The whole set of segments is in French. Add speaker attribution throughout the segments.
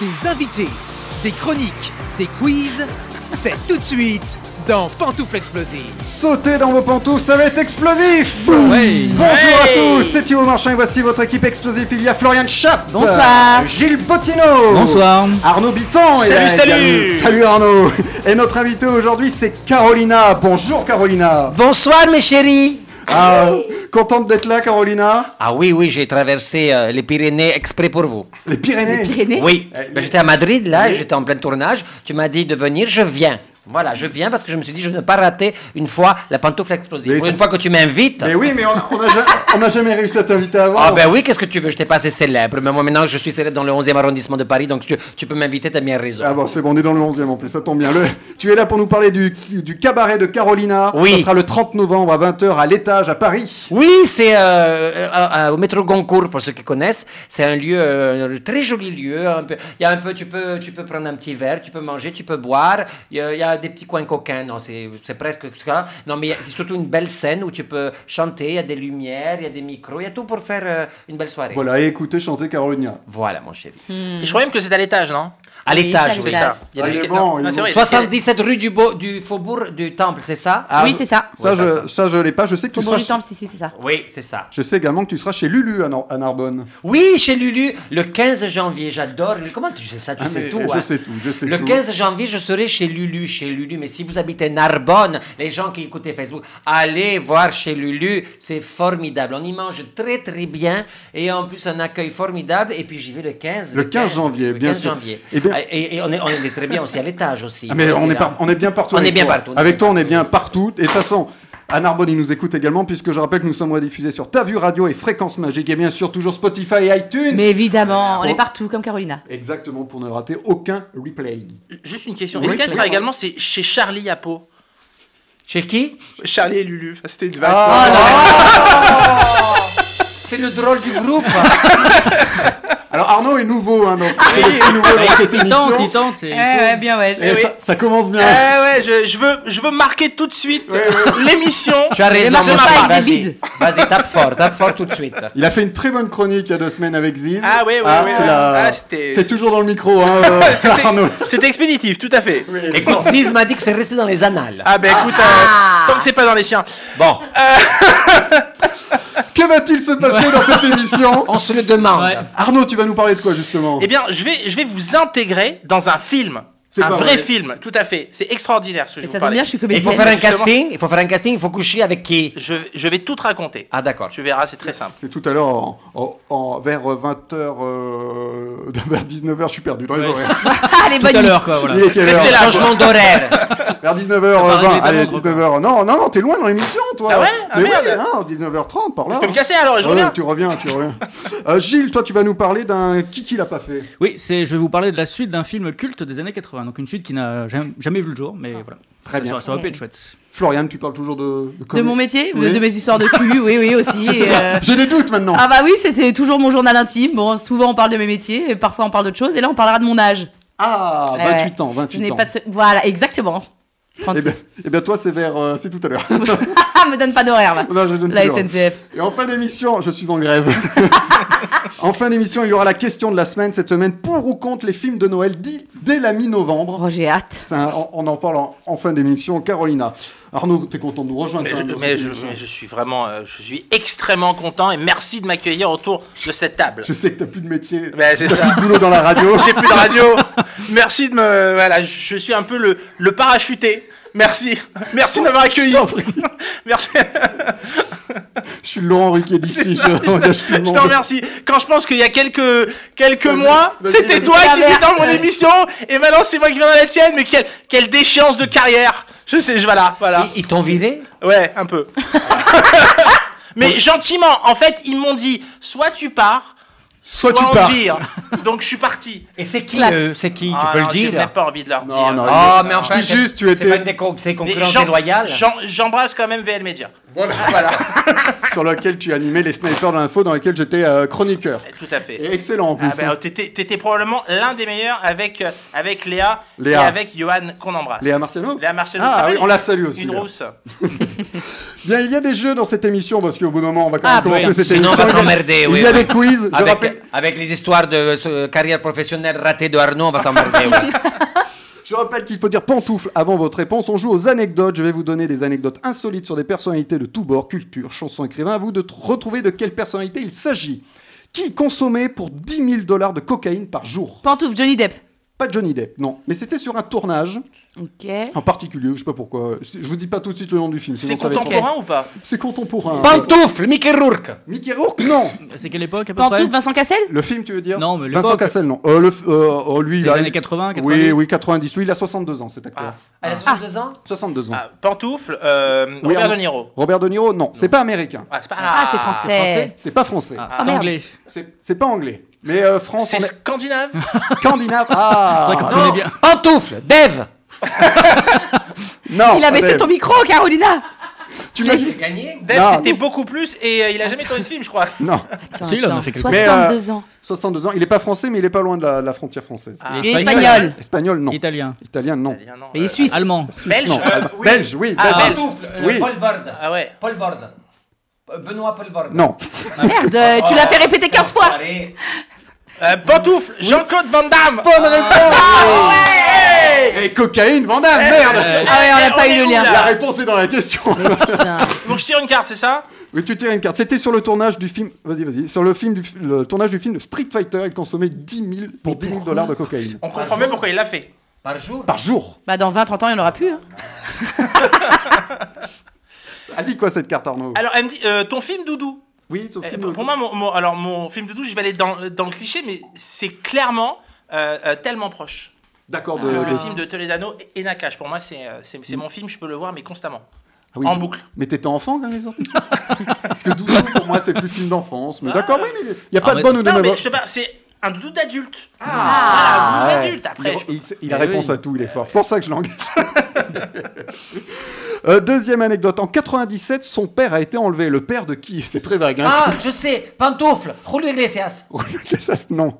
Speaker 1: Des invités, des chroniques, des quiz, c'est tout de suite dans Pantoufle Explosive.
Speaker 2: Sautez dans vos pantoufles, ça va être explosif
Speaker 3: Ouais.
Speaker 2: Bonjour à tous, c'est Thibaut Marchand et voici votre équipe explosive. Il y a Florian Schapp,
Speaker 4: Bonsoir.
Speaker 2: Gilles Bottineau,
Speaker 3: Bonsoir.
Speaker 2: Arnaud Bitan, et
Speaker 1: Salut,
Speaker 2: là,
Speaker 1: salut.
Speaker 2: également- salut Arnaud. Et notre invité aujourd'hui, c'est Carolina. Bonjour Carolina.
Speaker 4: Bonsoir mes chéris
Speaker 2: Ah, contente d'être là, Carolina.
Speaker 4: Ah oui, oui, j'ai traversé euh, les Pyrénées exprès pour vous.
Speaker 2: Les Pyrénées.
Speaker 5: Pyrénées
Speaker 4: Oui,
Speaker 2: Euh,
Speaker 4: Ben,
Speaker 2: mais-
Speaker 4: j'étais à Madrid, là, et j'étais en plein tournage. Tu m'as dit de venir, je viens. Voilà, je viens parce que je me suis dit, je ne vais pas rater une fois la pantoufle explosive.
Speaker 2: Mais
Speaker 4: Ou
Speaker 2: ça-
Speaker 4: une fois que tu m'invites.
Speaker 2: Mais Eh oui, mais on on a ja- on n'a jamais réussi à t'inviter avant.
Speaker 4: Ah ben oui, qu'est-ce que tu veux Je t'ai pas assez célèbre. Mais moi, maintenant, je suis célèbre dans le 11e arrondissement de Paris, donc tu, tu peux m'inviter, t'as bien raison.
Speaker 2: Ah bon, c'est bon, on est dans le 11e en plus, ça tombe bien. Le- tu es là pour nous parler du, du cabaret de Carolina.
Speaker 4: Oui.
Speaker 2: Ça sera le 30 novembre à 20h à l'étage à Paris.
Speaker 4: Oui, c'est euh, euh, euh, au métro Goncourt pour ceux qui connaissent. C'est un lieu, euh, un très joli lieu. un peu- Il y a un peu, tu peux, tu peux prendre un petit verre, tu peux manger, tu peux boire. Il y a, il y a des petits coins coquins. Non, c'est c'est presque ça. Non, mais il y a- c'est surtout une belle scène où tu peux chanter. Il y a des lumières, il y a des micros, il y a tout pour faire euh, une belle soirée. Voilà,
Speaker 2: Voilà, et écoutez chanter Carolina.
Speaker 4: mon chéri.
Speaker 5: Hmm.
Speaker 3: Et Je crois même que c'est à l'étage, non
Speaker 4: À
Speaker 5: Oui,
Speaker 4: l'étage,
Speaker 5: c'est à
Speaker 4: oui.
Speaker 3: C'est Hmm. ça. Il y a
Speaker 2: Ah, il
Speaker 3: des
Speaker 2: est
Speaker 3: escaliers-
Speaker 2: bon,
Speaker 3: non,
Speaker 2: il est
Speaker 3: non, c'est
Speaker 2: bon.
Speaker 3: vrai, il y a des
Speaker 4: 77 rue du, beau, du faubourg du Temple, c'est ça
Speaker 3: Ah.
Speaker 5: Oui, c'est ça.
Speaker 2: Ça,
Speaker 4: Ah, Ouais, ça,
Speaker 2: je, ça, je l'ai pas. Je sais que tu
Speaker 5: Faubourg
Speaker 2: seras.
Speaker 5: du Temple, si, si, c'est ça.
Speaker 4: Oui, c'est ça.
Speaker 2: Je sais également que tu seras chez Lulu à, Nor- à Narbonne.
Speaker 4: Oui, chez Lulu, le 15 janvier, j'adore. Mais Comment tu sais ça Tu
Speaker 2: Ah,
Speaker 4: sais
Speaker 2: mais
Speaker 4: tout.
Speaker 2: je
Speaker 4: hein.
Speaker 2: sais tout, je sais
Speaker 4: le
Speaker 2: tout.
Speaker 4: 15 janvier, je serai chez Lulu, chez Lulu. Mais si vous habitez Narbonne, les gens qui écoutaient Facebook, allez voir chez Lulu, c'est formidable. On y mange très très bien et en plus un accueil formidable. Et puis j'y vais le 15.
Speaker 2: Le 15 janvier,
Speaker 4: le
Speaker 2: bien
Speaker 4: 15
Speaker 2: sûr.
Speaker 4: janvier. Ah,
Speaker 2: Eh bien-
Speaker 4: Et, et on, est, on est très bien aussi à l'étage aussi.
Speaker 2: Ah, mais on est,
Speaker 4: là.
Speaker 2: par- on est bien partout.
Speaker 4: On
Speaker 2: avec
Speaker 4: est bien
Speaker 2: toi.
Speaker 4: partout, on est
Speaker 2: Avec
Speaker 4: bien
Speaker 2: toi, on est bien partout. Et de toute façon. À Narbonne, ils nous écoutent également, puisque je rappelle que nous sommes rediffusés sur Ta Vue Radio et Fréquence Magique, et bien sûr toujours Spotify et iTunes.
Speaker 5: Mais évidemment, on
Speaker 2: Bon.
Speaker 5: est partout, comme Carolina.
Speaker 2: Exactement, pour ne rater aucun replay.
Speaker 3: escaliers. Juste une question.
Speaker 2: Oui,
Speaker 3: Est-ce qu'elle
Speaker 2: clairement.
Speaker 3: sera également c'est chez Charlie à Pau
Speaker 4: Chez qui
Speaker 3: Charlie et Lulu. Enfin, C'était une vague.
Speaker 2: Ah,
Speaker 4: C'est le drôle du groupe.
Speaker 2: Alors Arnaud est nouveau, hein, dans, est nouveau dans cette émission.
Speaker 3: tente.
Speaker 5: Ouais, ouais, Eh, bien, ouais.
Speaker 2: Et ça, ça commence bien.
Speaker 3: Eh ouais, je, je veux, je veux marquer tout de suite l'émission.
Speaker 4: Tu as raison,
Speaker 5: marques
Speaker 4: mon
Speaker 5: pas
Speaker 4: chéri.
Speaker 5: avec des
Speaker 4: Vas-y,
Speaker 5: bides.
Speaker 4: vas-y, tape fort, tape fort tout de suite.
Speaker 2: Il a fait une très bonne chronique il y a deux semaines avec Ziz.
Speaker 3: Ah ouais, ouais, ouais,
Speaker 2: tu
Speaker 3: ouais.
Speaker 2: l'as-
Speaker 3: Ah, c'était-
Speaker 2: C'est toujours dans le micro, hein, euh,
Speaker 3: C'était-
Speaker 2: Arnaud.
Speaker 3: C'était expéditif, tout à fait.
Speaker 4: Écoute, Ziz m'a dit que c'est resté dans les annales.
Speaker 3: Ah ben écoute, euh, tant que c'est pas dans les siens.
Speaker 4: Bon,
Speaker 2: Que va-t-il se passer dans cette émission
Speaker 4: on se le demande.
Speaker 2: Arnaud, tu vas nous parler de quoi justement
Speaker 3: Eh bien, je vais, je vais vous intégrer dans un film.
Speaker 2: C'est
Speaker 3: un
Speaker 2: pas
Speaker 3: vrai,
Speaker 2: vrai.
Speaker 3: film, tout à fait. C'est extraordinaire ce que
Speaker 5: Et
Speaker 3: je
Speaker 5: ça
Speaker 3: vous parlais.
Speaker 5: tombe bien, je suis
Speaker 4: Et
Speaker 5: comédienne.
Speaker 4: Il faut faire un
Speaker 3: Justement.
Speaker 4: casting, il faut faire un casting, il faut coucher avec qui
Speaker 3: Je, je vais tout te raconter.
Speaker 4: Ah d'accord.
Speaker 3: Tu verras, c'est très simple.
Speaker 2: C'est tout à l'heure en, en- en- vers euh, 20h, euh, vers 19h, je suis perdu dans les horaires.
Speaker 5: Ah, les bonnes nuits.
Speaker 6: quoi,
Speaker 2: Il est quelle
Speaker 3: Restez
Speaker 2: heure
Speaker 3: là,
Speaker 4: Changement d'horaire.
Speaker 2: Vers 19h20,
Speaker 6: parler
Speaker 2: allez,
Speaker 6: évidemment,
Speaker 2: 19h. Non, non, non, t'es loin dans l'émission, toi.
Speaker 3: Ah ouais Ah
Speaker 2: Mais
Speaker 3: merde.
Speaker 2: oui, hein, 19h30 par là.
Speaker 3: Je peux me casser alors et je
Speaker 2: Ouais,
Speaker 3: reviens.
Speaker 2: tu reviens, tu reviens. Euh, Gilles, toi, tu vas nous parler d'un qui qui l'a pas fait.
Speaker 6: Oui, c'est, je vais vous parler de la suite d'un film culte des années 80. Donc une suite qui n'a jamais, jamais vu le jour,
Speaker 5: Ah.
Speaker 6: mais voilà.
Speaker 2: Très
Speaker 6: Ça-
Speaker 2: bien.
Speaker 6: Ça, ça aurait pu être chouette.
Speaker 2: Florian, tu parles toujours de.
Speaker 5: De
Speaker 2: comédie.
Speaker 5: mon métier,
Speaker 2: Oui.
Speaker 5: de mes histoires de cul, oui, oui, aussi. et, euh,
Speaker 2: J'ai des doutes maintenant.
Speaker 5: Ah bah oui, c'était toujours mon journal intime. Bon, souvent on parle de mes métiers, et parfois on parle d'autre chose, et là on parlera de mon âge.
Speaker 2: Ah,
Speaker 5: Ouais,
Speaker 2: 28 ans,
Speaker 5: Je
Speaker 2: 28
Speaker 5: n'ai
Speaker 2: ans.
Speaker 5: pas de... se- Voilà, exactement.
Speaker 2: Eh bien,
Speaker 5: 36.
Speaker 2: eh bien, toi, c'est vers. euh, c'est tout à l'heure.
Speaker 5: Ah, me donne pas d'horaire, va.
Speaker 2: Non, je donne
Speaker 5: La
Speaker 2: plus l'heure.
Speaker 5: SNCF.
Speaker 2: Et en fin d'émission, je suis en grève. en fin d'émission, il y aura la question de la semaine cette semaine pour ou contre les films de Noël dits dès la mi-novembre.
Speaker 5: Oh, j'ai hâte.
Speaker 2: C'est un- on, on en parle en, en fin d'émission. Carolina. Arnaud, t'es content de nous rejoindre
Speaker 3: Mais
Speaker 2: quand
Speaker 3: je,
Speaker 2: même, dans
Speaker 3: mais
Speaker 2: cette
Speaker 3: je-
Speaker 2: émission.
Speaker 3: mais je suis vraiment, euh, je suis extrêmement content et merci de m'accueillir autour de cette table.
Speaker 2: Je sais que t'as plus de métier,
Speaker 3: Ben, c'est ça.
Speaker 2: plus de boulot dans la radio.
Speaker 3: J'ai plus de radio. Merci de me, voilà, je suis un peu le, le parachuté. Merci, merci de m'avoir accueilli. Merci.
Speaker 2: Je suis Laurent Ruquier
Speaker 3: C'est
Speaker 2: d'ici.
Speaker 3: ça,
Speaker 2: Je, engage tout le
Speaker 3: Je
Speaker 2: monde.
Speaker 3: te remercie. Quand je pense qu'il y a quelques, quelques
Speaker 2: Vas-y,
Speaker 3: mois,
Speaker 2: vas-y,
Speaker 3: c'était
Speaker 2: vas-y.
Speaker 3: toi qui étais dans mon
Speaker 5: Ouais.
Speaker 3: émission et maintenant c'est moi qui viens dans la tienne. Mais quelle, quelle déchéance de carrière. Je sais, je voilà, voilà.
Speaker 4: Ils- Ils t'ont viré
Speaker 3: Ouais, un peu. Mais gentiment, en fait, ils m'ont dit soit tu pars,
Speaker 2: Soit
Speaker 3: soit,
Speaker 2: tu
Speaker 3: on
Speaker 2: pars.
Speaker 3: vire. Donc je suis parti.
Speaker 4: Et c'est qui
Speaker 5: Classe.
Speaker 4: eux C'est qui
Speaker 3: Ah
Speaker 4: Tu peux
Speaker 3: non,
Speaker 4: le
Speaker 3: J'ai
Speaker 4: dire
Speaker 3: même pas envie de leur
Speaker 2: Non,
Speaker 3: dire.
Speaker 2: non,
Speaker 3: Mais
Speaker 4: Oh, mais enfin,
Speaker 2: dis
Speaker 4: c'est-
Speaker 2: juste, tu étais-
Speaker 4: C'est pas une déco- c'est concurrence
Speaker 3: j'em-
Speaker 4: déloyale.
Speaker 3: j'em- J'embrasse quand même VL Media. Voilà.
Speaker 2: Sur lequel tu animais les snipers de l'info, dans lequel j'étais euh, chroniqueur.
Speaker 3: Tout à fait.
Speaker 2: Et excellent en plus.
Speaker 3: Ah bah,
Speaker 2: hein.
Speaker 3: t'étais, t'étais probablement l'un des meilleurs avec, euh, avec Léa,
Speaker 2: Léa.
Speaker 3: et avec Johan qu'on embrasse.
Speaker 2: Léa Marciano
Speaker 3: Léa Marciano.
Speaker 2: Ah
Speaker 3: tu te
Speaker 2: oui,
Speaker 3: rappelles
Speaker 2: on la salue aussi,
Speaker 3: Une
Speaker 2: Léa.
Speaker 3: rousse.
Speaker 2: Bien, il y a des jeux dans cette émission parce qu'au bout d'un moment, on va quand
Speaker 5: Ah,
Speaker 2: même commencer
Speaker 6: oui.
Speaker 2: cette
Speaker 4: Sinon, on
Speaker 2: émission.
Speaker 4: va s'emmerder,
Speaker 2: Il
Speaker 4: oui,
Speaker 2: y a
Speaker 4: oui.
Speaker 2: des quiz. Je
Speaker 4: Avec,
Speaker 2: rappelle,
Speaker 4: avec les histoires de euh, carrière professionnelle ratée de Arnaud, on va s'emmerder. ouais.
Speaker 2: je rappelle qu'il faut dire pantoufle avant votre réponse. On joue aux anecdotes. Je vais vous donner des anecdotes insolites sur des personnalités de tous bords, culture, chansons, écrivains. À vous de t- retrouver de quelle personnalité il s'agit. Qui consommait pour 10 000 dollars de cocaïne par jour
Speaker 5: Pantouf, Johnny Depp.
Speaker 2: Pas Johnny Depp, non. Mais c'était sur un tournage
Speaker 5: Ok.
Speaker 2: en particulier, je sais pas pourquoi. Je je vous dis pas tout de suite le nom du film.
Speaker 3: C'est
Speaker 2: sinon ça va être-
Speaker 3: contemporain ou pas
Speaker 2: C'est contemporain.
Speaker 4: Pantoufle, Mickey Rourke.
Speaker 2: Mickey Rourke Non
Speaker 6: C'est quelle époque à peu près
Speaker 5: Pantouf, Vincent Cassel
Speaker 2: Le film, tu veux dire
Speaker 6: Non, mais
Speaker 2: Vincent
Speaker 6: l'époque.
Speaker 2: Cassel, non. Euh, le f- euh, oh, lui,
Speaker 6: C'est
Speaker 2: il
Speaker 6: les
Speaker 2: a...
Speaker 6: années 80, 90
Speaker 2: Oui, oui, 90. Lui, il a 62 ans, cet acteur.
Speaker 4: Elle a 62 ans
Speaker 2: 62 ans.
Speaker 3: Ah, Pantoufle, euh,
Speaker 2: Oui,
Speaker 3: Robert
Speaker 2: on-
Speaker 3: De Niro.
Speaker 2: Robert De Niro, non. C'est pas américain.
Speaker 3: Ah, c'est pas...
Speaker 5: Ah, c'est français.
Speaker 2: C'est pas français.
Speaker 6: Ah,
Speaker 5: Ah,
Speaker 6: c'est
Speaker 5: merde.
Speaker 6: anglais.
Speaker 2: C'est c'est pas anglais. Mais euh, France,
Speaker 3: C'est
Speaker 2: on est-
Speaker 3: scandinave
Speaker 2: Scandinave.
Speaker 6: C'est
Speaker 5: Oh.
Speaker 6: vrai qu'on
Speaker 2: Ah
Speaker 6: connaît bien.
Speaker 4: Pantoufle, Dev.
Speaker 2: Non
Speaker 5: Il a baissé
Speaker 2: Oh, Adèle.
Speaker 5: ton micro, Carolina
Speaker 2: Tu m'as dit.
Speaker 4: gagné
Speaker 3: Dave,
Speaker 2: Non.
Speaker 3: c'était beaucoup plus et euh, il a jamais tourné de film, je crois.
Speaker 2: Non,
Speaker 5: Attends,
Speaker 6: Si, il en a
Speaker 5: attends,
Speaker 6: fait quelques-
Speaker 2: Mais, euh,
Speaker 5: 62 ans.
Speaker 2: 62 ans. Il est pas français, mais il est pas loin de la, la frontière française.
Speaker 3: Ah.
Speaker 6: Il est
Speaker 5: Il est
Speaker 6: euh, espagnol.
Speaker 5: espagnol.
Speaker 2: Espagnol, non.
Speaker 6: Italien.
Speaker 2: Italien, non.
Speaker 3: Italien, non,
Speaker 5: Il est
Speaker 3: euh,
Speaker 5: suisse.
Speaker 6: Allemand.
Speaker 2: Suisse,
Speaker 3: Belge,
Speaker 2: non.
Speaker 3: euh,
Speaker 2: Allemand.
Speaker 3: oui.
Speaker 2: Belge, oui.
Speaker 3: Ah,
Speaker 2: Belge.
Speaker 4: Pantoufle, euh,
Speaker 2: Oui.
Speaker 4: Paul Vord.
Speaker 3: Ah ouais.
Speaker 4: Paul Vord. Euh, Benoît Paul Vord.
Speaker 2: Non.
Speaker 5: Merde, euh, tu l'as fait répéter 15 fois
Speaker 4: Allez.
Speaker 3: Euh, Pantoufle, Jean-Claude Van Damme
Speaker 2: Bonne réponse. Ah. Et cocaïne, Vandame, merde.
Speaker 5: Ah ouais, on n'a
Speaker 3: Eh,
Speaker 5: pas eu
Speaker 3: est
Speaker 5: le
Speaker 3: où,
Speaker 5: lien.
Speaker 3: là
Speaker 2: La réponse est dans la question.
Speaker 5: Putain.
Speaker 3: Donc je tire une carte, c'est ça
Speaker 2: Oui, tu tires une carte. C'était sur le tournage du film. Vas-y, vas-y. Sur le film, du... f- le tournage du film de Street Fighter, il consommait 10 000 pour 10 000 dollars de cocaïne
Speaker 3: On comprend
Speaker 4: jour.
Speaker 3: même pourquoi il l'a fait.
Speaker 4: Par jour.
Speaker 2: par jour.
Speaker 5: Bah dans 20-30 ans, il n'y en aura plus. hein.
Speaker 2: Elle dit quoi cette carte, Arnaud
Speaker 3: Alors elle me dit, euh, ton film Doudou
Speaker 2: Oui, ton
Speaker 3: Euh,
Speaker 2: film.
Speaker 3: pour- Pour moi, mon, mon- alors, mon film Doudou, je vais aller dans, dans le cliché, mais c'est clairement euh, euh, tellement proche.
Speaker 2: D'accord.
Speaker 3: Le,
Speaker 2: De,
Speaker 3: le
Speaker 2: de-
Speaker 3: film de Toledano et Nakash, pour moi, c'est euh, c'est- c'est mon film, je peux le voir, mais constamment.
Speaker 2: Ah oui,
Speaker 3: en
Speaker 2: tu-
Speaker 3: boucle.
Speaker 2: Mais t'étais enfant quand il est sorti ça Parce que 12 ans, pour moi, c'est plus film d'enfance. Mais d'accord, oui, mais il n'y a pas
Speaker 6: Ah,
Speaker 2: de
Speaker 6: mais-
Speaker 2: bonne ou de
Speaker 3: Non, mais je
Speaker 2: mauvaise.
Speaker 3: sais pas, c'est un doudou d'adulte.
Speaker 2: Ah,
Speaker 3: Voilà, un doudou
Speaker 2: ouais.
Speaker 3: d'adulte, après. je-
Speaker 2: Il, il- il a
Speaker 6: Eh
Speaker 2: réponse
Speaker 6: oui.
Speaker 2: à tout, il est fort. C'est pour ça que je l'engage. Euh, deuxième anecdote. En 97, son père a été enlevé. Le père de qui C'est très vague. Hein.
Speaker 4: Ah, je sais. Pantoufle, Julio Iglesias.
Speaker 2: ça, Oh, non.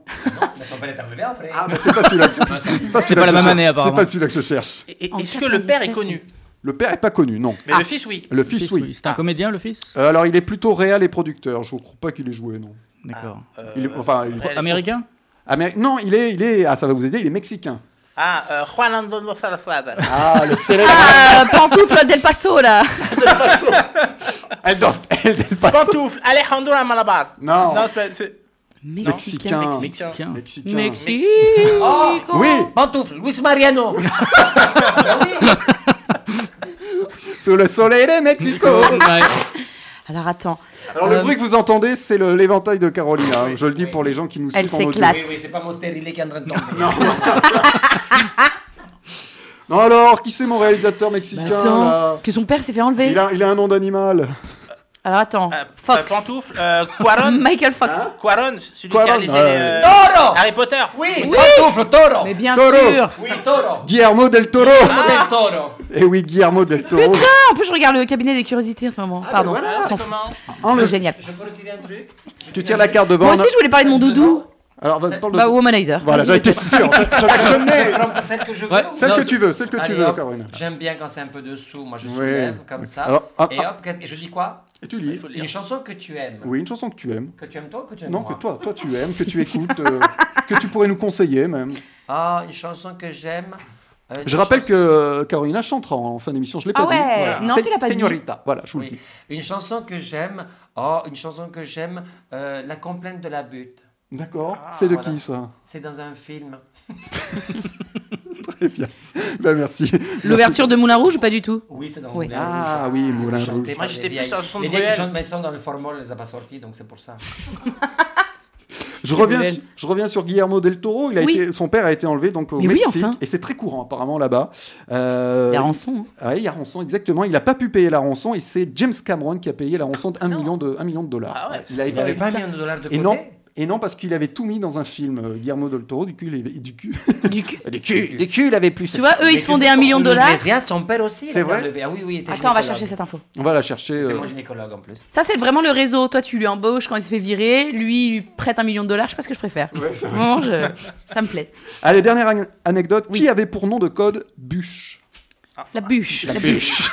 Speaker 4: Mais son père est enlevé après.
Speaker 2: Ah, bah, c'est pas celui-là. que- pas celui-là
Speaker 6: pas la
Speaker 2: que je
Speaker 6: même
Speaker 2: cherche.
Speaker 6: année, apparemment.
Speaker 2: C'est pas celui-là que je cherche.
Speaker 3: Et- et-
Speaker 5: En
Speaker 3: Est-ce que le père est
Speaker 5: 97,
Speaker 3: connu
Speaker 2: Le père est pas connu, non.
Speaker 3: Mais le fils, oui.
Speaker 2: Le fils, oui. Ah.
Speaker 6: C'est un comédien, le fils
Speaker 2: Euh, alors, il est plutôt réel et producteur. Je crois pas qu'il ait joué, non.
Speaker 6: D'accord.
Speaker 3: Euh,
Speaker 2: Il Ah. est- enfin, il-
Speaker 3: réalisation.
Speaker 6: Américain
Speaker 2: Améri- Non, il est, il est. Ah, ça va vous aider. Il est mexicain.
Speaker 3: Ah, euh, Juan Antonio Salazar.
Speaker 2: Ah, le célèbre.
Speaker 5: Ah, euh, pantoufle del Paso, là
Speaker 2: Elle dort. Elle dort pas.
Speaker 3: Pantoufle, Alejandro Malabar.
Speaker 2: Non.
Speaker 3: Non, c'est pas- c'est-
Speaker 2: Mexicain.
Speaker 6: Mexicain.
Speaker 2: Ah. Mexicain.
Speaker 5: Mexique
Speaker 4: Oh.
Speaker 2: Oui,
Speaker 4: Pantoufle, Luis Mariano.
Speaker 2: sous le soleil de Mexico.
Speaker 6: Ouais.
Speaker 5: Alors attends,
Speaker 2: Alors le bruit que vous entendez, c'est le- l'éventail de Carolina. hein. Je le dis pour les gens qui nous
Speaker 5: Elle
Speaker 2: suivent en audio.
Speaker 5: s'éclate.
Speaker 4: Oui, oui, c'est pas mon stérilé qui est en train de tomber.
Speaker 2: Non alors, qui c'est mon réalisateur mexicain
Speaker 5: Bah, attends,
Speaker 2: là
Speaker 5: que son père s'est fait enlever.
Speaker 2: il a, il a un nom d'animal.
Speaker 5: Alors attends,
Speaker 3: euh, euh,
Speaker 5: Fox.
Speaker 3: Pantoufle, euh, Cuaron.
Speaker 5: Michael Fox.
Speaker 2: Ah.
Speaker 3: Cuaron, celui
Speaker 2: Cuarón,
Speaker 3: qui a réalisé
Speaker 2: euh,
Speaker 3: euh,
Speaker 4: Toro
Speaker 3: Harry Potter.
Speaker 4: Oui, pantoufle, Toro
Speaker 5: Mais bien
Speaker 2: Toro.
Speaker 5: sûr
Speaker 4: Oui, Toro
Speaker 2: Guillermo del Toro.
Speaker 4: Del Toro
Speaker 2: Et oui, Guillermo del Toro.
Speaker 5: Ah, en plus, je regarde le cabinet des curiosités en ce moment. Pardon,
Speaker 2: ben voilà,
Speaker 5: on
Speaker 3: C'est
Speaker 5: s'en fout.
Speaker 3: comment
Speaker 2: Hein, le-
Speaker 5: C'est génial.
Speaker 4: Je peux retirer un truc
Speaker 2: tu tires la carte devant.
Speaker 5: Moi aussi, je voulais parler de mon doudou.
Speaker 2: Alors vas-y parle de.
Speaker 5: Bah, Womanizer.
Speaker 2: Voilà,
Speaker 5: Vas-y,
Speaker 2: j'étais
Speaker 5: vas-y.
Speaker 2: sûr. Je, je la
Speaker 4: Je
Speaker 2: connais.
Speaker 4: prends celle que je veux
Speaker 6: Ouais,
Speaker 4: ou-
Speaker 2: Celle
Speaker 4: Non,
Speaker 2: que
Speaker 4: c'est-
Speaker 2: tu veux, celle que tu
Speaker 4: Allez,
Speaker 2: veux,
Speaker 4: hop.
Speaker 2: Carolina.
Speaker 4: J'aime bien quand c'est un peu dessous, moi je
Speaker 2: Ouais.
Speaker 4: soulève comme ça.
Speaker 2: Alors, ah,
Speaker 4: et
Speaker 2: ah.
Speaker 4: hop, qu'est-ce- et je dis quoi
Speaker 2: Et tu lis.
Speaker 4: Une chanson que tu aimes.
Speaker 2: Oui, une chanson que tu aimes.
Speaker 4: Que tu aimes toi ou que tu aimes
Speaker 2: Non,
Speaker 4: moi
Speaker 2: que toi, toi tu aimes, que tu écoutes, euh, que tu pourrais nous conseiller même.
Speaker 4: Ah, une chanson que j'aime. euh,
Speaker 2: Je
Speaker 4: une
Speaker 2: rappelle
Speaker 4: chanson-
Speaker 2: que euh, Carolina chantera en fin d'émission, je l'ai
Speaker 5: Ah
Speaker 2: pas dit.
Speaker 5: ouais, non,
Speaker 2: Se-
Speaker 5: tu l'as pas dit.
Speaker 2: Señorita, voilà, je vous le
Speaker 4: Oui.
Speaker 2: dis.
Speaker 4: Une chanson que j'aime. Oh, une chanson que j'aime. euh, La complainte de la butte.
Speaker 2: D'accord, c'est de
Speaker 4: Ah, voilà.
Speaker 2: qui ça
Speaker 4: C'est dans un film.
Speaker 2: Très bien. Ben, merci.
Speaker 5: L'ouverture de Moulin Rouge ou pas du tout
Speaker 4: Oui, c'est dans
Speaker 5: Oui.
Speaker 4: Moulin Rouge.
Speaker 2: Ah oui, Moulin
Speaker 4: chanté
Speaker 2: Rouge.
Speaker 4: par
Speaker 3: Moi,
Speaker 4: les
Speaker 3: j'étais plus
Speaker 4: vieilles-
Speaker 3: sur la chanson de
Speaker 4: Les vieilles
Speaker 3: Bruel.
Speaker 4: gens de Besson dans le formol, on les a pas sortis, donc c'est pour ça.
Speaker 2: Je reviens,
Speaker 5: nouvelle.
Speaker 2: je reviens sur Guillermo del Toro. Il a
Speaker 5: Oui.
Speaker 2: été, son père a été enlevé donc au
Speaker 5: Mais oui,
Speaker 2: Mexique
Speaker 5: enfin.
Speaker 2: et c'est très courant apparemment là-bas. Euh,
Speaker 5: Il y a rançon. hein.
Speaker 2: ouais, Ah, il y a rançon, exactement. Il n'a pas pu payer la rançon et c'est James Cameron qui a payé la rançon de 1 million de, 1 million de dollars.
Speaker 3: Ah ouais.
Speaker 2: Il avait
Speaker 4: Il
Speaker 2: pas-
Speaker 4: n'avait pas mis un dollar de
Speaker 2: et
Speaker 4: côté
Speaker 2: non, et non parce qu'il avait tout mis dans un film euh, Guillermo del Toro. Du cul, du cul,
Speaker 5: hein. Du cul.
Speaker 2: Ah, du cul, du cul, il avait plus.
Speaker 5: Tu vois, eux, ils se font des 1 million de dollars.
Speaker 4: Iglesias, son père aussi. il
Speaker 2: C'est
Speaker 4: a
Speaker 2: vrai
Speaker 4: enlevé. Ah oui, oui, il était
Speaker 5: Attends, on va
Speaker 4: gynécologue.
Speaker 5: chercher cette info.
Speaker 2: On va la chercher.
Speaker 4: Il
Speaker 2: euh,
Speaker 4: était mon gynécologue en plus.
Speaker 5: Ça, c'est vraiment le réseau. Toi, tu lui embauches quand il se fait virer. Lui, il lui prête un million de dollars. Je sais pas ce que je préfère. Vraiment, je- ça me plaît.
Speaker 2: Allez, dernière an- anecdote. Qui avait pour nom de code Bûche
Speaker 5: La bûche. La bûche.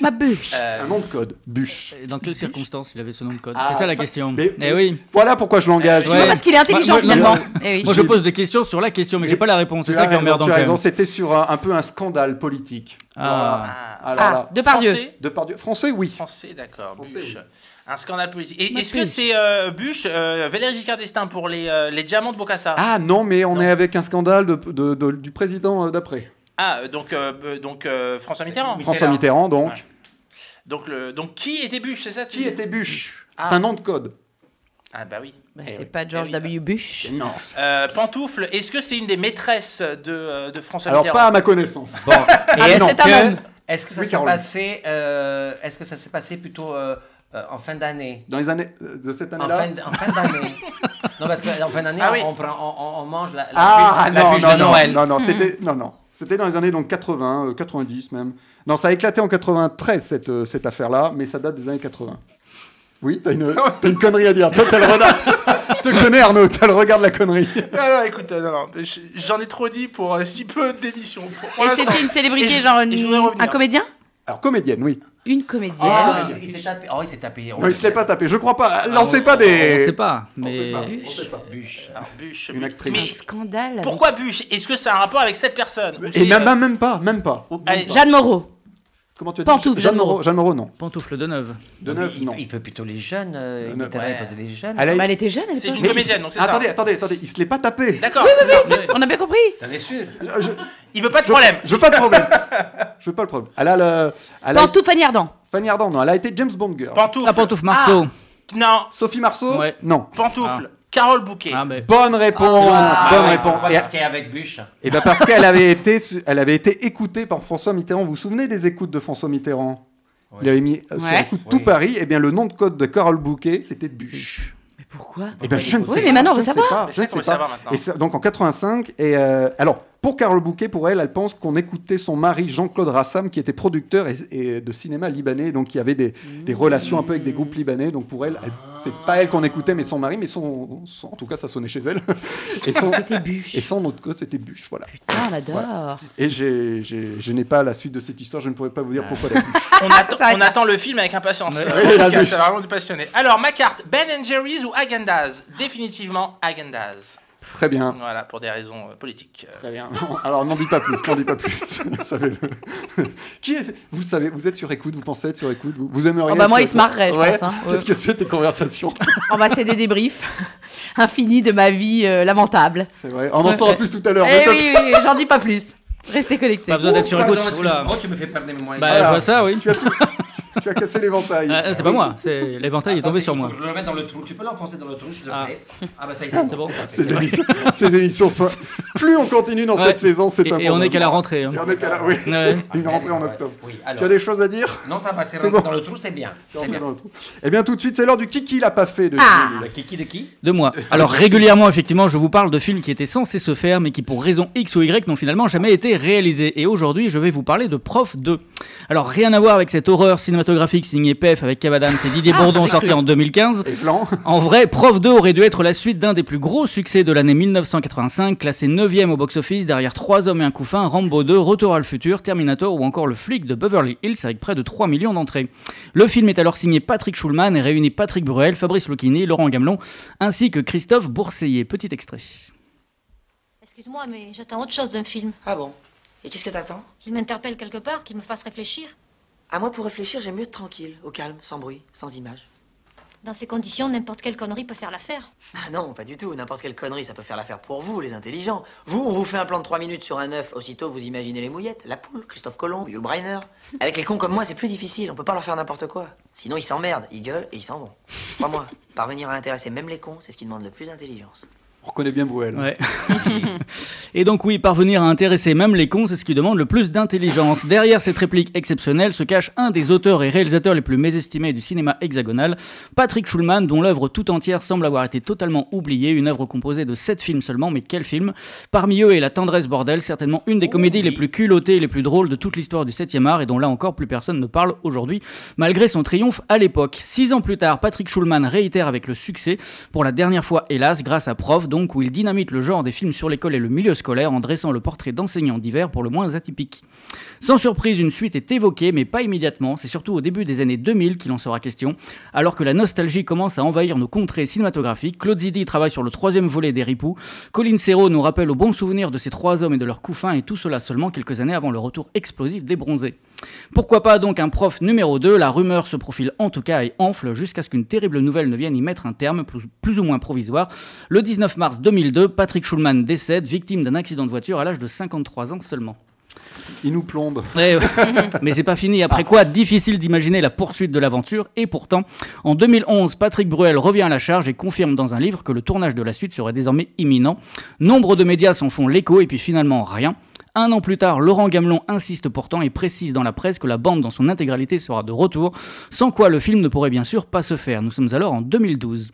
Speaker 5: Ma bûche.
Speaker 3: Euh,
Speaker 2: Un nom de code, bûche.
Speaker 6: Et Dans quelles circonstances il avait ce nom de code
Speaker 4: Ah,
Speaker 6: C'est ça la
Speaker 4: ça-
Speaker 6: question.
Speaker 2: Mais-
Speaker 6: Eh oui.
Speaker 2: Voilà pourquoi je l'engage.
Speaker 5: Tu vois,
Speaker 6: Ouais.
Speaker 5: parce qu'il est intelligent
Speaker 6: Moi- moi-
Speaker 5: finalement.
Speaker 2: moi-
Speaker 5: Eh oui.
Speaker 6: Moi, je pose des questions sur la question, mais j'ai
Speaker 2: Mais-
Speaker 6: pas la réponse.
Speaker 2: Tu
Speaker 6: C'est
Speaker 2: as
Speaker 6: ça qui est
Speaker 2: raison,
Speaker 6: emmerdant.
Speaker 2: tu as
Speaker 6: quand
Speaker 2: raison,
Speaker 6: même.
Speaker 2: c'était sur un, un peu un scandale politique.
Speaker 6: Ah.
Speaker 2: Alors
Speaker 5: Ah,
Speaker 2: là,
Speaker 5: de par Dieu.
Speaker 3: Français,
Speaker 2: de par Dieu. Français, oui.
Speaker 3: Français, d'accord.
Speaker 2: Français,
Speaker 3: Bûche.
Speaker 2: oui.
Speaker 3: Un scandale politique. Et
Speaker 5: Ma
Speaker 3: est-ce que
Speaker 5: bûche.
Speaker 3: c'est euh, Bûche, euh, Valéry Giscard d'Estaing pour les, euh, les diamants de Bocassa
Speaker 2: Ah non, mais on
Speaker 3: Non.
Speaker 2: est avec un scandale de- de- de- du président euh, d'après.
Speaker 3: Ah, euh, donc, euh, euh, donc euh, François Mitterrand.
Speaker 2: François Mitterrand, donc.
Speaker 3: Ouais. Donc, le, donc qui était Bûche, c'est ça tu
Speaker 2: Qui
Speaker 3: dis
Speaker 2: était Bûche
Speaker 3: Ah.
Speaker 2: C'est un nom de code.
Speaker 3: Ah bah oui.
Speaker 5: Bah,
Speaker 3: Eh
Speaker 5: c'est
Speaker 3: oui.
Speaker 5: pas George
Speaker 3: Eh oui.
Speaker 5: W. Bush.
Speaker 2: Non.
Speaker 3: Euh, Pantoufle, est-ce que c'est une des maîtresses de, euh, de François
Speaker 2: Alors, pas
Speaker 3: Mitterrand
Speaker 2: à ma connaissance. Ah,
Speaker 4: Bon, et
Speaker 5: mais
Speaker 4: est-ce
Speaker 5: c'est un homme.
Speaker 4: que, est-ce que ça
Speaker 2: Oui,
Speaker 4: s'est
Speaker 2: Caroline.
Speaker 4: passé, euh, est-ce que ça s'est passé plutôt euh, euh, en fin d'année
Speaker 2: Dans les années euh, de cette
Speaker 4: en
Speaker 2: année-là
Speaker 4: fin, d- en fin d'année. non, parce qu'en fin d'année,
Speaker 3: Ah oui.
Speaker 4: on, prend, on, on- on mange la, la
Speaker 2: Ah
Speaker 4: bûche, la
Speaker 2: non,
Speaker 4: bûche
Speaker 2: non,
Speaker 4: de
Speaker 2: non,
Speaker 4: Noël.
Speaker 2: non, non, c'était non, non, c'était dans les années donc 80, euh, 90 même. Non, ça a éclaté en 93 cette, euh, cette affaire-là, mais ça date des années 80. Oui, t'as une, t'as une connerie à dire. Toi, t'as le regard. Je te connais, Arnaud. T'as le regard de la connerie.
Speaker 3: Non, non, écoute, euh, non, non, je- j'en ai trop dit pour euh, si peu d'éditions. Pour- pour
Speaker 5: Et
Speaker 3: l'instant.
Speaker 5: c'était une célébrité,
Speaker 3: Et je-
Speaker 5: genre
Speaker 3: et je
Speaker 5: une-
Speaker 3: voudrais revenir.
Speaker 5: un comédien
Speaker 2: Alors comédienne, oui.
Speaker 5: Une
Speaker 4: Oh,
Speaker 5: comédienne.
Speaker 4: il- il s'est tapé. Oh, il s'est tapé.
Speaker 2: Non, il se l'est pas tapé. Je crois pas.
Speaker 6: On
Speaker 2: Lancez pas des.
Speaker 6: On sait pas.
Speaker 2: On sait
Speaker 6: Mais
Speaker 2: pas, on
Speaker 5: Bûche.
Speaker 2: sait pas.
Speaker 4: Bûche.
Speaker 3: Alors, Bûche,
Speaker 2: Une
Speaker 3: Bûche.
Speaker 2: actrice.
Speaker 5: Un
Speaker 3: Mais
Speaker 5: scandale.
Speaker 6: Ah,
Speaker 5: avec-
Speaker 3: pourquoi Bûche Est-ce que ça a un rapport avec cette personne Ou
Speaker 2: Et
Speaker 3: c'est,
Speaker 2: même,
Speaker 3: euh,
Speaker 2: même, même pas, même pas.
Speaker 3: ou- allez,
Speaker 5: Jeanne Moreau.
Speaker 2: Comment tu as dit
Speaker 5: Pantoufle, Jeanne Moreau.
Speaker 2: Jeanne Moreau, non.
Speaker 6: Pantoufle de neuve.
Speaker 2: De neuf,
Speaker 4: il,
Speaker 2: non.
Speaker 4: il fait plutôt les jeunes. euh,
Speaker 2: De neuf,
Speaker 4: Mitterrand,
Speaker 3: ouais.
Speaker 4: il faisait des jeunes.
Speaker 2: Elle a-
Speaker 5: Bah, elle était jeune à
Speaker 3: C'est
Speaker 5: l'époque.
Speaker 3: une
Speaker 2: Mais il-
Speaker 3: comédienne, donc c'est ça.
Speaker 2: Attendez, attendez, attendez. Il se l'est pas tapé.
Speaker 3: D'accord.
Speaker 2: Ah.
Speaker 5: On a bien compris.
Speaker 4: T'en es sûr
Speaker 2: Euh, Je,
Speaker 3: Il veut pas de problème.
Speaker 2: je veux pas de problème. Je veux pas le problème. Elle a le. Elle a
Speaker 5: Pantoufle Fanny Ardant.
Speaker 2: Fanny Ardant, non, elle a été James Bond girl.
Speaker 3: Pantoufle.
Speaker 6: Ah, pantoufle Marceau.
Speaker 3: Ah, non,
Speaker 2: Sophie Marceau
Speaker 6: Ouais.
Speaker 2: Non.
Speaker 3: pantoufle. Carole Bouquet.
Speaker 6: Ah, mais.
Speaker 2: Bonne réponse, bonne
Speaker 4: Ah, ouais,
Speaker 2: réponse.
Speaker 4: Pourquoi
Speaker 2: Et,
Speaker 4: Parce qu'il est avec Bûche.
Speaker 2: et ben parce qu'elle avait été, su- elle avait été écoutée par François Mitterrand. Vous vous souvenez des écoutes de François Mitterrand Il avait mis euh, sur
Speaker 5: Ouais.
Speaker 2: l'écoute tout
Speaker 4: Oui.
Speaker 2: Paris. Et bien le nom de code de Carole Bouquet, c'était Bûche.
Speaker 5: Mais pourquoi
Speaker 2: Et ben je ne sais
Speaker 5: Oui,
Speaker 2: pas.
Speaker 5: mais maintenant, on
Speaker 2: je
Speaker 5: veut
Speaker 2: ne sais
Speaker 5: savoir.
Speaker 2: pas,
Speaker 3: Mais
Speaker 2: je
Speaker 3: ça
Speaker 2: ne
Speaker 3: qu'on
Speaker 2: sais
Speaker 3: veut
Speaker 2: pas.
Speaker 3: savoir maintenant.
Speaker 2: Et ça- donc en 85 et euh, alors pour Carole Bouquet, pour elle, elle pense qu'on écoutait son mari Jean-Claude Rassam, qui était producteur et, et de cinéma libanais, donc qui avait des, des
Speaker 5: Mmh.
Speaker 2: relations un peu avec des groupes libanais. Donc pour elle, elle- c'est pas elle qu'on écoutait, mais son mari, mais son, son- en tout cas ça sonnait chez elle. et son
Speaker 5: C'était Bûche.
Speaker 2: et son autre code, c'était bûche, voilà.
Speaker 5: Putain, Ah, on adore.
Speaker 2: Et j'ai- j'ai- je n'ai pas la suite de cette histoire, je ne pourrais pas vous dire
Speaker 5: Ah.
Speaker 2: pourquoi la bûche.
Speaker 3: On, attend,
Speaker 5: s'arrête
Speaker 3: on
Speaker 5: là.
Speaker 3: attend le film avec impatience.
Speaker 6: Ouais.
Speaker 3: Euh,
Speaker 2: Oui, la
Speaker 3: en tout cas,
Speaker 2: vue.
Speaker 3: ça va vraiment nous passionner. Alors, ma carte, Ben Jerry's ou Agandaz Définitivement Agandaz.
Speaker 2: Très bien.
Speaker 3: Voilà, pour des raisons euh, politiques. Euh,
Speaker 2: Très bien. Alors n'en dis pas plus, n'en dis pas plus. Savez-le. Qui est- vous savez, vous êtes sur écoute, vous pensez être sur écoute, vous, vous aimeriez.
Speaker 5: Oh, bah,
Speaker 2: être
Speaker 5: moi,
Speaker 2: sur
Speaker 5: il se
Speaker 2: écoute
Speaker 5: marrerait, je
Speaker 2: Ouais.
Speaker 5: pense, hein. Ouais.
Speaker 2: Qu'est-ce que c'est tes conversations
Speaker 5: On va céder des briefs infinis de ma vie euh, lamentable.
Speaker 2: C'est vrai. On en saura plus tout à l'heure.
Speaker 5: Eh
Speaker 2: mais-
Speaker 5: oui, oui, j'en dis pas plus. Restez connectés.
Speaker 6: Pas besoin d'être
Speaker 4: Ouh,
Speaker 6: sur
Speaker 4: pardon,
Speaker 6: écoute.
Speaker 4: excuse-moi.
Speaker 6: Oula.
Speaker 4: Oh, tu me fais perdre mes moyens.
Speaker 6: Bah,
Speaker 2: Voilà.
Speaker 6: je vois ça, oui.
Speaker 2: Tu as, tu as cassé l'éventail.
Speaker 6: Ah, c'est pas moi, c'est l'éventail est tombé sur moi.
Speaker 4: Ah, Je le remets dans le trou. Tu peux l'enfoncer dans le trou, s'il te
Speaker 6: Ah.
Speaker 4: plaît. Ah, bah ça y est,
Speaker 6: C'est bon.
Speaker 4: passé.
Speaker 2: Ces émissions, ces émissions sont- Plus on continue dans
Speaker 6: Ouais.
Speaker 2: cette saison, c'est
Speaker 6: Et,
Speaker 2: un
Speaker 6: et on est qu'à la rentrée. hein.
Speaker 2: Et on est qu'à la. Oui.
Speaker 6: Ouais.
Speaker 2: Une
Speaker 4: Ah,
Speaker 2: rentrée en
Speaker 4: ouais.
Speaker 2: octobre.
Speaker 4: Oui,
Speaker 2: Tu as
Speaker 4: alors.
Speaker 2: des choses à dire
Speaker 4: Non, ça va, c'est
Speaker 2: C'est
Speaker 4: rentré
Speaker 2: bon.
Speaker 4: dans le trou, c'est bien.
Speaker 2: C'est rentré dans le trou. Eh bien, tout de suite, c'est l'heure du Kiki l'a pas fait de
Speaker 5: Ah.
Speaker 2: Julie.
Speaker 4: Le kiki de qui
Speaker 6: De moi. Alors régulièrement, effectivement, je vous parle de films qui étaient censés se faire, mais qui pour raison X ou Y n'ont finalement jamais été réalisés. Et aujourd'hui, je vais vous parler de Prof 2. Alors rien à voir avec cette horreur cinématographique signée PF avec Cavadam, c'est Didier Bourdon sorti en 2015.
Speaker 2: Et Flan,
Speaker 6: En vrai, Prof 2 aurait dû être la suite d'un des plus gros succès de l'année 1985, classé 9ème au box-office derrière Trois hommes et un couffin, Rambo 2, Retour à le futur, Terminator ou encore Le flic de Beverly Hills avec près de 3 millions d'entrées. Le film est alors signé Patrick Schulman et réunit Patrick Bruel, Fabrice Lucchini, Laurent Gamelon ainsi que Christophe Bourseillet. Petit extrait.
Speaker 7: Excuse-moi, mais j'attends autre chose d'un film.
Speaker 8: Ah bon Et qu'est-ce que t'attends
Speaker 7: Qu'il m'interpelle quelque part, qu'il me fasse réfléchir.
Speaker 8: À moi, pour réfléchir, j'aime mieux être tranquille, au calme, sans bruit, sans image.
Speaker 7: Dans ces conditions, n'importe quelle connerie peut faire l'affaire.
Speaker 8: Ah non, pas du tout. N'importe quelle connerie, ça peut faire l'affaire pour vous, les intelligents. Vous, on vous fait un plan de 3 minutes sur un œuf. Aussitôt, vous imaginez les mouillettes, la poule, Christophe Colomb, Yul Brynner. Avec les cons comme moi, c'est plus difficile. On peut pas leur faire n'importe quoi. Sinon, ils s'emmerdent, ils gueulent et ils s'en vont. Crois-moi, parvenir à intéresser même les cons, c'est ce qui demande le plus d'intelligence.
Speaker 2: on reconnaît bien Bruel.
Speaker 6: Ouais. Et donc oui, parvenir à intéresser même les cons, c'est ce qui demande le plus d'intelligence. Derrière cette réplique exceptionnelle se cache un des auteurs et réalisateurs les plus mésestimés du cinéma hexagonal, Patrick Schulman, dont l'œuvre tout entière semble avoir été totalement oubliée, une œuvre composée de 7 films seulement, mais quel film Parmi eux est La tendresse bordel, certainement une des comédies les plus culottées et les plus drôles de toute l'histoire du 7e art, et dont là encore plus personne ne parle aujourd'hui, malgré son triomphe à l'époque. Six ans plus tard, Patrick Schulman réitère avec le succès, pour la dernière fois hélas, grâce à Prof, dont donc où il dynamite le genre des films sur l'école et le milieu scolaire en dressant le portrait d'enseignants divers pour le moins atypiques. Sans surprise, une suite est évoquée, mais pas immédiatement, c'est surtout au début des années 2000 qu'il en sera question. Alors que la nostalgie commence à envahir nos contrées cinématographiques, Claude Zidi travaille sur le troisième volet des Ripoux, Colin Serrault nous rappelle au bon souvenir de ces trois hommes et de leur coup fin, et tout cela seulement quelques années avant le retour explosif des bronzés. Pourquoi pas donc un prof numéro 2 La rumeur se profile en tout cas et enfle jusqu'à ce qu'une terrible nouvelle ne vienne y mettre un terme, plus, plus ou moins provisoire. Le 19 mars 2002, Patrick Schulman décède, victime d'un accident de voiture à l'âge de 53 ans seulement.
Speaker 2: Il nous plombe.
Speaker 6: Eh ouais. Mais c'est pas fini. Après quoi, difficile d'imaginer la poursuite de l'aventure. Et pourtant, en 2011, Patrick Bruel revient à la charge et confirme dans un livre que le tournage de la suite serait désormais imminent. Nombre de médias s'en font l'écho et puis finalement rien. Un an plus tard, Laurent Gamelon insiste pourtant et précise dans la presse que la bande dans son intégralité sera de retour, sans quoi le film ne pourrait bien sûr pas se faire. Nous sommes alors en 2012.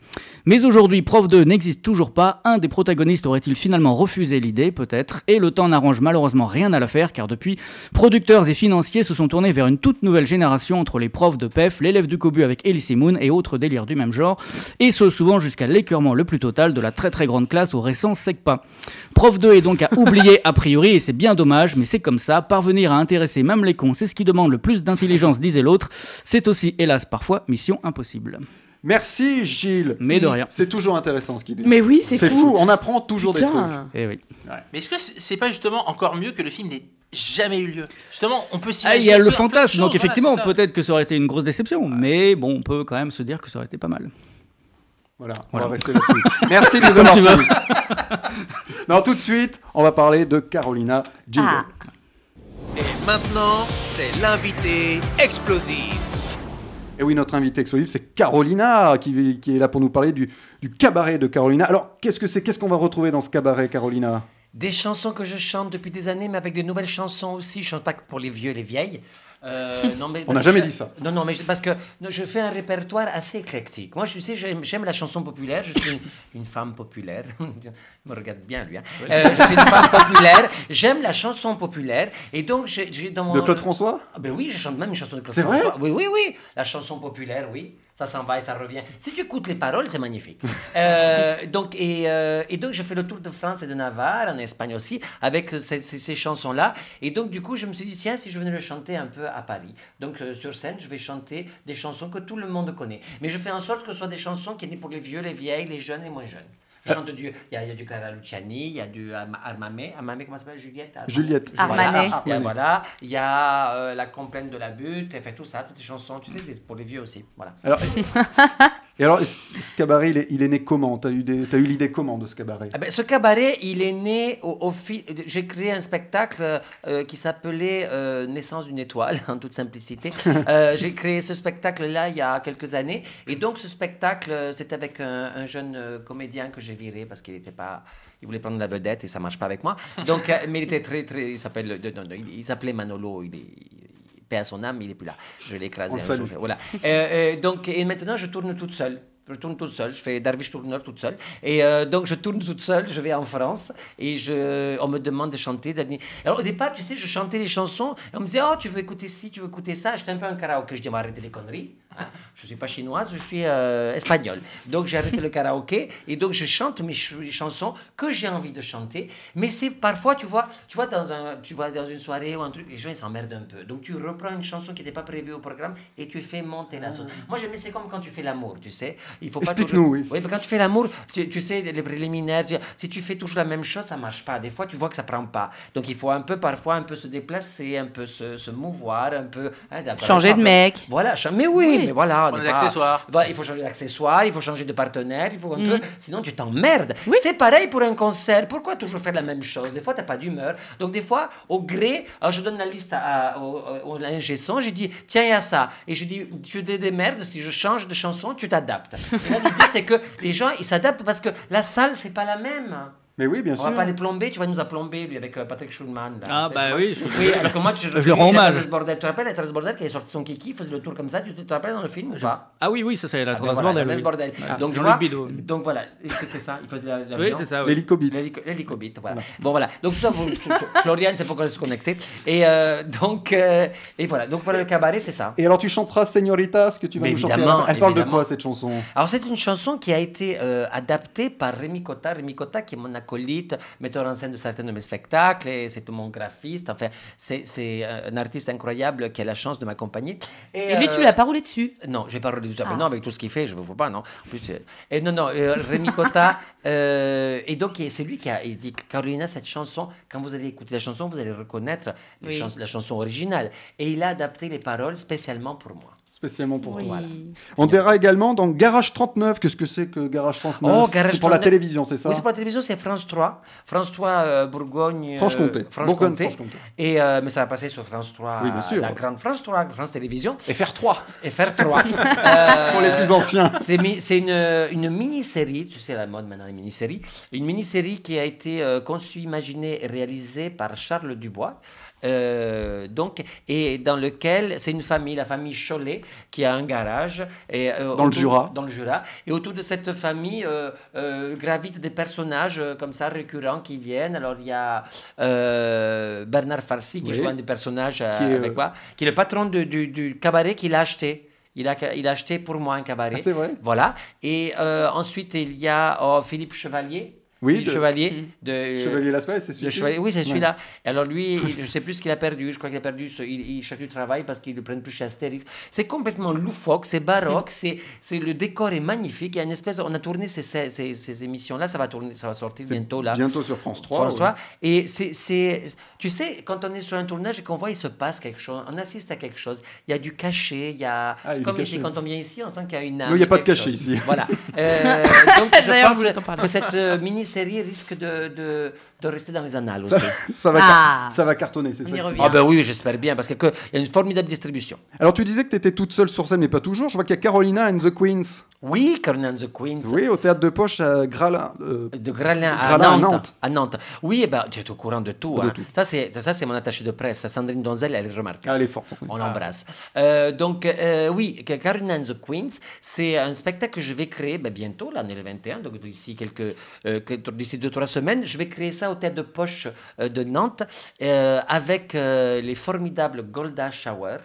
Speaker 6: Mais aujourd'hui, Prof 2 n'existe toujours pas. Un des protagonistes aurait-il finalement refusé l'idée, peut-être, et le temps n'arrange malheureusement rien à l'affaire, car depuis, producteurs et financiers se sont tournés vers une toute nouvelle génération entre les profs de PEF, l'élève du Cobu avec Elise Moon et autres délires du même genre, et ce souvent jusqu'à l'écœurement le plus total de la très très grande classe au récent SECPA. Prof 2 est donc à oublier a priori, et c'est bien dommage, mais c'est comme ça. Parvenir à intéresser même les cons, c'est ce qui demande le plus d'intelligence, disait l'autre. C'est aussi, hélas, parfois, mission impossible.
Speaker 2: Merci Gilles.
Speaker 6: Mais de rien.
Speaker 2: C'est toujours intéressant ce qu'il dit.
Speaker 5: Mais oui, c'est
Speaker 2: C'est
Speaker 5: fou.
Speaker 2: fou, on apprend toujours des trucs.
Speaker 5: Putain.
Speaker 6: Eh oui.
Speaker 3: Mais est-ce que c'est c'est pas justement encore mieux que le film n'ait jamais eu lieu Justement, on peut s'y
Speaker 6: Ah, il y a le fantasme, donc effectivement, peut-être que ça aurait été une grosse déception, mais bon, on peut quand même se dire que ça aurait été pas mal.
Speaker 2: Voilà,
Speaker 6: Voilà.
Speaker 2: on va rester là-dessus. Merci de nous avoir suivis. non, tout de suite, on va parler de Carolina Jingle.
Speaker 5: Ah.
Speaker 1: Et maintenant, c'est l'invité explosif.
Speaker 2: Et oui, notre invité explosif, c'est Carolina, qui, qui est là pour nous parler du, du cabaret de Carolina. Alors, qu'est-ce que c'est Qu'est-ce qu'on va retrouver dans ce cabaret, Carolina
Speaker 4: Des chansons que je chante depuis des années, mais avec des nouvelles chansons aussi. Je chante pas que pour les vieux et les vieilles. Euh, non, mais parce
Speaker 2: n'a
Speaker 4: que
Speaker 2: jamais
Speaker 4: je-
Speaker 2: dit ça.
Speaker 4: Non, non, mais je- parce que non, je fais un répertoire assez éclectique. Moi, je sais, j'aime j'aime la chanson populaire. Je suis une, une femme populaire. Il me regarde bien, lui. hein. Euh, je suis une femme populaire. J'aime la chanson populaire. Et donc, j'ai j'ai dans mon.
Speaker 2: De Claude François
Speaker 4: Ah ben oui, je chante même une chanson de Claude
Speaker 2: C'est vrai
Speaker 4: François. oui, oui, oui. La chanson populaire, oui. Ça s'en va et ça revient. Si tu écoutes les paroles, c'est magnifique. Euh, donc, et, euh, et donc, je fais le tour de France et de Navarre, en Espagne aussi, avec ces, ces- ces chansons-là. Et donc, du coup, je me suis dit, tiens, si je venais le chanter un peu à Paris. Donc, euh, sur scène, je vais chanter des chansons que tout le monde connaît. Mais je fais en sorte que ce soit des chansons qui étaient pour les vieux, les vieilles, les jeunes, les moins jeunes.
Speaker 2: Ah.
Speaker 4: Je chante du. Il y, a- il y a du Clara Luciani, il y a du Arma- Armamé. Armamé, comment ça s'appelle Juliette Armamé.
Speaker 2: Juliette.
Speaker 4: Voilà.
Speaker 5: Armanet.
Speaker 4: Ah, ouais, voilà. Il y a euh, la complainte de la butte, elle fait tout ça, toutes les chansons, tu sais, des- pour les vieux aussi. Voilà.
Speaker 2: Alors, et alors, ce ce cabaret, il est, il est né comment T'as eu, des- t'as eu l'idée comment de ce cabaret
Speaker 4: Eh ben, ce cabaret, il est né au, au fil. J'ai créé un spectacle euh, qui s'appelait euh, Naissance d'une étoile, en toute simplicité. Euh, J'ai créé ce spectacle-là il y a quelques années. Et donc, ce spectacle, euh, c'était avec un, un jeune euh, comédien que j'ai viré parce qu'il n'était pas. Il voulait prendre la vedette et ça marche pas avec moi. Donc, euh, mais il était très, très. Il s'appelle. euh, non, non, il il s'appelait Manolo. Il est, paix à son âme, il est plus là. Je l'ai écrasé
Speaker 2: On le
Speaker 4: un
Speaker 2: salue.
Speaker 4: jour. hein, Voilà. Euh, euh, donc, et maintenant, je tourne toute seule. Je tourne toute seule, je fais Darvish Tourneur toute seule. Et euh, donc, je tourne toute seule, je vais en France et je, on me demande de chanter. d'admi- Alors, au départ, tu sais, je chantais les chansons et on me disait Oh, tu veux écouter ci, tu veux écouter ça. J'étais un peu en karaoké. Je dis Mais arrêtez les conneries. hein. Je ne suis pas chinoise, je suis euh, espagnole. Donc, j'ai arrêté le karaoké et donc, je chante mes ch- les chansons que j'ai envie de chanter. Mais c'est parfois, tu vois, tu vois, dans, un, tu vois, dans une soirée ou un truc, les gens ils s'emmerdent un peu. Donc tu reprends une chanson qui n'était pas prévue au programme et tu fais monter la sauce.
Speaker 5: Ah.
Speaker 4: Moi j'aime, c'est comme quand tu fais l'amour, tu sais. Il faut pas
Speaker 2: Explique-nous,
Speaker 4: toujours-
Speaker 2: oui.
Speaker 4: mais quand tu fais l'amour, tu, tu sais, les préliminaires, tu- si tu fais toujours la même chose, ça marche pas. Des fois, tu vois que ça prend pas. Donc il faut un peu, parfois, un peu se déplacer, un peu se, se mouvoir, un peu. hein, d'avoir-
Speaker 5: Changer de mec.
Speaker 4: Voilà, cha- mais oui, mais voilà.
Speaker 3: Prendre
Speaker 4: on est
Speaker 3: des
Speaker 4: pas-
Speaker 3: accessoires.
Speaker 4: voilà, il faut changer d'accessoire, il faut changer de partenaire, il faut un peu, sinon tu t'emmerdes.
Speaker 5: Oui.
Speaker 4: C'est pareil pour un concert. Pourquoi toujours faire la même chose Des fois, t'as pas d'humeur. Donc, des fois, au gré, alors, je donne la liste à, à- au, euh, au- à l'ingé son, je dis, tiens, il y a ça. Et je dis, tu te démerdes, si je change de chanson, tu t'adaptes. Et là, l'idée, c'est que les gens, ils s'adaptent parce que la salle, c'est pas la même.
Speaker 2: Mais oui, bien
Speaker 4: On
Speaker 2: sûr.
Speaker 4: va pas les plomber, tu vas nous a plombé lui avec euh, Patrick Schulman. là. Tu
Speaker 6: Ah,
Speaker 4: sais,
Speaker 6: bah
Speaker 4: tu vois.
Speaker 6: oui, je-
Speaker 4: Oui, alors que moi tu-
Speaker 6: Je le rends
Speaker 4: la
Speaker 6: hommage.
Speaker 4: Thérèse Bordel, tu te rappelles la Thérèse Bordel qui a sorti son kiki, faisait le tour comme ça, tu te tu te rappelles dans le film ou pas
Speaker 6: Ah oui, oui, ça c'est la
Speaker 4: Ah, ben
Speaker 6: Thérèse
Speaker 4: voilà,
Speaker 6: Bordel.
Speaker 4: Thérèse
Speaker 6: oui.
Speaker 4: Bordel.
Speaker 6: Ah,
Speaker 4: Donc, je
Speaker 6: Jean-Luc
Speaker 4: vois-
Speaker 6: Bidot.
Speaker 4: donc voilà, Et c'était ça, il faisait la, la
Speaker 6: Oui,
Speaker 4: violence.
Speaker 6: c'est ça. oui.
Speaker 2: L'hélicobite.
Speaker 4: L'hélico- L'hélicobite, voilà. Bon, voilà. Donc, ça, vous, Floriane, c'est pourquoi elle se connecter. Et euh, donc, euh, et voilà. Donc, voilà le cabaret, c'est ça.
Speaker 2: Et alors tu chanteras Señorita, ce que tu vas
Speaker 4: Mais
Speaker 2: nous chanter. à la
Speaker 4: évidemment,
Speaker 2: fin. Elle parle de
Speaker 4: évidemment.
Speaker 2: quoi cette chanson
Speaker 4: Alors, c'est une chanson qui a été euh, adaptée par Rémi Cotta. Rémi Cotta, qui est mon acolyte, metteur en scène de certains de mes spectacles, et c'est mon graphiste. Enfin, c'est c'est, euh, un artiste incroyable qui a la chance de m'accompagner.
Speaker 5: Et lui, tu
Speaker 4: euh,
Speaker 5: l'as pas roulé dessus.
Speaker 4: Non, j'ai pas parlé de ça.
Speaker 5: Ah.
Speaker 4: Mais non, avec tout ce qu'il fait, je ne vois pas, non. En plus, euh, et non, non, euh, Rémi Cotta. euh, et donc, et c'est lui qui a il dit Carolina, cette chanson, quand vous allez écouter la chanson, vous allez reconnaître les
Speaker 5: Oui.
Speaker 4: chans- la chanson originale. Et il a adapté les paroles spécialement pour moi.
Speaker 2: Spécialement pour
Speaker 5: Oui.
Speaker 2: toi. On verra également dans Garage 39. Qu'est-ce que c'est que Garage 39
Speaker 4: Oh, Garage
Speaker 2: C'est pour la
Speaker 4: 39.
Speaker 2: télévision, c'est ça
Speaker 4: Oui, c'est pour la télévision, c'est France 3. France 3, euh, Bourgogne. euh,
Speaker 2: Franche-Comté.
Speaker 4: Franche-Comté.
Speaker 2: Bourgogne-Franche-Comté.
Speaker 4: Et, euh, mais ça va passer sur France 3.
Speaker 2: Oui, bien sûr.
Speaker 4: La grande France 3, France Télévision.
Speaker 2: FR3.
Speaker 4: Et faire 3. Euh,
Speaker 2: Pour les plus anciens.
Speaker 4: C'est mi- c'est une, une mini-série, tu sais la mode maintenant, les mini-séries. Une mini-série qui a été euh, conçue, imaginée et réalisée par Charles Dubois. Euh, donc, et dans lequel c'est une famille, la famille Cholet, qui a un garage. Et, euh,
Speaker 2: Dans le
Speaker 4: autour-
Speaker 2: Jura.
Speaker 4: Dans le Jura. Et autour de cette famille euh, euh, gravitent des personnages euh, comme ça récurrents qui viennent. Alors, il y a euh, Bernard Farsi qui
Speaker 2: Oui.
Speaker 4: joue un des personnages euh,
Speaker 2: Qui est,
Speaker 4: avec
Speaker 2: euh,
Speaker 4: moi, qui est le patron de- du, du cabaret qu'il a acheté. Il a, il a acheté pour moi un cabaret.
Speaker 2: Ah, c'est vrai
Speaker 4: Voilà. Et euh, ensuite, il y a oh, Philippe Chevalier.
Speaker 2: Oui,
Speaker 4: Philippe
Speaker 2: de-
Speaker 4: Chevalier. De,
Speaker 2: Chevalier Laspel, c'est
Speaker 4: le
Speaker 2: celui-ci
Speaker 4: chevalier- oui, c'est
Speaker 2: Ouais.
Speaker 4: celui-là. Et Alors lui, il- je ne sais plus ce qu'il a perdu. Je crois qu'il a perdu. ce- il, il cherche du travail parce qu'ils le prennent plus chez Astérix. C'est complètement loufoque, c'est baroque, c'est, c'est le décor est magnifique. Il y a une espèce. On a tourné ces, ces, ces- ces émissions-là. Ça va tourner, ça va sortir
Speaker 2: C'est
Speaker 4: bientôt là.
Speaker 2: Bientôt sur France 3.
Speaker 4: François.
Speaker 2: ouais.
Speaker 4: Et c'est, c'est- tu sais, quand on est sur un tournage et qu'on voit, il se passe quelque chose, on assiste à quelque chose. Il y a du cachet, il y
Speaker 2: Ah,
Speaker 4: a.
Speaker 2: il y a
Speaker 4: c'est
Speaker 2: du
Speaker 4: comme
Speaker 2: cachet.
Speaker 4: ici, quand on vient ici, on sent qu'il y a une. âme,
Speaker 2: Nous, il y a pas de
Speaker 4: quelque
Speaker 2: cachet
Speaker 4: chose.
Speaker 2: ici.
Speaker 4: Voilà. Euh, donc, je
Speaker 5: D'ailleurs, on s'entend
Speaker 4: pense
Speaker 5: parler.
Speaker 4: que cette euh, mini-série risque de, de, de rester dans les annales aussi.
Speaker 2: Ça va,
Speaker 5: Ah.
Speaker 2: car- ça va cartonner, c'est
Speaker 5: On
Speaker 2: ça.
Speaker 5: y
Speaker 2: qui-
Speaker 5: revient.
Speaker 4: Ah ben oui, j'espère bien, parce qu'il y a une formidable distribution.
Speaker 2: Alors tu disais que tu étais toute seule sur scène, mais pas toujours. Je vois qu'il y a Carolina and the Queens.
Speaker 4: Oui, Conan and the Queens.
Speaker 2: Oui, au théâtre de poche à Gralin. euh,
Speaker 4: De Gralin à
Speaker 2: Gralin à
Speaker 4: Nantes.
Speaker 2: Nantes.
Speaker 4: À Nantes. Oui, eh ben, tu es au courant de tout.
Speaker 2: De
Speaker 4: hein.
Speaker 2: tout.
Speaker 4: Ça, c'est ça, c'est mon attaché de presse. Sandrine Donzel, elle est remarquable.
Speaker 2: Ah, elle est forte. sans doute.
Speaker 4: On l'embrasse. Euh, donc, euh, oui, que- Carolina and the Queens, c'est un spectacle que je vais créer ben, bientôt, là, on est le 21, donc d'ici quelques, euh, que- d'ici deux, trois semaines. Je vais créer ça au Théâtre de Poche euh, de Nantes euh, avec euh, les formidables Golda Shower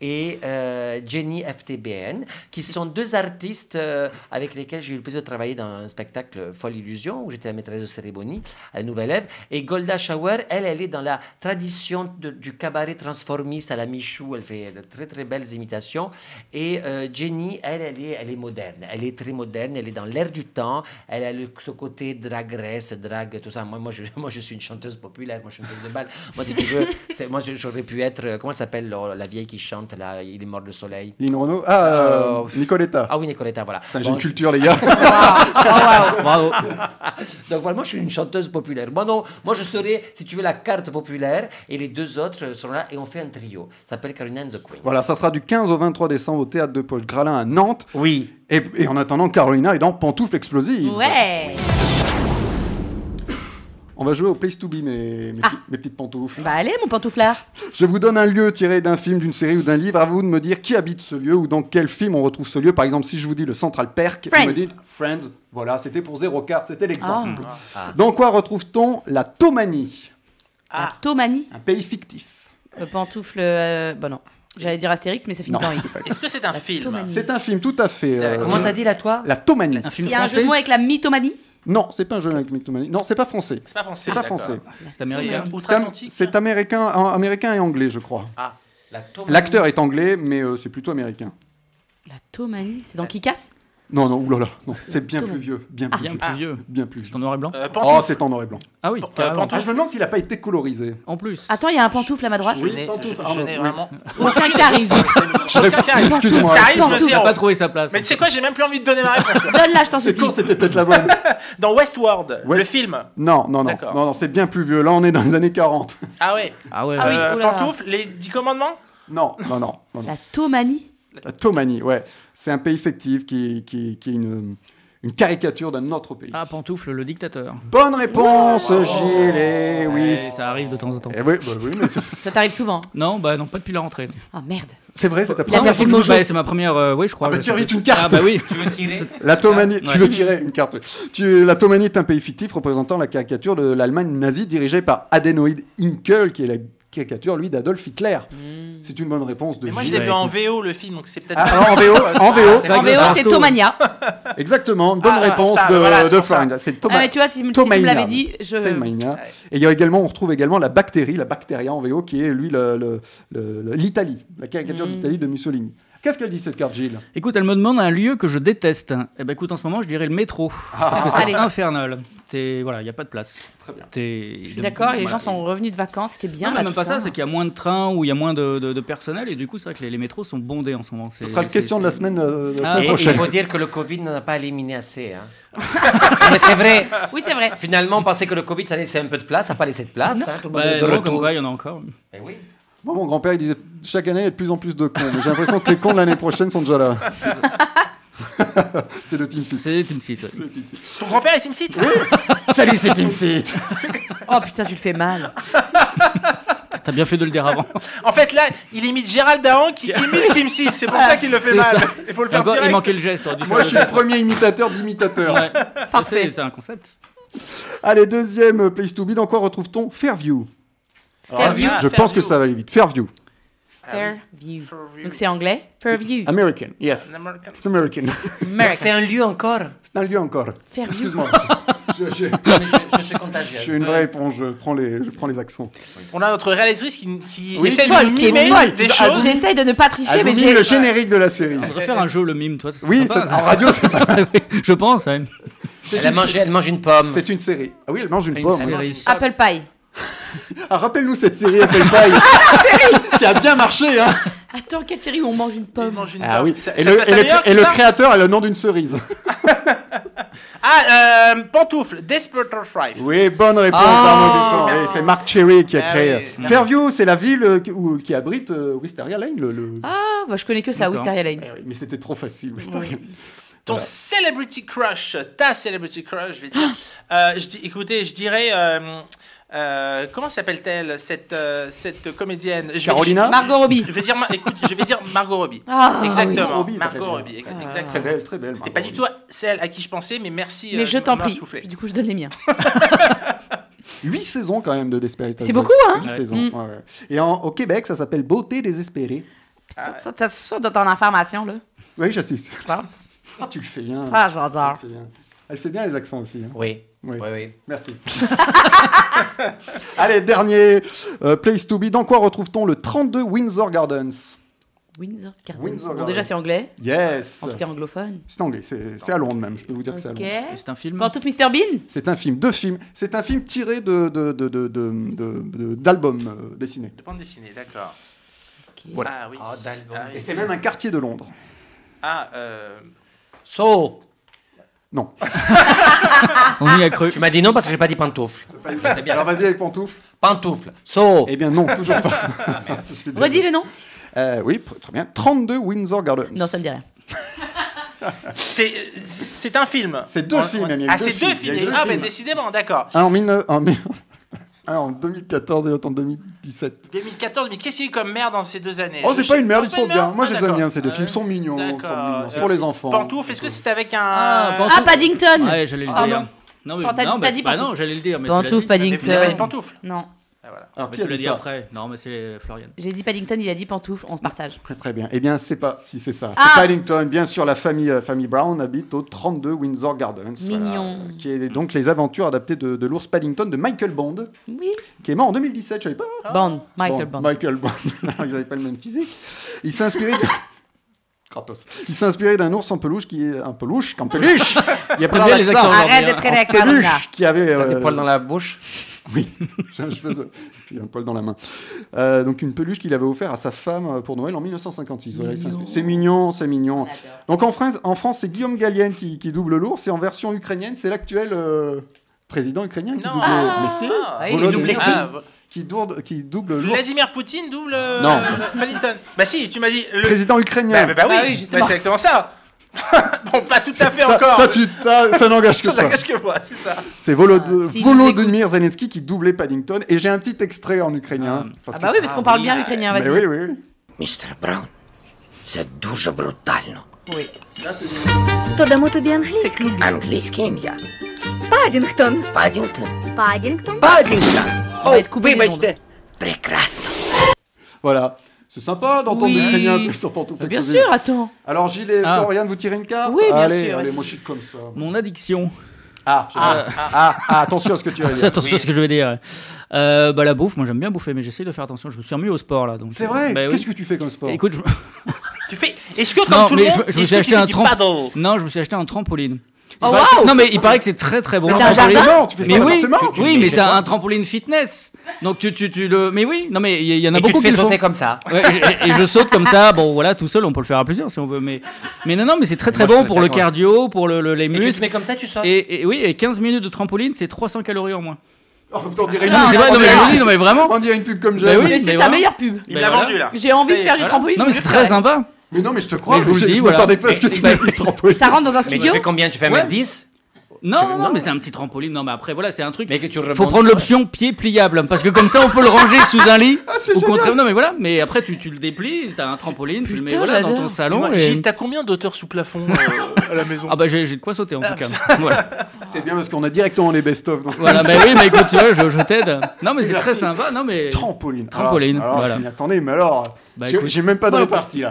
Speaker 4: et euh, Jenny FTBN, qui sont deux artistes euh, avec lesquels j'ai eu le plaisir de travailler dans un spectacle Folle Illusion, où j'étais la maîtresse de cérémonie, à la Nouvelle Ève. Et Golda Shower, elle, elle est dans la tradition de- du cabaret transformiste à la Michou. Elle fait de très, très belles imitations. Et euh, Jenny, elle, elle est, elle est moderne. Elle est très moderne, elle est dans l'air du temps. Elle a le- ce côté dragresse, drague, tout ça. Moi, moi, je, moi, je suis une chanteuse populaire, moi, je suis une chanteuse de bal. Moi, si tu veux, c'est- moi, je- j'aurais pu être, euh, comment elle s'appelle, la, la vieille qui chante, là, Il est mort le soleil.
Speaker 2: Lynn Renaud. Ah, euh,
Speaker 4: Euh,
Speaker 2: Nicoletta.
Speaker 4: Ah oui, Nicoletta, voilà.
Speaker 2: Putain, J'ai
Speaker 4: Bon,
Speaker 2: une culture, les gars.
Speaker 5: Ah,
Speaker 6: Ah, Bravo.
Speaker 4: Donc voilà, moi je suis une chanteuse populaire. Moi non, moi je serai, si tu veux, la carte populaire et les deux autres euh, sont là et on fait un trio. Ça s'appelle Carolina and the Queens.
Speaker 2: voilà, ça sera du 15 au 23 décembre au théâtre de poche Gralin à Nantes.
Speaker 4: Oui.
Speaker 2: Et, et en attendant, Carolina est dans Pantoufle Explosive.
Speaker 5: Ouais.
Speaker 2: On va jouer au Place to Be, mes, mes, petits- mes petites pantoufles.
Speaker 5: Bah allez, mon pantouflard.
Speaker 2: Je vous donne un lieu tiré d'un film, d'une série ou d'un livre. À vous de me dire qui habite ce lieu ou dans quel film on retrouve ce lieu. Par exemple, si je vous dis le Central Perk, vous
Speaker 5: Friends.
Speaker 2: me dites Friends. Voilà, c'était pour 04, c'était l'exemple.
Speaker 4: Ah.
Speaker 2: Dans quoi retrouve-t-on la Tomanie
Speaker 5: Ah. Tomanie.
Speaker 2: Un pays fictif.
Speaker 5: Le pantoufle. euh, Bah non. J'allais dire Astérix, mais ça finit
Speaker 2: Non.
Speaker 5: par X.
Speaker 3: Est-ce que c'est un
Speaker 5: La
Speaker 3: film
Speaker 5: mythomanie.
Speaker 2: C'est un film, tout à fait. euh,
Speaker 4: Comment t'as dit là toi
Speaker 2: La Tomanie.
Speaker 6: Un film
Speaker 5: Il y a un jeu
Speaker 6: français.
Speaker 5: de mots avec la mythomanie.
Speaker 2: Non, c'est pas un jeu avec Mythomanie. Non, c'est pas français.
Speaker 3: C'est pas français.
Speaker 2: C'est pas
Speaker 3: Ah, d'accord.
Speaker 2: français.
Speaker 6: C'est américain.
Speaker 2: C'est
Speaker 5: C'est-
Speaker 2: am-
Speaker 3: Outre-Atlantique
Speaker 2: C'est américain, un- américain et anglais, je crois.
Speaker 4: La Tomanie.
Speaker 2: L'acteur est anglais, mais euh, c'est plutôt américain.
Speaker 5: La tomanie. C'est dans qui casse
Speaker 2: Non, non, oulala, non, c'est bien plus
Speaker 5: Thomas.
Speaker 2: vieux, bien plus
Speaker 6: Bien
Speaker 2: vieux,
Speaker 6: plus vieux.
Speaker 5: Ah.
Speaker 2: bien plus vieux.
Speaker 6: C'est en noir et blanc.
Speaker 3: Euh,
Speaker 2: Oh,
Speaker 3: Pantoufle.
Speaker 2: c'est en noir et blanc.
Speaker 6: Ah oui,
Speaker 3: Pan- euh,
Speaker 6: carrément.
Speaker 2: Ah, je me demande s'il a pas été colorisé.
Speaker 6: En plus.
Speaker 5: Attends, il y a un pantoufle à ma droite.
Speaker 3: Je n'ai-
Speaker 2: Pantoufle,
Speaker 3: je- je
Speaker 2: pardon,
Speaker 3: n'ai
Speaker 2: oui.
Speaker 3: vraiment
Speaker 5: Aucun charisme.
Speaker 3: aucun charisme.
Speaker 2: Excuse-moi.
Speaker 3: Charisme
Speaker 5: Pantoufle.
Speaker 6: Il n'a
Speaker 3: zéro.
Speaker 6: pas trouvé sa place.
Speaker 3: Mais tu sais quoi, j'ai même plus envie de donner ma réponse.
Speaker 5: Donne-la, je t'en
Speaker 2: C'est
Speaker 5: supplie.
Speaker 2: quand c'était peut-être la bonne
Speaker 3: Dans Westworld,
Speaker 2: Ouais.
Speaker 3: le film.
Speaker 2: Non, non, non,
Speaker 3: D'accord.
Speaker 2: non, non, c'est bien plus vieux. Là, on est dans les années 40.
Speaker 3: Ah ouais.
Speaker 6: Ah ouais.
Speaker 5: Ah oui.
Speaker 3: Euh,
Speaker 5: oula.
Speaker 3: Pantoufle, les 10 commandements
Speaker 2: Non, non, non, non, non.
Speaker 5: La tomanie.
Speaker 2: La Tomanie, ouais, c'est un pays fictif qui, qui, qui est une, une caricature d'un autre pays.
Speaker 6: Ah, pantoufle, le dictateur.
Speaker 2: Bonne réponse, Gilles. eh
Speaker 6: Ouais,
Speaker 2: oui.
Speaker 6: ça arrive de temps en temps.
Speaker 2: Eh oui, bah oui, mais c'est-
Speaker 5: Ça t'arrive souvent. hein.
Speaker 6: Non, bah non, pas depuis la rentrée.
Speaker 5: Ah merde.
Speaker 2: c'est vrai, c'est ta
Speaker 5: Il a
Speaker 2: première.
Speaker 6: Première
Speaker 5: perdu
Speaker 6: fois
Speaker 5: le
Speaker 6: que je
Speaker 5: mot
Speaker 6: joue, bah, c'est ma première. euh, oui, je crois.
Speaker 2: Ah bah
Speaker 6: ouais,
Speaker 2: tire
Speaker 6: ça
Speaker 2: vite
Speaker 6: fait-
Speaker 2: une carte.
Speaker 6: Ah bah oui.
Speaker 4: Tu veux tirer
Speaker 2: L'atomanie,
Speaker 6: Ah,
Speaker 2: tu
Speaker 6: ouais.
Speaker 2: veux tirer une carte. oui. Tu, l'atomanie est un pays fictif représentant la caricature de l'Allemagne nazie dirigée par Adenoid Hinkel, qui est la caricature, lui, d'Adolf Hitler. C'est une bonne réponse de
Speaker 3: Mais moi, je
Speaker 2: Gilles.
Speaker 6: l'ai
Speaker 3: l'ai
Speaker 6: Ouais,
Speaker 3: vu en VO le film, donc c'est peut-être.
Speaker 2: Ah, en VO, en VO,
Speaker 6: C'est
Speaker 5: En
Speaker 6: vrai que
Speaker 5: VO,
Speaker 6: ça-
Speaker 5: c'est Tomania.
Speaker 2: exactement. Bonne
Speaker 3: Ah, ouais,
Speaker 2: réponse
Speaker 3: ça,
Speaker 2: de,
Speaker 3: voilà, c'est
Speaker 2: de
Speaker 3: pour ça.
Speaker 2: Florian. C'est Thomas.
Speaker 5: Ah, mais tu vois, si, si tu me
Speaker 2: Tomania.
Speaker 5: l'avais dit, je.
Speaker 2: Femina. Et il y a également, on retrouve également la bactérie, la bactéria en VO, qui est lui le- le- le- le- l'Italie, la caricature
Speaker 5: Mm.
Speaker 2: d'Italie de Mussolini. Qu'est-ce qu'elle dit cette carte, Gilles
Speaker 6: Écoute, elle me demande un lieu que je déteste. Eh ben écoute, en ce moment, je dirais le métro. Parce que c'est
Speaker 5: Allez.
Speaker 6: infernal. C'est voilà, il y a pas de place.
Speaker 2: Ah. Très bien.
Speaker 5: Je suis d'accord, et les gens sont revenus de vacances, c'était bien.
Speaker 6: Non,
Speaker 5: là,
Speaker 6: mais même
Speaker 5: Ah, bah, tout
Speaker 6: pas ça, c'est qu'il y a moins de trains ou il y a moins de, de- de personnel et du coup c'est vrai que les, les métros sont bondés en ce moment.
Speaker 2: Ce sera la question de la semaine, euh, de la
Speaker 6: Ah,
Speaker 2: semaine
Speaker 6: et-
Speaker 4: Et
Speaker 2: prochaine.
Speaker 4: il faut dire que le Covid n'en a pas éliminé assez. hein. Mais c'est vrai.
Speaker 5: Oui, c'est vrai.
Speaker 4: Finalement, on pensait que le Covid, ça laissait un peu de place, ça n'a pas laissé de place. hein, tout le monde est de
Speaker 6: comme
Speaker 4: retour.
Speaker 6: quoi, il y en a encore.
Speaker 4: Eh oui.
Speaker 2: Moi, mon grand-père, il disait chaque année, il y a de plus en plus de cons. Mais j'ai l'impression que les cons de l'année prochaine sont déjà là. c'est le Team 6.
Speaker 6: C'est Team Site. ouais.
Speaker 3: Ton grand-père est SimCity
Speaker 2: Salut, c'est Team 6
Speaker 5: Oh putain, tu le fais mal.
Speaker 6: T'as bien fait de le dire avant.
Speaker 3: En fait, là, il imite Gérald Dahan qui imite Tim Seed. C'est
Speaker 2: Ah,
Speaker 3: pour ça qu'il le fait
Speaker 6: C'est
Speaker 3: mal.
Speaker 6: ça.
Speaker 3: Il faut le faire
Speaker 6: Encore, il
Speaker 3: direct.
Speaker 6: manquait le geste. hein, t'aurais dû
Speaker 2: Moi, je
Speaker 6: faire
Speaker 2: suis le premier imitateur d'imitateur.
Speaker 6: le- Ouais.
Speaker 5: Parfait.
Speaker 6: C'est- C'est un concept.
Speaker 2: Allez, deuxième euh, place to be. Dans quoi retrouve-t-on Fairview
Speaker 5: Fairview.
Speaker 3: Ah,
Speaker 2: Je pense que
Speaker 3: Fairview.
Speaker 2: ça va aller vite. Fairview.
Speaker 5: Ah, Fairview. Donc c'est anglais. Fairview.
Speaker 2: American. Yes.
Speaker 3: American.
Speaker 2: C'est American.
Speaker 4: Donc, C'est un lieu encore.
Speaker 2: C'est un lieu encore.
Speaker 5: Fairview.
Speaker 2: Excuse-moi. Je- je-
Speaker 4: Mais je, je suis
Speaker 2: Je
Speaker 4: contagieuse.
Speaker 2: suis une vraie éponge, je prends les, je prends les accents.
Speaker 3: On a notre réalisatrice qui, qui
Speaker 2: Oui,
Speaker 3: essaie
Speaker 5: folle,
Speaker 3: de
Speaker 5: qui est
Speaker 3: mimer
Speaker 5: folle.
Speaker 3: des
Speaker 2: Ah,
Speaker 3: choses.
Speaker 5: J'essaye de ne pas tricher, mais
Speaker 2: Avez-vous
Speaker 5: j'ai.
Speaker 2: mis Ah, le générique de la série.
Speaker 6: On devrait faire un jeu, le mime, toi. ça serait
Speaker 2: Oui,
Speaker 6: sympa,
Speaker 2: c'est-
Speaker 6: ça.
Speaker 2: en radio, c'est pas-
Speaker 6: je pense. ouais.
Speaker 4: Elle, a mangé, elle mange une pomme.
Speaker 2: c'est une série. Ah oui, elle mange une
Speaker 6: Une
Speaker 2: pomme.
Speaker 6: série.
Speaker 5: Apple Pie.
Speaker 2: Ah, rappelle-nous cette série Apple Pie. qui a bien marché, hein.
Speaker 5: Attends, quelle série où on mange une
Speaker 3: Il
Speaker 5: pomme
Speaker 3: mange une
Speaker 2: Ah
Speaker 3: pomme.
Speaker 2: oui.
Speaker 3: Ça-
Speaker 2: Et
Speaker 3: ça
Speaker 2: le,
Speaker 3: se passe
Speaker 2: et
Speaker 3: à
Speaker 2: le-
Speaker 3: New York,
Speaker 2: et
Speaker 3: c'est
Speaker 2: le
Speaker 3: ça
Speaker 2: créateur a le nom d'une cerise.
Speaker 3: Ah, euh, pantoufle, Desperate Housewives.
Speaker 2: Oui, bonne réponse,
Speaker 3: Ah.
Speaker 2: Arnaud Dutan. Oui, c'est Mark Cherry qui a
Speaker 3: Ah
Speaker 2: créé.
Speaker 3: oui.
Speaker 2: Fairview, c'est la ville euh, qui- où- qui abrite euh, Wisteria Lane. le- le-
Speaker 5: Ah, bah, je connais que ça,
Speaker 6: D'accord.
Speaker 5: Wisteria
Speaker 2: Eh
Speaker 5: Lane.
Speaker 2: oui, Mais c'était trop facile, Wisteria.
Speaker 3: Ton celebrity crush, ta celebrity crush, je vais dire.
Speaker 2: Ah
Speaker 3: Euh, je dis, écoutez, je dirais. euh, euh, comment s'appelle-t-elle cette, euh, cette comédienne Je vais-
Speaker 2: Carolina
Speaker 5: Margot Robbie.
Speaker 3: Je vais dire, Mar- écoute, je vais dire Margot Robbie.
Speaker 5: Ah,
Speaker 3: exactement.
Speaker 2: Robbie, très
Speaker 3: Margot
Speaker 2: bien.
Speaker 3: Robbie, ex-
Speaker 5: Ah.
Speaker 3: exactement.
Speaker 2: Très belle, très belle.
Speaker 3: C'était
Speaker 2: Margot
Speaker 3: pas du tout celle à qui je pensais, mais merci. euh,
Speaker 5: Mais je
Speaker 3: de
Speaker 5: t'en
Speaker 3: m'avoir
Speaker 5: prie.
Speaker 3: soufflé.
Speaker 5: Du coup, je donne les miens.
Speaker 2: 8 saisons quand même de Desperate
Speaker 5: C'est
Speaker 2: Housewives.
Speaker 5: beaucoup, hein
Speaker 2: Huit
Speaker 6: Ouais.
Speaker 2: saisons,
Speaker 5: Mm.
Speaker 2: ouais, ouais. Et en- au Québec, ça s'appelle Beauté désespérée.
Speaker 5: Ça, ça, ça, saute dans ton information, là.
Speaker 2: Oui, je sais. Ah, tu le fais bien.
Speaker 5: Ah,
Speaker 2: Tu le
Speaker 5: j'adore.
Speaker 2: fais bien. Elle fait bien les accents aussi. hein.
Speaker 4: Oui.
Speaker 2: Oui.
Speaker 4: Oui, oui.
Speaker 2: Merci. Allez, dernier euh, place to be. Dans quoi retrouve-t-on le 32 Windsor Gardens
Speaker 5: Windsor Garden.
Speaker 2: Windsor
Speaker 5: Bon,
Speaker 2: Garden.
Speaker 5: déjà, c'est anglais.
Speaker 2: Yes.
Speaker 5: En tout cas, anglophone.
Speaker 2: C'est anglais. C'est c'est à Londres même. Je peux vous dire que c'est à
Speaker 5: Ok.
Speaker 2: Londres.
Speaker 6: Et C'est un film.
Speaker 5: Pantouf Mr Bean
Speaker 2: C'est un film, deux films. C'est un film tiré de de- de- de- de- de- d'albums euh, dessinés.
Speaker 3: De bande dessinée, d'accord.
Speaker 2: Voilà.
Speaker 3: Ah oui.
Speaker 4: Ah, d'album.
Speaker 3: Ah, oui.
Speaker 2: Et c'est même un quartier de Londres.
Speaker 3: Ah, euh,
Speaker 4: So,
Speaker 2: Non.
Speaker 3: Ah,
Speaker 6: On y a cru.
Speaker 4: tu m'as dit non parce que j'ai pas dit pantoufle. C'est bien.
Speaker 2: Alors vas-y avec pantoufles.
Speaker 4: Pantoufle. So,
Speaker 2: Eh bien non, toujours pas.
Speaker 3: Ah,
Speaker 2: Je suis désolé.
Speaker 5: Redis le nom
Speaker 2: Euh, oui, pr- très bien. 32 Windsor Gardens.
Speaker 5: Non, ça me dit rien.
Speaker 3: c'est c'est un film.
Speaker 2: C'est deux films, il y a eu
Speaker 3: Ah,
Speaker 2: deux
Speaker 3: c'est
Speaker 2: films,
Speaker 3: deux
Speaker 2: il y a eu
Speaker 3: films.
Speaker 2: deux
Speaker 3: Ah, mais
Speaker 2: films.
Speaker 3: décidément, d'accord.
Speaker 2: Un en, 19 un en mille- un en 2014 et l'autre en 2017.
Speaker 3: 2014, mais qu'est-ce qu'il y a eu comme merde dans ces deux années
Speaker 2: Oh, c'est
Speaker 3: Je
Speaker 2: pas
Speaker 3: sais-
Speaker 2: une merde,
Speaker 3: Oh,
Speaker 2: ils
Speaker 3: pas
Speaker 2: sont
Speaker 3: une merde.
Speaker 2: bien. Moi, je
Speaker 3: Ah,
Speaker 2: les aime bien,
Speaker 3: d'accord.
Speaker 2: ces deux films. Ils sont mignons, ils sont
Speaker 3: D'accord. Ah,
Speaker 2: mignons. C'est pour les enfants.
Speaker 3: Pantoufle, est-ce que c'est avec un.
Speaker 6: Ah, Pantoufle.
Speaker 5: Ah, Paddington
Speaker 6: Ouais, j'allais le
Speaker 5: Pardon.
Speaker 6: dire. Non, mais,
Speaker 5: Quand t'as dit-
Speaker 6: non,
Speaker 5: t'as
Speaker 6: mais-
Speaker 5: dit
Speaker 6: bah
Speaker 5: pantoufle.
Speaker 6: non, j'allais le dire. Mais tu l'as
Speaker 5: Pantouf,
Speaker 6: dit.
Speaker 3: Mais vous n'avez pas dit
Speaker 5: Paddington.
Speaker 3: pantoufle.
Speaker 5: Non,
Speaker 2: Alors,
Speaker 6: Mais
Speaker 2: qui a
Speaker 6: tu l'as
Speaker 2: dit
Speaker 6: dit
Speaker 2: ça
Speaker 6: après. Non, mais c'est Florian.
Speaker 5: j'ai dit Paddington, il a dit pantouf, on se partage.
Speaker 2: Très, très bien. Eh bien, c'est pas si c'est ça.
Speaker 5: Ah
Speaker 2: C'est Paddington. Bien sûr, la famille, euh, famille Brown habite au 32 Windsor Gardens. voilà,
Speaker 5: Mignon.
Speaker 2: euh, qui est donc les aventures adaptées de, de l'ours Paddington de Michael Bond,
Speaker 5: Oui.
Speaker 2: qui est mort en 2017. Je savais pas.
Speaker 5: Bond, Michael
Speaker 2: Bon,
Speaker 5: Bond.
Speaker 2: Michael Bond. Alors, ils n'avaient pas le même physique. Il s'est inspiré. de- Kratos. Il s'est inspiré d'un ours en peluche qui est un peluche, qu'en peluche. Il y a plein
Speaker 6: Bien les
Speaker 2: d'accents.
Speaker 6: accents.
Speaker 5: Arrête
Speaker 6: Bond,
Speaker 5: d'être
Speaker 2: En
Speaker 5: d'accord,
Speaker 2: peluche
Speaker 5: là.
Speaker 2: qui avait
Speaker 4: t'as des
Speaker 2: euh,
Speaker 4: poils dans la bouche.
Speaker 2: oui, j'ai un cheveu, de- puis un poil dans la main. Euh, donc une peluche qu'il avait offert à sa femme euh, pour Noël en 1956. Voilà, il s'inspire. c'est mignon, c'est mignon.
Speaker 5: Ah
Speaker 2: Donc en France, en France, c'est Guillaume Gallienne qui, qui double l'ours et en version ukrainienne, c'est l'actuel euh, président ukrainien qui double.
Speaker 3: Ah,
Speaker 2: mais si,
Speaker 3: ah,
Speaker 5: oui,
Speaker 3: il est
Speaker 2: Volodymyr
Speaker 3: doublé.
Speaker 2: Zelensky,
Speaker 3: Ah, vo-
Speaker 2: qui double, qui double l'ours.
Speaker 3: Vladimir Poutine double. euh,
Speaker 2: Non.
Speaker 3: Paddington. Bah si, tu m'as dit. Le...
Speaker 2: Président ukrainien.
Speaker 3: Bah, bah, bah oui,
Speaker 5: Ah oui, justement.
Speaker 3: Bah, c'est exactement ça. Bon, pas tout à fait
Speaker 2: ça,
Speaker 3: encore.
Speaker 2: ça, tu- ça- ça n'engage que
Speaker 3: Ça
Speaker 2: toi.
Speaker 3: n'engage que moi, c'est ça.
Speaker 2: C'est Volod-
Speaker 5: Ah, s'il nous
Speaker 2: Volodymyr Zelensky qui doublait Paddington. Et j'ai un petit extrait en ukrainien. parce
Speaker 5: Ah bah oui, parce qu'on parle bien l'ukrainien,
Speaker 2: Mais oui,
Speaker 5: vas-y.
Speaker 2: oui, oui.
Speaker 9: Містер Браун, це дуже брутально.
Speaker 10: То дамо тобі англійське.
Speaker 5: C'est clou.
Speaker 9: Англійське ім'я.
Speaker 10: Падінгтон.
Speaker 9: Падінгтон.
Speaker 10: Падінгтон.
Speaker 9: Падінгтон!
Speaker 5: On va être coupé les ondes.
Speaker 9: Прекрасно.
Speaker 2: Voilà. C'est sympa d'entendre
Speaker 5: Oui.
Speaker 2: l'ukrainien plus sur pantoufles.
Speaker 5: Bien
Speaker 2: explosives.
Speaker 5: sûr, attends.
Speaker 2: Alors, Gilles et
Speaker 6: Ah.
Speaker 2: Florian, vous tirez une carte
Speaker 5: Oui, bien
Speaker 2: allez,
Speaker 5: sûr,
Speaker 2: Allez,
Speaker 5: vas-y.
Speaker 2: moi je suis comme ça.
Speaker 6: Mon addiction.
Speaker 2: Ah, ah, ah, ah, attention à ce que tu vas dire.
Speaker 6: Attention à ce que je vais dire. Euh, bah, la bouffe, moi j'aime bien bouffer, mais j'essaie de faire attention. Je me suis remis au sport là. donc,
Speaker 2: C'est
Speaker 6: euh,
Speaker 2: vrai
Speaker 6: bah oui.
Speaker 2: Qu'est-ce que tu fais comme sport
Speaker 6: Écoute, je...
Speaker 3: Tu fais. Est-ce que, comme
Speaker 6: Non,
Speaker 3: tout le
Speaker 6: mais
Speaker 3: monde,
Speaker 6: je- je me
Speaker 3: est-ce
Speaker 6: suis
Speaker 3: que
Speaker 6: acheté
Speaker 3: tu fais
Speaker 6: un
Speaker 3: du
Speaker 6: trempe.
Speaker 3: paddle
Speaker 6: non, je me suis acheté un trampoline. Il
Speaker 5: Oh,
Speaker 6: paraît que c'est-
Speaker 5: waouh
Speaker 6: Non, mais il paraît que c'est très très bon.
Speaker 2: Mais
Speaker 5: t'as
Speaker 2: en
Speaker 5: un jardin
Speaker 6: trampoline.
Speaker 2: appartement, Ah, bah, tu fais ça
Speaker 6: Mais
Speaker 2: en
Speaker 6: oui,
Speaker 2: appartement
Speaker 6: oui, mais
Speaker 4: mais
Speaker 6: c'est un trampoline fitness. Donc tu, tu, tu le. Mais oui, non mais il y, il y en a
Speaker 4: Et tu
Speaker 6: beaucoup
Speaker 4: te fais
Speaker 6: qui le font.
Speaker 4: sauter comme ça.
Speaker 6: Ouais, et- et, et je saute comme ça. Bon, voilà, tout seul, on peut le faire à plusieurs si on veut. Mais, mais non, non, mais c'est très très
Speaker 4: Moi, je
Speaker 6: bon
Speaker 4: peux
Speaker 6: pour
Speaker 4: faire
Speaker 6: le
Speaker 4: comme-
Speaker 6: cardio, pour le, le- les
Speaker 4: Et tu te
Speaker 6: muscles.
Speaker 4: mets comme ça, tu sautes.
Speaker 6: Et, et oui, et 15 minutes de trampoline, c'est 300 calories en moins.
Speaker 2: En même temps, on dirait
Speaker 5: Ah.
Speaker 2: une
Speaker 6: Non, mais c'est
Speaker 2: pub. On
Speaker 6: vrai, non, mais
Speaker 2: dirait-
Speaker 6: je le dis, non, mais vraiment.
Speaker 2: On dirait une pub comme
Speaker 6: Bah
Speaker 2: j'aime.
Speaker 6: oui.
Speaker 5: Mais
Speaker 6: mais
Speaker 5: c'est sa
Speaker 6: voilà.
Speaker 5: meilleure pub.
Speaker 3: Il
Speaker 6: Ben
Speaker 3: l'a
Speaker 6: voilà.
Speaker 3: vendu là.
Speaker 5: J'ai envie
Speaker 3: Ça
Speaker 5: de
Speaker 3: y est,
Speaker 5: faire du
Speaker 3: voilà.
Speaker 5: trampoline.
Speaker 6: Non,
Speaker 5: je
Speaker 6: mais
Speaker 5: le
Speaker 6: c'est très
Speaker 5: ferai.
Speaker 6: sympa.
Speaker 2: Mais non, mais je te crois.
Speaker 6: Mais je vous le dis,
Speaker 2: je
Speaker 6: voilà.
Speaker 2: m'attendais pas à ce que tu
Speaker 4: Bah,
Speaker 2: me dises trampoline.
Speaker 5: Ça rentre dans un
Speaker 4: Mais tu
Speaker 5: studio
Speaker 4: fais combien Tu fais
Speaker 6: Ouais.
Speaker 4: 1m10
Speaker 6: Non,
Speaker 4: veux-
Speaker 6: non, non,
Speaker 4: non.
Speaker 6: mais c'est un petit trampoline. Non, mais après, voilà, c'est un truc.
Speaker 4: Mais que tu
Speaker 6: Faut
Speaker 4: remontes.
Speaker 6: prendre l'option pied pliable hein, parce que comme ça on peut le ranger sous un lit.
Speaker 3: Ah,
Speaker 2: c'est
Speaker 6: Au
Speaker 2: génial.
Speaker 6: contraire, non mais voilà, mais après tu, tu le déplies, t'as un trampoline, tu le mets
Speaker 5: Putain,
Speaker 6: voilà, dans
Speaker 5: j'adore.
Speaker 6: ton salon.
Speaker 3: Dis-moi,
Speaker 6: et-
Speaker 3: Gilles, t'as combien d'auteurs sous plafond euh, à la maison
Speaker 6: Ah bah j'ai j'ai de quoi sauter en tout cas. Voilà,
Speaker 2: C'est bien parce qu'on a directement les best-of dans cette
Speaker 6: voilà bah oui, mais écoute, tu vois, je, je t'aide. Non mais c'est
Speaker 2: Merci.
Speaker 6: très sympa, non mais.
Speaker 2: Trampoline.
Speaker 6: Trampoline,
Speaker 2: Alors, alors,
Speaker 6: voilà.
Speaker 2: je m'y attendais, mais alors,
Speaker 6: Bah,
Speaker 2: j'ai-
Speaker 6: écoute.
Speaker 2: j'ai même pas de répartie là.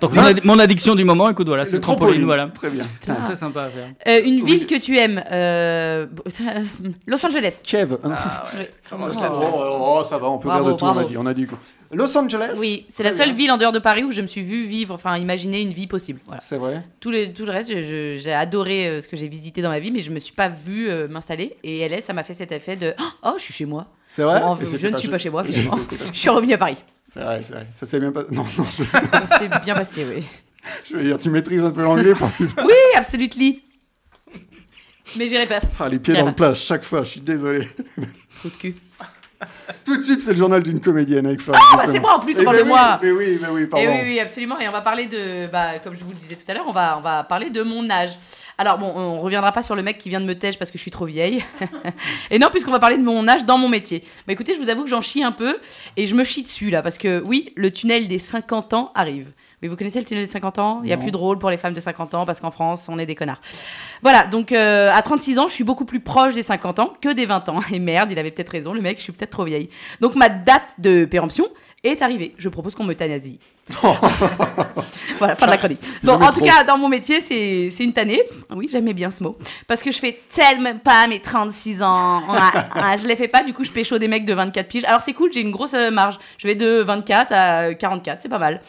Speaker 6: Donc mon, ad- mon addiction du moment, écoute, voilà, c'est le trampoline, voilà.
Speaker 2: Très bien.
Speaker 3: Ah.
Speaker 6: C'est très sympa à faire.
Speaker 5: Euh, une ville que tu aimes. euh, Los Angeles.
Speaker 2: Kiev. hein.
Speaker 5: Oui.
Speaker 3: Comment
Speaker 2: Oh,
Speaker 3: ça
Speaker 2: oh, oh, ça va, on peut
Speaker 5: Bravo,
Speaker 2: faire de tout, on a
Speaker 5: bravo.
Speaker 2: dit. On a dit quoi. Los Angeles
Speaker 5: Oui, c'est la
Speaker 2: Très
Speaker 5: seule
Speaker 2: bien.
Speaker 5: ville en dehors de Paris où je me suis vue vivre, enfin imaginer une vie possible. Voilà.
Speaker 2: C'est vrai.
Speaker 5: Tout, le, tout le reste, je- je- j'ai adoré euh, ce que j'ai visité dans ma vie, mais je me suis pas vue euh, m'installer. Et LS, ça m'a fait cet effet de Oh, je suis chez moi.
Speaker 2: C'est vrai
Speaker 5: Bon,
Speaker 2: Et
Speaker 5: Oh, je
Speaker 2: c'était
Speaker 5: ne suis pas chez moi,
Speaker 2: Et
Speaker 5: finalement.
Speaker 2: c'était pas-
Speaker 5: Je suis revenue à Paris.
Speaker 2: C'est vrai, c'est vrai. Ça s'est bien passé. Non, non, je,
Speaker 5: Ça s'est bien passé, oui.
Speaker 2: je veux dire, tu maîtrises un peu l'anglais pour
Speaker 5: Oui, absolutely. Mais j'irai pas.
Speaker 2: Ah, les pieds dans le plat à chaque fois, je suis désolé.
Speaker 5: Trou de cul.
Speaker 2: Tout de suite, c'est le journal d'une comédienne avec Fab.
Speaker 5: bah,
Speaker 2: justement.
Speaker 5: c'est moi, en plus,
Speaker 2: Eh ben
Speaker 5: parle-moi.
Speaker 2: oui, Mais oui, mais oui,
Speaker 5: Et
Speaker 2: pardon.
Speaker 5: Eh oui, oui, absolument. Et on va parler de, bah, comme je vous le disais tout à l'heure, on va, on va parler de mon âge. Alors bon, on reviendra pas sur le mec qui vient de me tèche parce que je suis trop vieille. et non, puisqu'on va parler de mon âge dans mon métier. Bah écoutez, je vous avoue que j'en chie un peu et je me chie dessus là parce que oui, le tunnel des 50 ans arrive. Mais vous connaissez le tunnel des 50 ans Il y a plus de rôle pour les femmes de 50 ans parce qu'en France, on est des connards. Voilà, donc euh, à 36 ans, je suis beaucoup plus proche des 50 ans que des 20 ans. Et merde, il avait peut-être raison, le mec, je suis peut-être trop vieille. Donc ma date de péremption est arrivée. Je propose qu'on m'euthanasie. voilà, fin de la chronique. Donc
Speaker 2: Jamais
Speaker 5: en tout
Speaker 2: trop.
Speaker 5: cas, dans mon métier, c'est c'est une tannée. Oui, j'aimais bien ce mot. Parce que je fais tellement pas mes 36 ans. Ah, ah, je les fais pas, du coup, je pécho des mecs de 24 piges. Alors c'est cool, j'ai une grosse euh, marge. Je vais de 24 à 44, c'est pas mal.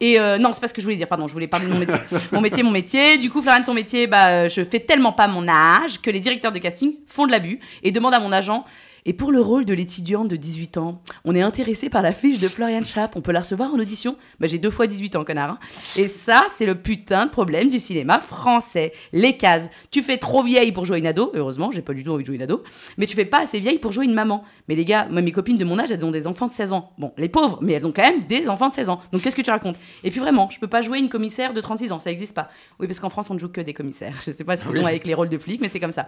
Speaker 5: Et euh, non, c'est pas ce que je voulais dire, pardon, je voulais parler de mon métier. mon métier, mon métier. Du coup, Florian, ton métier, bah, euh, je fais tellement pas mon âge que les directeurs de casting font de l'abus et demandent à mon agent. Et pour le rôle de l'étudiante de 18 ans, on est intéressé par la fiche de Florian Schaap, on peut la recevoir en audition Bah j'ai deux fois 18 ans, connard. hein. Et ça, c'est le putain de problème du cinéma français. Les cases. Tu fais trop vieille pour jouer une ado, heureusement, j'ai pas du tout envie de jouer une ado, mais tu fais pas assez vieille pour jouer une maman. Mais les gars, moi, mes copines de mon âge, elles ont des enfants de 16 ans. Bon, les pauvres, mais elles ont quand même des enfants de 16 ans. Donc qu'est-ce que tu racontes Et puis vraiment, je peux pas jouer une commissaire de 36 ans, ça existe pas. Oui, parce qu'en France, on ne joue que des commissaires. Je sais pas ce qu'ils ont avec les rôles de flics, mais c'est comme ça.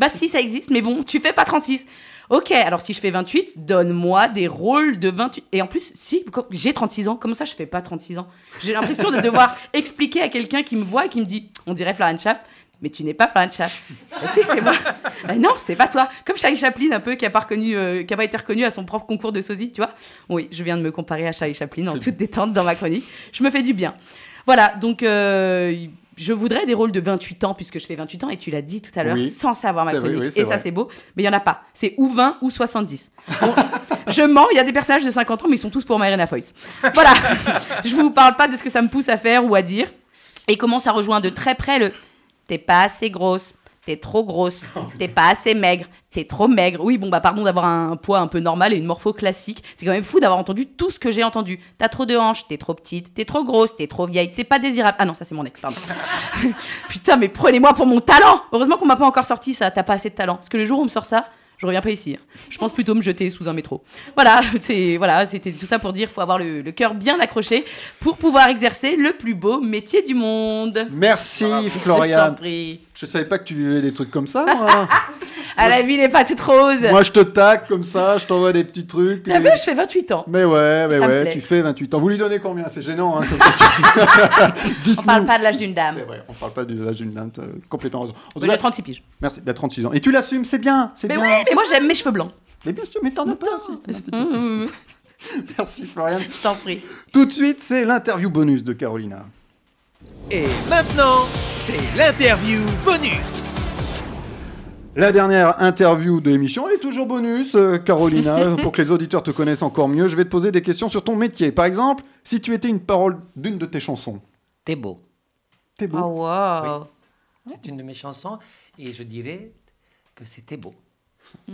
Speaker 5: Bah si, ça existe, mais bon, tu fais pas 36. Ok, alors si je fais 28, donne-moi des rôles de 28. Et en plus, si, co- j'ai 36 ans, comment ça je fais pas 36 ans J'ai l'impression de devoir expliquer à quelqu'un qui me voit et qui me dit, on dirait Florence Chap, mais tu n'es pas Florence Chap. Bah si, c'est moi. Bah non, c'est pas toi. Comme Charlie Chaplin, un peu, qui a pas, reconnu, euh, qui a pas été reconnu à son propre concours de sosie, tu vois. Oui, je viens de me comparer à Charlie Chaplin en toute détente dans ma chronique. Je me fais du bien. Voilà, donc euh, je voudrais des rôles de 28 ans, puisque je fais 28 ans, et tu l'as dit tout à l'heure,
Speaker 2: Oui.
Speaker 5: sans savoir ma
Speaker 2: C'est vrai,
Speaker 5: chronique.
Speaker 2: oui, c'est
Speaker 5: et ça,
Speaker 2: vrai.
Speaker 5: c'est beau, mais il n'y en a pas. C'est ou 20 ou 70. Bon, je mens, il y a des personnages de 50 ans, mais ils sont tous pour Marina Foïs. Voilà, je vous parle pas de ce que ça me pousse à faire ou à dire, et comment ça rejoint de très près le « t'es pas assez grosse ». T'es trop grosse,
Speaker 2: Oh,
Speaker 5: t'es pas assez maigre, t'es trop maigre. Oui, bon, bah pardon d'avoir un poids un peu normal et une morpho classique. C'est quand même fou d'avoir entendu tout ce que j'ai entendu. T'as trop de hanches, t'es trop petite, t'es trop grosse, t'es trop vieille, t'es pas désirable. Ah non, ça c'est mon ex, pardon. Putain, mais prenez-moi pour mon talent Heureusement qu'on m'a pas encore sorti ça, t'as pas assez de talent. Parce que le jour où on me sort ça, Je reviens pas ici. hein. Je pense plutôt me jeter sous un métro. Voilà, c'est voilà, c'était tout ça pour dire faut avoir le, le cœur bien accroché pour pouvoir exercer le plus beau métier du monde.
Speaker 2: Merci
Speaker 5: Je t'en
Speaker 2: Florian.
Speaker 5: prie.
Speaker 2: Je savais pas que tu vivais des trucs comme ça. Moi,
Speaker 5: À la vie n'est pas toute rose.
Speaker 2: Moi, je te tac comme ça, je t'envoie des petits trucs.
Speaker 5: T'as
Speaker 2: et-
Speaker 5: vu, je fais 28 ans.
Speaker 2: Mais ouais, mais
Speaker 5: Ça me
Speaker 2: ouais,
Speaker 5: plaît.
Speaker 2: tu fais 28 ans. Vous lui donnez combien C'est gênant. Hein, comme question.
Speaker 5: On parle pas de l'âge d'une dame.
Speaker 2: C'est vrai, on parle pas de l'âge d'une dame, t'as complètement raison. En tout
Speaker 5: Moi,
Speaker 2: cas,
Speaker 5: J'ai 36 piges.
Speaker 2: Merci, il a 36 ans. Et tu l'assumes, c'est bien, c'est
Speaker 5: Mais
Speaker 2: bien.
Speaker 5: oui, mais moi j'aime mes cheveux blancs.
Speaker 2: Mais bien sûr, mais t'en as pas. c'est-
Speaker 5: Mmh,
Speaker 2: Merci Florian.
Speaker 5: je t'en prie.
Speaker 2: Tout de suite, c'est l'interview bonus de Carolina.
Speaker 1: Et maintenant, c'est l'interview bonus.
Speaker 2: La dernière interview de l'émission, elle est toujours bonus, euh, Carolina. pour que les auditeurs te connaissent encore mieux, je vais te poser des questions sur ton métier. Par exemple, si tu étais une parole d'une de tes chansons,
Speaker 4: T'es beau.
Speaker 2: t'es
Speaker 5: Oh
Speaker 2: beau.
Speaker 5: wow.
Speaker 4: C'est une de mes chansons et je dirais que c'était beau.
Speaker 5: Mmh.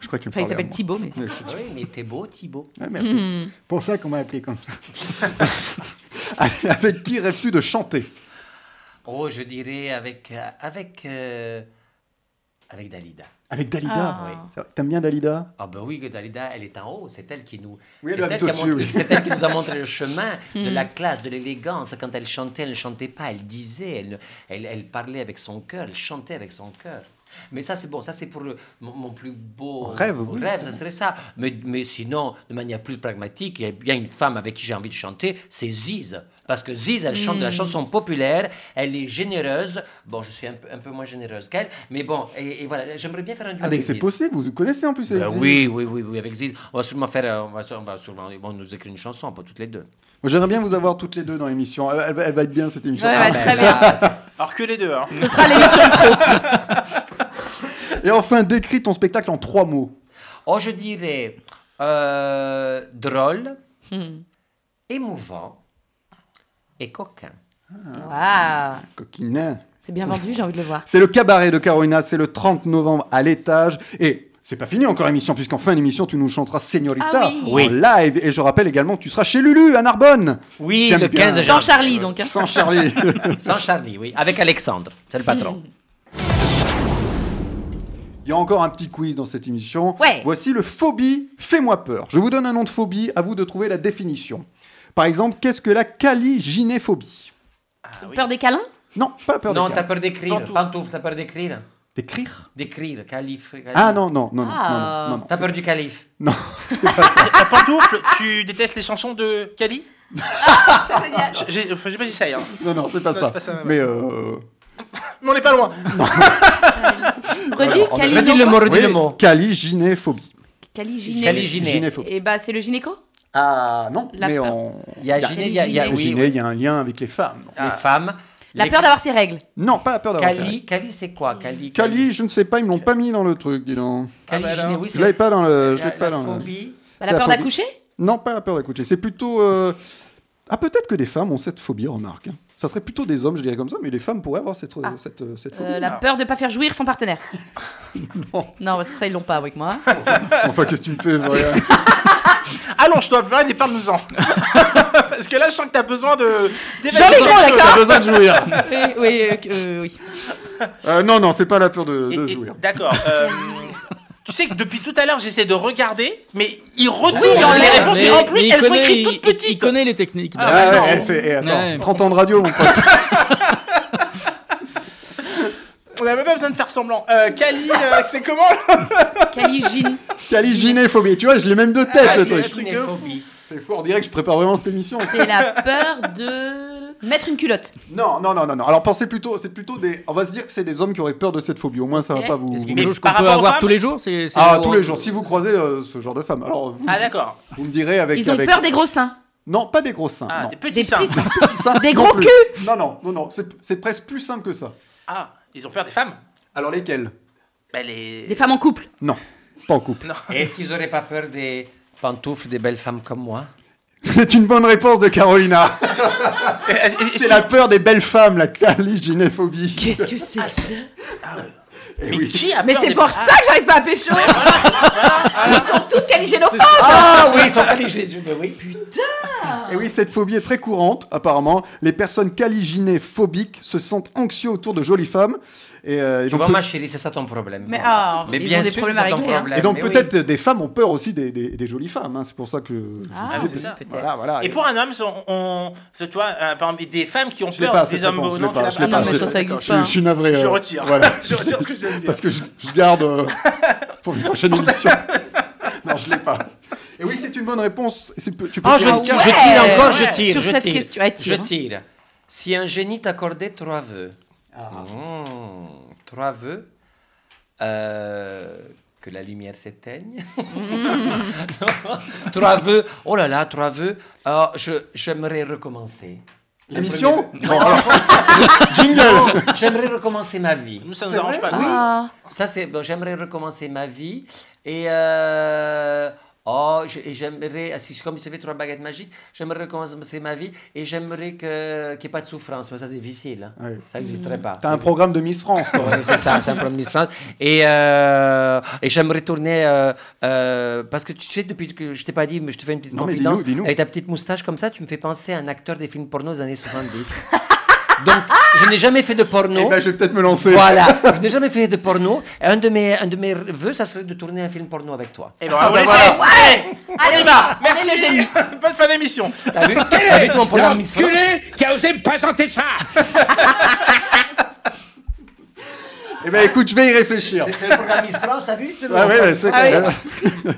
Speaker 2: Je crois qu'il me
Speaker 5: Enfin,
Speaker 2: parlait
Speaker 5: il
Speaker 2: à
Speaker 5: s'appelle
Speaker 2: moi.
Speaker 5: Thibaut, mais.
Speaker 2: Ouais, c'est-
Speaker 4: Oui, mais t'es beau, Thibaut.
Speaker 2: ouais, Ah, merci.
Speaker 5: Mhm.
Speaker 2: C'est Pour ça qu'on m'a appelé comme ça. Allez, Avec qui rêves-tu de chanter
Speaker 4: Oh, je dirais avec euh, avec euh, avec Dalida.
Speaker 2: Avec Dalida.
Speaker 5: Ah.
Speaker 4: Oui.
Speaker 2: C'est vrai. T'aimes bien Dalida
Speaker 4: Ah ben oui, que Dalida, elle est en haut. C'est elle qui nous,
Speaker 2: Oui, elle
Speaker 4: c'est
Speaker 2: habite
Speaker 4: qui a
Speaker 2: au-dessus,
Speaker 4: montré,
Speaker 2: oui.
Speaker 4: c'est elle qui nous a montré le chemin de la classe, de l'élégance. Quand elle chantait, elle ne chantait pas, elle disait, elle, elle, elle parlait avec son cœur, elle chantait avec son cœur. Mais ça, c'est bon, ça, c'est pour le- mon, mon plus beau
Speaker 2: Rêve, oui.
Speaker 4: rêve, ça serait ça. Mais, mais sinon, de manière plus pragmatique, il y a bien une femme avec qui j'ai envie de chanter, c'est Ziz. Parce que Ziz, elle chante de la chanson populaire, elle est généreuse. Bon, je suis un peu, un peu moins généreuse qu'elle, mais bon, et, et voilà, j'aimerais bien faire un duo
Speaker 2: Ah, mais
Speaker 4: avec
Speaker 2: c'est
Speaker 4: Ziz.
Speaker 2: possible, vous connaissez en plus.
Speaker 4: Ben
Speaker 2: Ziz.
Speaker 4: oui, oui, oui, oui, avec Ziz. On va sûrement faire, euh, on va, sûrement- on va sûrement, ils vont nous écrire une chanson, pas toutes les deux.
Speaker 2: Moi, J'aimerais bien vous avoir toutes les deux dans l'émission. Elle, elle va- elle va être bien cette émission.
Speaker 5: Ouais, ouais,
Speaker 4: ben
Speaker 5: très bien.
Speaker 4: là,
Speaker 3: Alors que les deux, hein.
Speaker 5: Ce sera l'émission de trop.
Speaker 2: Ah. Et enfin, décris ton spectacle en trois mots.
Speaker 4: oh, je dirais euh, drôle,
Speaker 5: Hmm.
Speaker 4: émouvant et coquin.
Speaker 5: Waouh.
Speaker 2: Coquinin.
Speaker 5: C'est bien vendu, j'ai envie de le voir.
Speaker 2: C'est le cabaret de Carolina, c'est le 30 novembre à l'étage. Et c'est pas fini encore l'émission, puisqu'en fin d'émission, tu nous chanteras Señorita
Speaker 5: Ah oui.
Speaker 2: en live. Et je rappelle également que tu seras chez Lulu à Narbonne.
Speaker 4: Oui,
Speaker 2: J'aime
Speaker 4: le
Speaker 2: bien.
Speaker 4: 15
Speaker 5: Sans
Speaker 4: janvier.
Speaker 5: Charlie, donc. hein.
Speaker 2: Sans Charlie.
Speaker 4: Sans Charlie, oui. Avec Alexandre, c'est le patron.
Speaker 2: Il y a encore un petit quiz dans cette émission.
Speaker 5: Ouais.
Speaker 2: Voici le phobie Fais-moi peur. Je vous donne un nom de phobie, à vous de trouver la définition. Par exemple, qu'est-ce que la caligynéphobie
Speaker 5: Peur des câlins
Speaker 2: Non, pas la peur
Speaker 4: Non,
Speaker 2: de
Speaker 4: t'as peur d'écrire.
Speaker 3: Pantoufle.
Speaker 4: Pantoufle, t'as peur d'écrire.
Speaker 2: D'écrire
Speaker 4: D'écrire, calife. calife.
Speaker 2: Ah non, non, non, non,
Speaker 5: Ah.
Speaker 2: non, non, non,
Speaker 4: T'as peur du calife.
Speaker 2: non.
Speaker 3: La pantoufle, tu détestes les chansons de Kali Ah, J'ai- J'ai j'ai pas dit ça, hein.
Speaker 2: Non, non, c'est pas,
Speaker 3: Non,
Speaker 2: ça.
Speaker 3: c'est pas ça, ouais.
Speaker 2: Mais euh...
Speaker 3: Mais on n'est pas loin.
Speaker 5: Redis, Cali.
Speaker 4: Redis le mot, redis
Speaker 2: oui,
Speaker 4: le mot.
Speaker 2: caligynéphobie.
Speaker 5: Cali
Speaker 4: Cali-
Speaker 5: Giné.
Speaker 4: Gyné.
Speaker 2: Gynéphobie.
Speaker 5: Et bah, c'est le gynéco
Speaker 2: Ah non,
Speaker 5: La
Speaker 2: mais
Speaker 5: peur.
Speaker 2: on...
Speaker 4: Il y a Giné, il y a, il y a-
Speaker 5: Giné,
Speaker 2: Au
Speaker 4: oui,
Speaker 2: Giné,
Speaker 4: oui.
Speaker 2: il y a un lien avec les femmes. non
Speaker 4: les femmes.
Speaker 5: La
Speaker 4: Les-
Speaker 5: peur d'avoir ses règles.
Speaker 2: Non, pas la peur d'avoir ça.
Speaker 4: Cali, Cali, c'est quoi Cali,
Speaker 2: Cali, je ne sais pas, ils me l'ont pas mis dans le truc, dis donc.
Speaker 4: Cali,
Speaker 3: Ah bah
Speaker 4: Giné,
Speaker 3: alors.
Speaker 4: oui,
Speaker 2: Je
Speaker 4: c'est
Speaker 2: l'avais pas dans le. Je
Speaker 4: la,
Speaker 2: l'ai pas
Speaker 4: la
Speaker 2: dans le...
Speaker 4: phobie.
Speaker 2: C'est
Speaker 5: Bah, la
Speaker 2: la
Speaker 5: peur
Speaker 2: phobie.
Speaker 5: d'accoucher
Speaker 2: Non, pas la peur d'accoucher. C'est plutôt. euh, Ah, peut-être que des femmes ont cette phobie, remarque. hein. Ça serait plutôt des hommes, je dirais comme ça, mais les femmes pourraient avoir cette,
Speaker 5: Ah.
Speaker 2: cette, euh, cette phobie.
Speaker 5: Euh, La peur de pas faire jouir son partenaire.
Speaker 2: Non.
Speaker 5: Non, parce que ça, ils l'ont pas avec moi.
Speaker 2: Enfin, qu'est-ce que tu me fais voilà.
Speaker 3: Allonge-toi, Florian, et parle-nous-en. Parce que là, je sens que t'as besoin de.
Speaker 5: Jean-Luc
Speaker 3: d'évaluer
Speaker 5: Gros,
Speaker 3: quelque chose.
Speaker 2: T'as besoin de jouir.
Speaker 5: Oui, oui, euh, euh, oui.
Speaker 2: Euh, non, non, c'est pas la peur de, de
Speaker 3: Et- et-
Speaker 2: jouir.
Speaker 3: D'accord. euh, tu sais que depuis tout à l'heure, j'essaie de regarder, mais il retourne
Speaker 5: Oui, il enlève.
Speaker 3: les réponses, mais, en plus,
Speaker 6: il
Speaker 3: elles sont
Speaker 6: connaît-
Speaker 3: écrites
Speaker 6: il-
Speaker 3: toutes
Speaker 6: il-
Speaker 3: petites.
Speaker 6: Il connaît les techniques.
Speaker 3: Ah,
Speaker 2: Ah,
Speaker 3: bah non.
Speaker 2: ouais, eh, c'est- eh, attends,
Speaker 6: Ouais.
Speaker 2: 30 ans de radio, mon pote.
Speaker 3: On n'a même pas besoin de faire semblant. Euh, Kali, euh, c'est comment là
Speaker 5: Cali Gine.
Speaker 2: Caligynéphobie. Tu vois, je l'ai même de tête, le
Speaker 4: Cali,
Speaker 2: Ah, truc.
Speaker 4: gynéphobie.
Speaker 2: C'est fou, on dirait que je prépare vraiment cette émission.
Speaker 5: C'est la peur de mettre une culotte.
Speaker 2: Non, non, non, non, non. Alors pensez plutôt, c'est plutôt des. On va se dire que c'est des hommes qui auraient peur de cette phobie. Au moins, ça va
Speaker 5: Ok.
Speaker 2: pas vous.
Speaker 6: C'est
Speaker 3: Mais
Speaker 6: quelque chose qu'on
Speaker 3: par
Speaker 6: peut
Speaker 3: rapport aux
Speaker 6: avoir
Speaker 3: femmes-
Speaker 6: tous les jours. c'est- c'est-
Speaker 2: Ah, tous les jours. Si vous croisez euh, ce genre de femme, alors vous,
Speaker 3: Ah, d'accord.
Speaker 2: vous me direz avec.
Speaker 5: Ils ont
Speaker 2: avec-
Speaker 5: peur des gros seins.
Speaker 2: Non, pas des gros seins.
Speaker 3: Ah,
Speaker 2: non.
Speaker 3: des petits
Speaker 5: Des
Speaker 3: seins.
Speaker 5: petits seins.
Speaker 2: Petits seins
Speaker 5: Des
Speaker 2: non
Speaker 5: gros
Speaker 2: plus. Non, non, non, non. C'est c'est presque plus simple que ça.
Speaker 3: Ah, ils ont peur des femmes
Speaker 2: Alors lesquels
Speaker 3: Bah, les.
Speaker 5: Des femmes en couple.
Speaker 2: Non, pas en couple.
Speaker 4: Est-ce qu'ils n'auraient pas peur des pantoufles des belles femmes comme moi
Speaker 2: C'est une bonne réponse de Carolina.
Speaker 3: Eh, eh, eh,
Speaker 2: C'est la peur des belles femmes, la caligynéphobie.
Speaker 5: Qu'est-ce que c'est ça
Speaker 2: Eh
Speaker 5: Ah
Speaker 3: Mais
Speaker 2: oui.
Speaker 3: qui a
Speaker 5: Mais
Speaker 3: peur
Speaker 5: c'est
Speaker 3: des-
Speaker 5: pour ça que j'arrive pas à pécho Ils sont tous caligénophobes
Speaker 4: Ah oui, ils sont allés. je- je- Oui, putain.
Speaker 2: Et oui, cette phobie est très courante, apparemment. Les personnes caligynéphobiques se sentent anxieux autour de jolies femmes. Et, euh, et
Speaker 4: Tu
Speaker 2: donc,
Speaker 4: vois,
Speaker 2: peut-
Speaker 4: ma chérie, c'est ça ton problème.
Speaker 5: Mais ah,
Speaker 4: Mais
Speaker 5: ils
Speaker 4: bien
Speaker 5: ont des
Speaker 4: sûr,
Speaker 5: problèmes
Speaker 4: c'est
Speaker 5: avec
Speaker 4: ton
Speaker 5: les, hein.
Speaker 4: problème.
Speaker 2: et donc
Speaker 4: mais
Speaker 2: peut-être des femmes ont peur aussi des, des- des jolies femmes. hein. C'est pour ça que. je
Speaker 5: Ah,
Speaker 2: disais,
Speaker 3: c'est ça.
Speaker 2: Voilà, voilà.
Speaker 3: Et pour un homme, on, on- tu vois, euh, par exemple, des femmes qui ont
Speaker 2: Je l'ai
Speaker 3: peur
Speaker 2: pas,
Speaker 3: des
Speaker 2: cette
Speaker 3: hommes
Speaker 2: réponse,
Speaker 3: beaux,
Speaker 2: je l'ai
Speaker 3: non, tu
Speaker 2: pas,
Speaker 3: l'as
Speaker 2: je
Speaker 3: pas.
Speaker 2: l'ai
Speaker 5: Ah
Speaker 2: pas,
Speaker 5: non, mais ça, ça
Speaker 2: Je
Speaker 5: existe
Speaker 2: suis-
Speaker 5: pas.
Speaker 2: je suis navré.
Speaker 3: Je
Speaker 2: euh,
Speaker 3: retire.
Speaker 2: voilà.
Speaker 3: je retire ce que je viens de dire.
Speaker 2: Parce que je, je garde euh, pour une prochaine émission. non, je l'ai pas. Et oui, c'est une bonne réponse. C'est- Tu peux
Speaker 4: Ah, je,
Speaker 2: faire un
Speaker 4: tire,
Speaker 2: cas.
Speaker 4: je tire
Speaker 5: ouais.
Speaker 4: encore, je
Speaker 5: Ouais.
Speaker 4: tire,
Speaker 5: Sur
Speaker 4: je
Speaker 5: cette
Speaker 4: tire.
Speaker 5: question, elle tire,
Speaker 4: Je
Speaker 5: hein.
Speaker 4: tire. Si un génie t'accordait trois vœux, Mmh, trois vœux, euh, que la lumière s'éteigne, Non. trois vœux, oh là là, trois vœux, Euh, je- j'aimerais recommencer.
Speaker 2: L'émission Bon, alors. Jingle
Speaker 4: J'aimerais recommencer ma vie.
Speaker 3: Nous, ça nous arrange pas. nous.
Speaker 5: Ah.
Speaker 4: Ça, c'est bon, j'aimerais recommencer ma vie. Et euh, oh, je- et j'aimerais, ah, si comme il se fait trois baguettes magiques, j'aimerais recommencer ma vie et j'aimerais que- qu'il n'y ait pas de souffrance. Mais ça, c'est difficile. hein.
Speaker 2: Ouais.
Speaker 4: Ça n'existerait pas.
Speaker 2: T'as un programme de Miss France, toi.
Speaker 4: Ouais, c'est ça, c'est un premier ministre. Et, euh, et j'aimerais tourner. euh, euh, parce que tu sais, depuis que je t'ai pas dit, mais je te fais une petite
Speaker 2: Non, mais
Speaker 4: confidence.
Speaker 2: dis-nous, dis-nous.
Speaker 4: Avec ta petite moustache comme ça, tu me fais penser à un acteur des films porno des années 70. Donc, je n'ai jamais fait de porno.
Speaker 2: Eh ben, je vais peut-être me lancer.
Speaker 4: Voilà, je n'ai jamais fait de porno. Et un de mes, un de mes vœux, ça serait de tourner un film porno avec toi.
Speaker 3: Eh ben,
Speaker 2: Ah,
Speaker 3: on va vous laisser. Allez,
Speaker 5: Allez,
Speaker 3: on y va.
Speaker 5: on est
Speaker 3: Merci
Speaker 5: le génie.
Speaker 3: Bonne fin d'émission.
Speaker 4: T'as vu, T'as vu mon programme Miss France
Speaker 9: qui a osé me présenter ça
Speaker 2: Eh ben, écoute, je vais y réfléchir.
Speaker 4: C'est le programme Miss France, t'as vu
Speaker 2: Ah ouais, ouais, c'est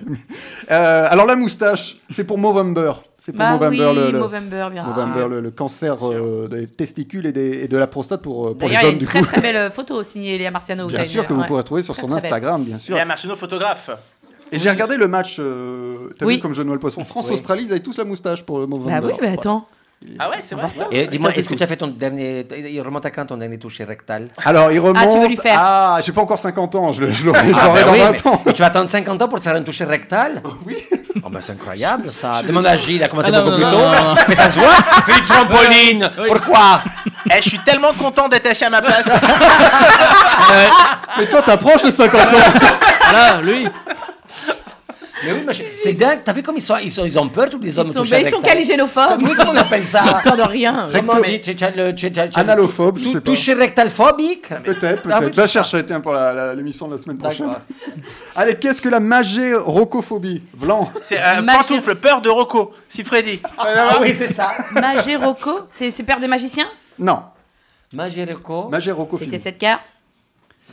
Speaker 2: Euh, alors la moustache, c'est pour Movember. C'est pour
Speaker 5: Bah oui,
Speaker 2: Movember, le, le-
Speaker 5: Movember, bien sûr.
Speaker 2: Movember, le- le cancer euh, des testicules et, des- et de la prostate pour, euh, pour les
Speaker 5: D'ailleurs,
Speaker 2: hommes
Speaker 5: il y a une
Speaker 2: du
Speaker 5: très
Speaker 2: coup.
Speaker 5: très belle photo signée Léa Marciano.
Speaker 2: Bien
Speaker 5: t'as
Speaker 2: sûr
Speaker 5: une-
Speaker 2: que vous
Speaker 5: ouais.
Speaker 2: pourrez retrouver sur
Speaker 5: Très,
Speaker 2: son
Speaker 5: très belle.
Speaker 2: Instagram, bien sûr.
Speaker 3: Léa Martineau, photographe.
Speaker 2: Et j'ai regardé le match, euh, t'as
Speaker 5: Oui.
Speaker 2: vu comme je noie le poisson,
Speaker 4: Oui.
Speaker 2: France-Australie, ils avaient tous la moustache pour le Movember.
Speaker 5: Bah oui, mais attends.
Speaker 3: Ah ouais, c'est vrai.
Speaker 4: Et dis-moi,
Speaker 2: Avec la
Speaker 4: est-ce que tu as fait ton dernier. Il remonte à quand ton dernier toucher rectal
Speaker 2: Alors, il remonte...
Speaker 5: veux lui faire. bah
Speaker 2: Ah, j'ai pas encore 50 ans, je le- je l'aurai
Speaker 4: Ah,
Speaker 2: j'aurai
Speaker 4: ben
Speaker 2: dans
Speaker 4: oui,
Speaker 2: 20
Speaker 4: mais-
Speaker 2: ans.
Speaker 4: mais tu vas attendre 50 ans pour te faire un toucher rectal Oui. Oh ben c'est incroyable ça. Demande à Gilles, il a commencé
Speaker 6: Ah, non,
Speaker 4: beaucoup
Speaker 6: non,
Speaker 4: plus
Speaker 6: non,
Speaker 4: tôt.
Speaker 6: non, non.
Speaker 4: Mais ça se voit, il fait une trampoline. Pourquoi
Speaker 3: Eh, je suis tellement content d'être assis à ma place.
Speaker 2: Mais toi, t'approches les 50 ans.
Speaker 6: Là, lui.
Speaker 4: Mais oui, mais je- c'est dingue. T'as vu comme ils, sont, ils, sont, ils ont peur tous les hommes hein.
Speaker 5: Ils
Speaker 4: au
Speaker 5: sont,
Speaker 4: toucher
Speaker 5: ils sont
Speaker 4: rectal.
Speaker 5: caligénophobes.
Speaker 4: Comment on appelle ça
Speaker 5: Peur de rien.
Speaker 4: Comment on dit Tu- tu as le- tu- tu as- tu as-
Speaker 2: Analophobe, je
Speaker 4: Tou-
Speaker 2: sais pas.
Speaker 4: Toucher rectalphobique
Speaker 2: Peut-être, peut-être.
Speaker 4: Ah oui, c'est
Speaker 2: Va
Speaker 4: ça.
Speaker 2: chercher tiens, pour la- la- l'émission de la semaine prochaine.
Speaker 4: D'accord.
Speaker 2: Allez, qu'est-ce que la magérocophobie Vlan
Speaker 3: C'est euh,
Speaker 5: Magie-
Speaker 3: pantoufle, peur de Rocco. Si Freddy.
Speaker 4: Ah oui, c'est ça.
Speaker 5: Magéroco, c'est c'est père des magiciens
Speaker 2: Non,
Speaker 4: Magérico.
Speaker 5: C'était
Speaker 2: magérocophobie.
Speaker 5: cette carte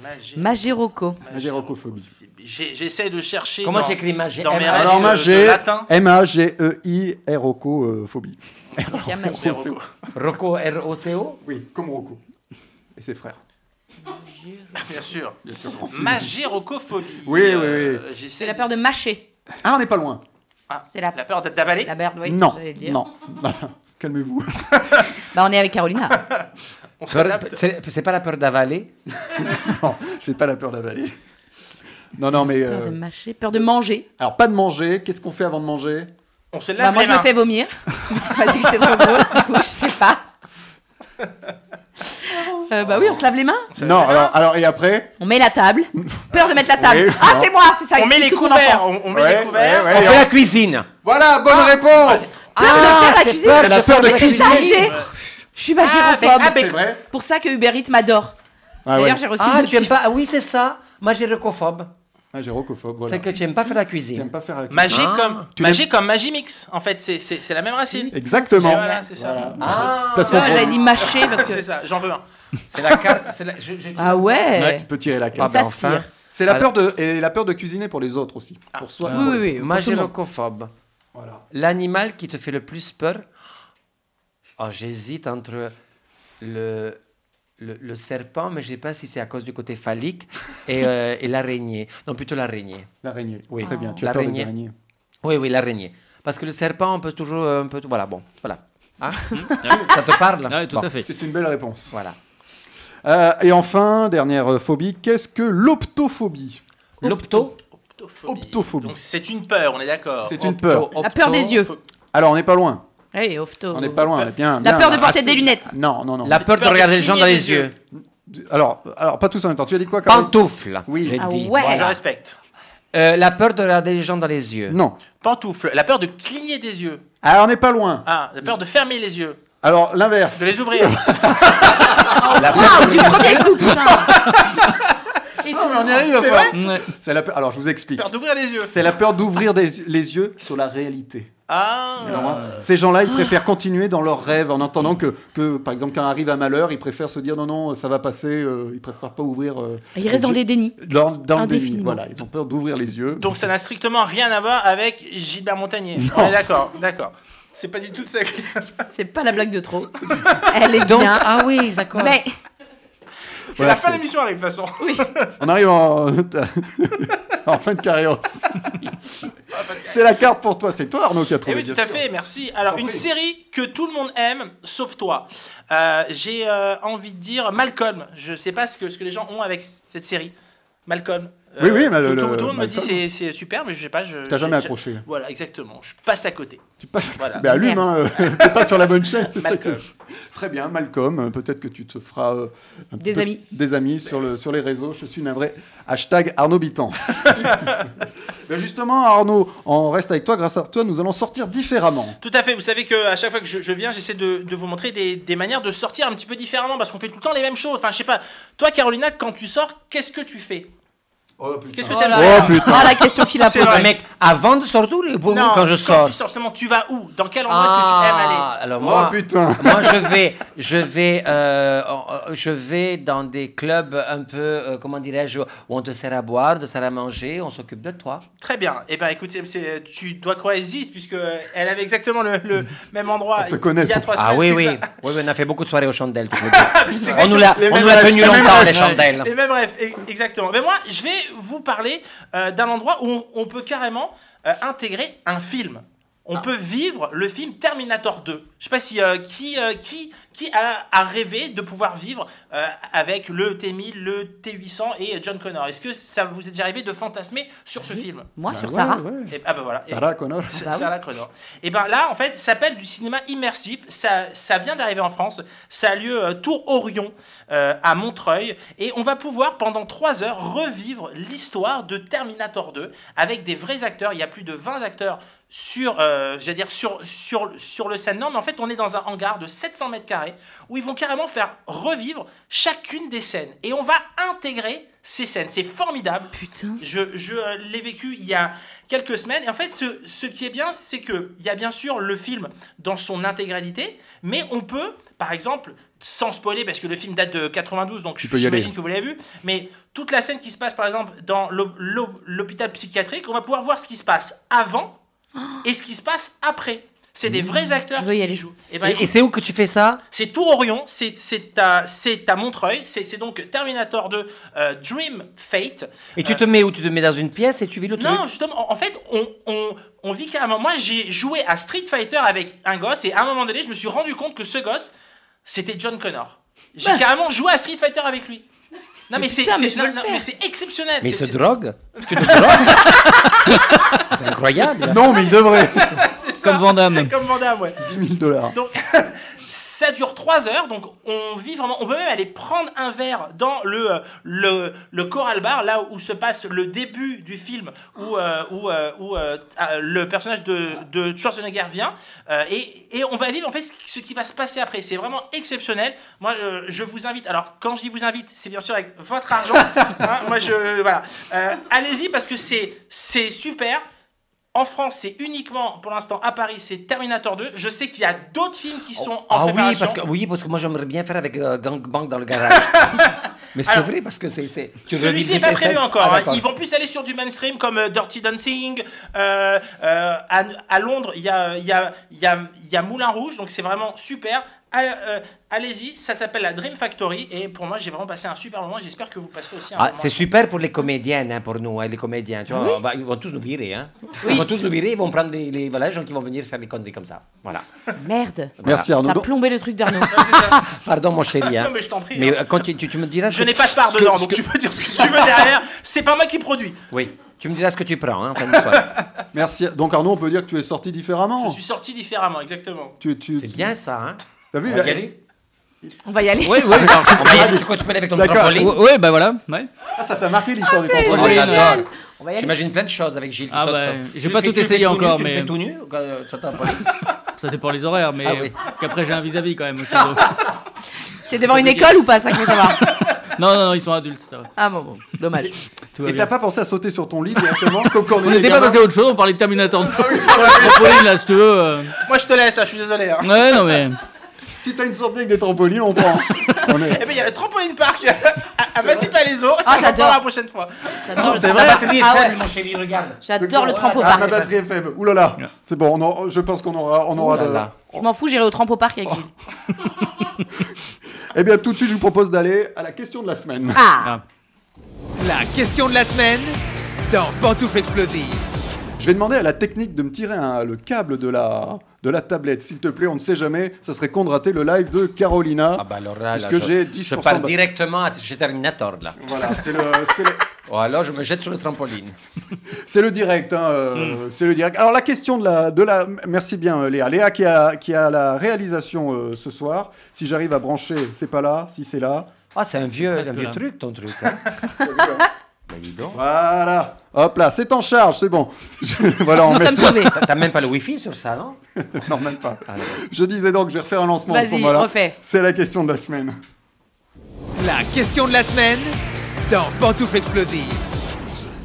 Speaker 5: Magéroco.
Speaker 2: Magérocophobie.
Speaker 3: J'ai- J'essaie de chercher.
Speaker 4: Comment
Speaker 3: dans-
Speaker 4: tu écris magé
Speaker 3: dans mes
Speaker 4: M-
Speaker 3: rêves.
Speaker 2: Alors
Speaker 3: de-
Speaker 2: magé,
Speaker 3: de latin.
Speaker 2: M-A-G-E-I-R-O-C-O-phobie.
Speaker 5: Donc, il y a magie-
Speaker 3: Des Rocco.
Speaker 4: Rocco, R-O-C-O
Speaker 2: Oui, comme Rocco. Et ses frères.
Speaker 3: Bien sûr. Euh,
Speaker 2: Bien sûr.
Speaker 3: Magirocophobie.
Speaker 2: Oui, oui, oui.
Speaker 5: C'est la peur de mâcher.
Speaker 2: Ah, on n'est pas loin.
Speaker 5: C'est la,
Speaker 3: Ah, La peur d- d'avaler.
Speaker 5: la peur, oui,
Speaker 2: non,
Speaker 5: j'allais dire.
Speaker 2: non. Calmez-vous.
Speaker 5: Bah, on est avec Carolina.
Speaker 3: On
Speaker 4: Peur-
Speaker 3: s'adapte.
Speaker 4: C'est c'est pas la peur d'avaler
Speaker 2: Non, j'ai pas la peur d'avaler. Non, non, mais...
Speaker 5: Peur
Speaker 2: euh,
Speaker 5: de mâcher, peur de manger.
Speaker 2: Alors, pas de manger. Qu'est-ce qu'on fait avant de manger
Speaker 3: On se lave
Speaker 5: Bah, moi,
Speaker 3: les
Speaker 5: je me
Speaker 3: mains.
Speaker 5: fais vomir. On m'a dit que j'étais trop grosse, du coup, je sais pas. Euh, bah oui, on se lave les mains,
Speaker 2: Non, alors, alors, et après
Speaker 5: on met la table. Peur de mettre la table.
Speaker 2: Oui,
Speaker 5: ah,
Speaker 2: non.
Speaker 5: c'est moi, c'est ça.
Speaker 3: On met
Speaker 5: explique
Speaker 3: les
Speaker 5: toute mon
Speaker 3: couverts.
Speaker 5: enfance.
Speaker 3: On, on met
Speaker 2: Ouais,
Speaker 3: les couverts.
Speaker 2: ouais,
Speaker 4: On
Speaker 2: ouais,
Speaker 4: fait la cuisine Ah,
Speaker 2: Voilà, bonne réponse
Speaker 5: Peur de faire la cuisine.
Speaker 2: C'est la peur de la
Speaker 5: C'est
Speaker 2: cuisine.
Speaker 5: ça, j'ai. Je suis magérophobe.
Speaker 3: Ah, mais-
Speaker 2: C'est vrai
Speaker 5: Pour ça que Uber Eats m'adore.
Speaker 2: Ah, ouais.
Speaker 5: D'ailleurs, j'ai reçu
Speaker 4: Ah,
Speaker 5: une
Speaker 4: tu aimes
Speaker 5: notif.
Speaker 4: pas Ah oui, c'est ça. Magérocophobe.
Speaker 2: Magérocophobe, Ah, voilà.
Speaker 4: C'est que tu aimes pas faire la
Speaker 2: J'aime
Speaker 4: cuisine.
Speaker 2: pas faire la cuisine.
Speaker 3: Magie
Speaker 4: Ah.
Speaker 3: comme,
Speaker 2: Tu
Speaker 3: magie comme magie mix. En fait, c'est- c'est c'est la même racine.
Speaker 2: Exactement.
Speaker 3: Voilà, c'est ça.
Speaker 2: Voilà.
Speaker 4: Ah,
Speaker 2: Parce
Speaker 5: Tu vois,
Speaker 2: qu'on-
Speaker 5: J'avais dit mâcher
Speaker 2: Ah,
Speaker 5: parce
Speaker 3: C'est
Speaker 5: que.
Speaker 3: ça. J'en veux un.
Speaker 4: c'est la carte. c'est La, je- je-
Speaker 5: Ah
Speaker 2: Tu
Speaker 5: ouais.
Speaker 2: peux tirer la
Speaker 4: Ah,
Speaker 2: carte.
Speaker 5: Ça
Speaker 4: ben enfin.
Speaker 5: tire.
Speaker 2: C'est la peur
Speaker 4: Alors-
Speaker 2: de et la peur de cuisiner pour les autres aussi. Pour soi.
Speaker 5: Oui, oui, oui. pour tout le monde.
Speaker 4: Magérocophobe.
Speaker 2: Voilà.
Speaker 4: L'animal qui te fait le plus peur Ah, J'hésite entre le, le, le serpent, mais je ne sais pas si c'est à cause du côté phallique, et, euh, et l'araignée. Non, plutôt l'araignée.
Speaker 2: L'araignée. Oui, très bien. Tu as peur
Speaker 4: L'araignée.
Speaker 2: des araignées.
Speaker 4: Oui, oui, l'araignée. Parce que le serpent, on peut toujours un peu... Voilà, bon, voilà. Hein Ça te parle
Speaker 6: Ah, oui, tout
Speaker 4: Bon,
Speaker 6: à fait.
Speaker 2: C'est une belle réponse.
Speaker 4: Voilà.
Speaker 2: Euh, et enfin, dernière euh, phobie, qu'est-ce que l'optophobie
Speaker 4: L'opto
Speaker 3: Optophobie.
Speaker 2: Optophobie.
Speaker 3: Donc c'est une peur, on est d'accord.
Speaker 2: C'est une peur.
Speaker 5: La peur des yeux. Eh,
Speaker 2: Alors, on n'est pas loin.
Speaker 5: Hey, Ofto.
Speaker 2: On n'est pas loin. on est bien,
Speaker 5: La
Speaker 2: bien,
Speaker 5: peur de
Speaker 2: là.
Speaker 5: porter des lunettes.
Speaker 2: Non, non, non.
Speaker 4: La peur de
Speaker 3: Peur de
Speaker 4: regarder les gens
Speaker 3: cligner
Speaker 4: dans
Speaker 3: des
Speaker 4: les
Speaker 3: yeux.
Speaker 4: yeux.
Speaker 2: Alors, alors, pas tous en même temps. Tu as dit quoi Caroline
Speaker 4: Pantoufle,
Speaker 2: Oui.
Speaker 4: j'ai
Speaker 5: Ah
Speaker 4: dit.
Speaker 5: ouais.
Speaker 3: Je
Speaker 4: Voilà.
Speaker 3: respecte.
Speaker 4: Euh, la peur de regarder les gens dans les yeux.
Speaker 2: Non.
Speaker 3: Pantoufle. La peur de cligner des yeux.
Speaker 2: Alors, on n'est pas loin.
Speaker 3: Ah, la peur de fermer les yeux.
Speaker 2: Alors, l'inverse.
Speaker 3: De les ouvrir.
Speaker 2: La
Speaker 5: Waouh, Ah, du premier coup, putain.
Speaker 2: Non, Oh, mais
Speaker 5: Ah,
Speaker 2: on y arrive,
Speaker 3: C'est
Speaker 2: enfin. C'est la peur- Alors, je vous explique.
Speaker 3: Peur d'ouvrir les yeux.
Speaker 2: C'est la peur d'ouvrir des- les yeux sur la réalité.
Speaker 3: Ah.
Speaker 2: Tu comprends hein. Ces gens-là, ils préfèrent continuer dans leurs rêves en entendant que, que, par exemple, quand arrive un malheur, ils préfèrent se dire non, non, ça va passer. euh, ils préfèrent pas ouvrir. euh,
Speaker 5: Il reste Ah, dans
Speaker 2: les
Speaker 5: les dénis.
Speaker 2: yeux- dans, dans le déni.
Speaker 5: Indéfiniment.
Speaker 2: Voilà, ils ont peur d'ouvrir les yeux.
Speaker 3: Donc ça n'a strictement rien à voir avec Gilbert Montagnier. On est d'accord, d'accord. C'est pas du tout de ça. que-
Speaker 5: C'est pas la blague de trop. Elle est
Speaker 4: Donc,
Speaker 5: bien.
Speaker 4: ah oui, d'accord.
Speaker 5: Mais
Speaker 2: Voilà,
Speaker 3: la fin de
Speaker 2: c'est-
Speaker 3: l'émission arrive de toute façon.
Speaker 2: On arrive en, en fin de carrière. c'est la carte pour toi. C'est toi, Arnaud, qui a
Speaker 3: Eh
Speaker 2: trouvé.
Speaker 3: oui, tout
Speaker 2: bien
Speaker 3: à
Speaker 2: sûr.
Speaker 3: fait, merci. Alors,
Speaker 2: T'en
Speaker 3: une
Speaker 2: prie.
Speaker 3: série que tout le monde aime, sauf toi. Euh, J'ai euh, envie de dire Malcolm. Je sais pas ce que, ce que les gens ont avec cette série. Malcolm. Euh,
Speaker 2: Oui, oui, mais le-
Speaker 3: tout, tout-
Speaker 2: le-
Speaker 3: tout monde me dit
Speaker 2: Malcolm.
Speaker 3: c'est c'est super, mais je sais pas. Je
Speaker 2: T'as jamais
Speaker 3: j'ai-
Speaker 2: accroché.
Speaker 3: Voilà, exactement. Je passe à côté.
Speaker 2: Tu passes.
Speaker 3: Voilà.
Speaker 2: Mais allume, hein, euh, t'es pas sur la bonne chaîne. c'est ça que-
Speaker 3: Malcolm.
Speaker 2: Très bien, Malcolm. euh, Peut-être que tu te feras euh, un petit
Speaker 5: Des
Speaker 2: peu-
Speaker 5: amis.
Speaker 2: Des amis sur, le, sur les réseaux. Je suis navré. Hashtag Arnaud Bitan. Ben justement, Arnaud, on reste avec toi. Grâce à toi, nous allons sortir différemment.
Speaker 3: Tout à fait. Vous savez que à chaque fois que je, je viens, j'essaie de, de vous montrer des, des manières de sortir un petit peu différemment parce qu'on fait tout le temps les mêmes choses. Enfin, je sais pas. Toi, Carolina, quand tu sors, qu'est-ce que tu fais
Speaker 2: Oh putain.
Speaker 3: Qu'est-ce que
Speaker 5: Oh
Speaker 3: t'aimes
Speaker 5: là
Speaker 3: faire
Speaker 2: Oh, putain.
Speaker 5: ah, la question qu'il a
Speaker 3: C'est
Speaker 5: posée.
Speaker 3: vrai.
Speaker 4: Mec, avant de sortir ou pour
Speaker 3: Non,
Speaker 4: quand je
Speaker 3: Quand
Speaker 4: sors
Speaker 3: tu sors, justement, tu vas où Dans quel endroit est-ce que tu aimes aller
Speaker 4: Ah, Alors
Speaker 2: Oh
Speaker 4: moi,
Speaker 2: putain.
Speaker 4: moi je vais, je vais, euh, euh, je vais dans des clubs un peu, euh, comment dirais-je, où on te sert à boire, on te sert à manger, on s'occupe de toi.
Speaker 3: Très bien. Eh ben, écoute, c'est- c'est- tu dois croire Ziz, puisque elle avait exactement le, le même endroit.
Speaker 2: se connaît,
Speaker 3: il y a
Speaker 2: son-
Speaker 3: trois
Speaker 4: Ah
Speaker 3: semaines,
Speaker 4: oui,
Speaker 3: tout
Speaker 4: oui.
Speaker 3: ça.
Speaker 4: oui, oui, on a fait beaucoup de soirées aux chandelles. tu peux dire.
Speaker 3: C'est
Speaker 4: on nous l'a,
Speaker 2: les
Speaker 4: on
Speaker 2: mêmes
Speaker 4: nous l'a
Speaker 2: rêves,
Speaker 4: tenu
Speaker 2: les mêmes
Speaker 4: longtemps
Speaker 2: rêves,
Speaker 4: les
Speaker 2: ouais.
Speaker 4: chandelles.
Speaker 3: Et même bref, e- exactement. Mais moi, je vais vous parler euh, d'un endroit où on, on peut carrément euh, intégrer un film. On
Speaker 4: Ah.
Speaker 3: peut vivre le film Terminator 2. Je sais pas si euh, qui euh, qui qui a, a rêvé de pouvoir vivre euh, avec le T1000, le T800 et John Connor. Est-ce que ça vous est déjà arrivé de fantasmer sur ce film
Speaker 5: Moi,
Speaker 2: Bah
Speaker 5: sur
Speaker 2: ouais,
Speaker 5: Sarah.
Speaker 2: ouais.
Speaker 3: Et- Ah bah voilà. Et-
Speaker 2: Sarah Connor.
Speaker 3: C'est
Speaker 5: Bah oui.
Speaker 3: Sarah Connor. Et ben là, en fait, ça s'appelle du cinéma immersif. Ça, ça vient d'arriver en France. Ça a lieu euh, Tour Orion euh, à Montreuil. Et on va pouvoir pendant trois heures revivre l'histoire de Terminator 2 avec des vrais acteurs. Il y a plus de 20 acteurs sur, euh, j'allais dire sur, sur, sur le scène. Non, mais en fait, on est dans un hangar de 700 mètres carrés où ils vont carrément faire revivre chacune des scènes. Et on va intégrer ces scènes. C'est formidable.
Speaker 5: Putain.
Speaker 3: Je, je, euh, l'ai vécu il y a quelques semaines. Et en fait, ce, ce qui est bien, c'est qu'il y a bien sûr le film dans son intégralité, mais on peut, par exemple, sans spoiler, parce que le film date de 92, donc
Speaker 2: Tu
Speaker 3: je-
Speaker 2: peux y aller.
Speaker 3: j'imagine que vous l'avez vu, mais toute la scène qui se passe, par exemple, dans l'hô- l'hô- l'hôpital psychiatrique, on va pouvoir voir ce qui se passe avant et ce qui se passe après. C'est
Speaker 2: Mmh.
Speaker 3: des vrais acteurs
Speaker 5: Je veux y
Speaker 3: qui
Speaker 5: aller.
Speaker 3: jouent. Eh ben,
Speaker 4: Et, et c'est où que tu fais ça
Speaker 3: c'est Tour Orion, c'est c'est à, c'est à Montreuil, c'est c'est donc Terminator 2 euh, Dream Fate.
Speaker 4: Et tu te mets où Tu te mets dans une pièce et tu vis le
Speaker 3: Euh. Non,
Speaker 4: truc.
Speaker 3: justement, en en fait, on, on- on vit carrément. Moi, j'ai joué à Street Fighter avec un gosse et à un moment donné, je me suis rendu compte que ce gosse, c'était John Connor. J'ai carrément joué à Street Fighter avec lui. Non, mais c'est
Speaker 5: putain, mais
Speaker 3: c'est-
Speaker 5: je veux
Speaker 3: non,
Speaker 5: le
Speaker 3: non,
Speaker 5: faire.
Speaker 3: mais c'est exceptionnel.
Speaker 4: Mais il
Speaker 3: C'est-
Speaker 4: se
Speaker 3: c'est-
Speaker 4: drogue. Tu te drogues C'est incroyable.
Speaker 2: Non, mais il devrait.
Speaker 3: c'est ça.
Speaker 6: Comme Van Damme.
Speaker 3: Comme Van Damme, ouais.
Speaker 2: 10 000 dollars.
Speaker 3: Donc, ça dure 3 heures, donc on vit vraiment. On peut même aller prendre un verre dans le, euh, le, le Coral Bar, là où se passe le début du film, où, euh, où, euh, où, euh, ah, le personnage de, de Schwarzenegger vient. euh, et, et on va vivre en fait ce, qui- ce qui va se passer après. C'est vraiment exceptionnel. Moi, euh, je vous invite. Alors, quand je dis vous invite, c'est bien sûr avec votre argent. hein. moi, je. Voilà. Euh, Allez-y parce que c'est c'est super. En France, c'est uniquement pour l'instant à Paris, c'est Terminator 2. Je sais qu'il y a d'autres films qui sont en
Speaker 4: Ah oui
Speaker 3: préparation.
Speaker 4: parce, que, oui, parce que moi j'aimerais bien faire avec euh, Gangbang dans le garage. Mais c'est
Speaker 3: Alors,
Speaker 4: vrai parce que c'est. c'est- tu revis
Speaker 3: Celui-ci n'est
Speaker 4: des
Speaker 3: pas
Speaker 4: scènes-
Speaker 3: prévu encore.
Speaker 4: Ah,
Speaker 3: hein.
Speaker 4: d'accord.
Speaker 3: Ils vont plus aller sur du mainstream comme euh, Dirty Dancing. euh, euh, à, à Londres, il y a, il y, a, il y, a, il y a Moulin Rouge, donc c'est vraiment super. Ah, euh, Allez-y, ça s'appelle la Dream Factory. Et pour moi, j'ai vraiment passé un super moment. J'espère que vous passerez aussi un
Speaker 4: Ah,
Speaker 3: moment.
Speaker 4: c'est super pour les comédiennes, hein, pour nous, hein, les comédiens. Tu vois, on va- ils vont tous nous virer. Hein. Ils vont tous nous virer, ils vont prendre les, les, voilà, les gens qui vont venir faire des conneries comme ça. Voilà.
Speaker 5: Merde.
Speaker 2: Merci, Arnaud.
Speaker 5: T'as
Speaker 2: Donc-
Speaker 5: plombé le truc d'Arnaud.
Speaker 4: Pardon, mon chéri. hein.
Speaker 3: Non, mais je t'en prie,
Speaker 4: Mais
Speaker 3: hein.
Speaker 4: euh, quand tu, tu- tu me diras.
Speaker 3: Je
Speaker 4: ce que-
Speaker 3: n'ai pas de part
Speaker 4: ce que-
Speaker 3: dedans,
Speaker 4: ce
Speaker 3: donc
Speaker 4: que-
Speaker 3: tu peux dire ce que tu veux derrière. C'est pas moi qui produis.
Speaker 4: Oui. Tu me diras ce que tu prends hein, en fin de soirée.
Speaker 2: Merci. Donc, Arnaud, on peut dire que tu es sorti
Speaker 3: Je
Speaker 4: Oh.
Speaker 2: différemment.
Speaker 3: suis sorti différemment, exactement.
Speaker 2: Tu, tu...
Speaker 4: C'est bien ça. Hein.
Speaker 2: T'as vu
Speaker 4: On
Speaker 2: il a-
Speaker 4: va y aller. Ah,
Speaker 5: On va y aller.
Speaker 6: Oui, oui. alors,
Speaker 4: On va y aller. Tu quoi, tu peux aller avec ton
Speaker 2: D'accord.
Speaker 4: trampoline.
Speaker 6: ouais, bah voilà. Ouais.
Speaker 2: Ah, ça t'a marqué l'histoire du
Speaker 4: Oh,
Speaker 2: trampoline.
Speaker 4: j'adore.
Speaker 5: On va y aller.
Speaker 4: J'imagine plein de choses avec Gilles qui
Speaker 6: Ah
Speaker 4: saute.
Speaker 6: bah,
Speaker 4: Tu
Speaker 6: j'ai
Speaker 4: le
Speaker 6: pas
Speaker 4: fais-
Speaker 6: tout
Speaker 4: tu le fais
Speaker 6: essayé
Speaker 4: nu,
Speaker 6: encore,
Speaker 4: Tu le
Speaker 6: mais-
Speaker 4: fais tout nu euh, sur ta trampoline.
Speaker 6: Ça dépend les horaires, mais
Speaker 4: Ah oui.
Speaker 6: parce qu'après j'ai un vis-à-vis quand même. aussi, donc.
Speaker 5: T'es devant une
Speaker 6: compliqué.
Speaker 5: école ou pas Ça qu'il faut savoir.
Speaker 6: non, non, non, ils sont adultes, ça. va.
Speaker 5: Ah bon, bon, dommage.
Speaker 6: Tout va
Speaker 2: Et
Speaker 6: bien.
Speaker 2: t'as pas pensé à sauter sur ton lit directement comme quand on,
Speaker 6: On n'était pas
Speaker 2: gamin
Speaker 6: passé à autre chose, on parlait de Terminator.
Speaker 2: Ah
Speaker 6: Pauline, là, si tu veux. euh,
Speaker 3: Moi, je te laisse, hein, je suis désolé. hein.
Speaker 6: Ouais, non, mais.
Speaker 2: Si t'as une sortie avec des trampolines, on prend. On est-
Speaker 3: Eh ben, il y a le trampoline park Ah, à, à Massy-Palaiso.
Speaker 5: Ah,
Speaker 3: On en
Speaker 5: j'adore.
Speaker 3: parlera la prochaine fois.
Speaker 5: J'adore le
Speaker 4: La
Speaker 5: trampo-
Speaker 4: batterie est
Speaker 5: Ah
Speaker 4: faible,
Speaker 5: ouais,
Speaker 4: mon chéri, regarde.
Speaker 5: J'adore le trampo
Speaker 2: Ah, ma
Speaker 5: parc.
Speaker 2: batterie est faible. Ouh là là. C'est bon, on aura- je pense qu'on aura, on aura
Speaker 4: Ouh là
Speaker 2: de-
Speaker 4: là.
Speaker 5: Je m'en fous, j'irai au trampo parc avec lui.
Speaker 2: Oh, Eh bien, tout de suite, je vous propose d'aller à la question de la semaine.
Speaker 5: Ah,
Speaker 1: La question de la semaine dans Pantoufle Explosive.
Speaker 2: Je vais demander à la technique de me tirer un- le câble de la, de la tablette, s'il te plaît. On ne sait jamais. Ça serait con de rater le live de Carolina.
Speaker 4: Ah bah alors là, là,
Speaker 2: Puisque
Speaker 4: je-
Speaker 2: j'ai
Speaker 4: Je
Speaker 2: 10%
Speaker 4: pars
Speaker 2: de-
Speaker 4: directement à- chez Terminator, là.
Speaker 2: Voilà, c'est le, c'est le-
Speaker 4: Ou alors, je me jette sur le trampoline.
Speaker 2: c'est le direct. hein, euh, C'est le direct. Alors, la question de la. De la merci bien, euh, Léa. Léa qui a, qui a la réalisation euh, ce soir. Si j'arrive à brancher, c'est pas là. Si c'est là.
Speaker 4: Ah, c'est un vieux,
Speaker 6: Presque
Speaker 4: un vieux
Speaker 6: là.
Speaker 4: truc, ton truc. hein. Bah, dis donc.
Speaker 2: Voilà. Hop là, c'est en charge, c'est bon. Je- voilà, on
Speaker 5: nous
Speaker 2: met-
Speaker 5: sommes sauvés.
Speaker 4: Ah, T'as- T'as même pas le wifi sur ça, non
Speaker 2: Non, même pas.
Speaker 4: Ah, d'accord.
Speaker 5: Euh.
Speaker 2: Je disais donc, je vais refaire un lancement. à ce
Speaker 5: Vas-y,
Speaker 2: moment-là.
Speaker 5: refais.
Speaker 2: C'est la question de la semaine.
Speaker 1: La question de la semaine dans Pantoufle Explosive.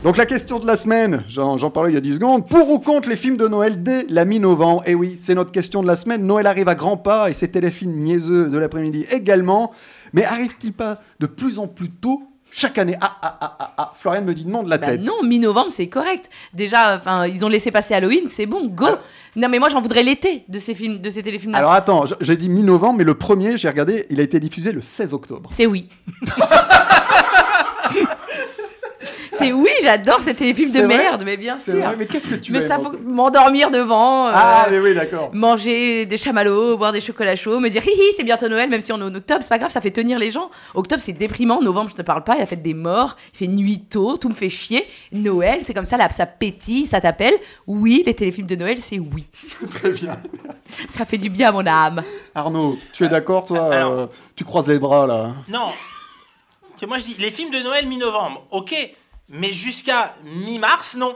Speaker 2: Donc la question de la semaine, j'en j'en parlais il y a 10 secondes, pour ou contre les films de Noël dès la mi-novembre Eh oui, c'est notre question de la semaine, Noël arrive à grands pas et ses téléfilms niaiseux de l'après-midi également, mais arrive-t-il pas de plus en plus tôt chaque année Ah, ah, ah, ah, ah, Florian me dit non de la
Speaker 5: Bah
Speaker 2: tête.
Speaker 5: non, mi-novembre, c'est correct. Déjà, enfin, ils ont laissé passer Halloween, c'est bon, go. Non, mais moi, j'en voudrais l'été de ces films, de ces téléfilms-là.
Speaker 2: Ah. Alors attends, j- j'ai dit mi-novembre, mais le premier, j'ai regardé, il a été diffusé le 16 octobre.
Speaker 5: C'est oui. c'est oui, j'adore ces téléfilms de
Speaker 2: C'est vrai
Speaker 5: merde, mais bien
Speaker 2: C'est
Speaker 5: sûr.
Speaker 2: vrai, mais qu'est-ce que tu
Speaker 5: mais
Speaker 2: aimes
Speaker 5: ça
Speaker 2: en
Speaker 5: faut
Speaker 2: ce-
Speaker 5: m'endormir devant. euh,
Speaker 2: Ah, mais oui, d'accord.
Speaker 5: Manger des chamallows, boire des chocolats chauds, me dire hihi, c'est bientôt Noël, même si on est en octobre, c'est pas grave, ça fait tenir les gens. Octobre, c'est déprimant, novembre, je te parle pas, il a fait des morts, il fait nuit tôt, tout me fait chier. Noël, c'est comme ça, là, ça pétille, ça t'appelle. Oui, les téléfilms de Noël, c'est oui.
Speaker 2: Très bien.
Speaker 5: Ça fait du bien à mon âme.
Speaker 2: Arnaud, tu es d'accord, toi
Speaker 3: alors-
Speaker 2: euh, Tu croises les bras, là.
Speaker 3: Non. Que moi je dis, les films de Noël mi-novembre, ok, mais jusqu'à mi-mars, non.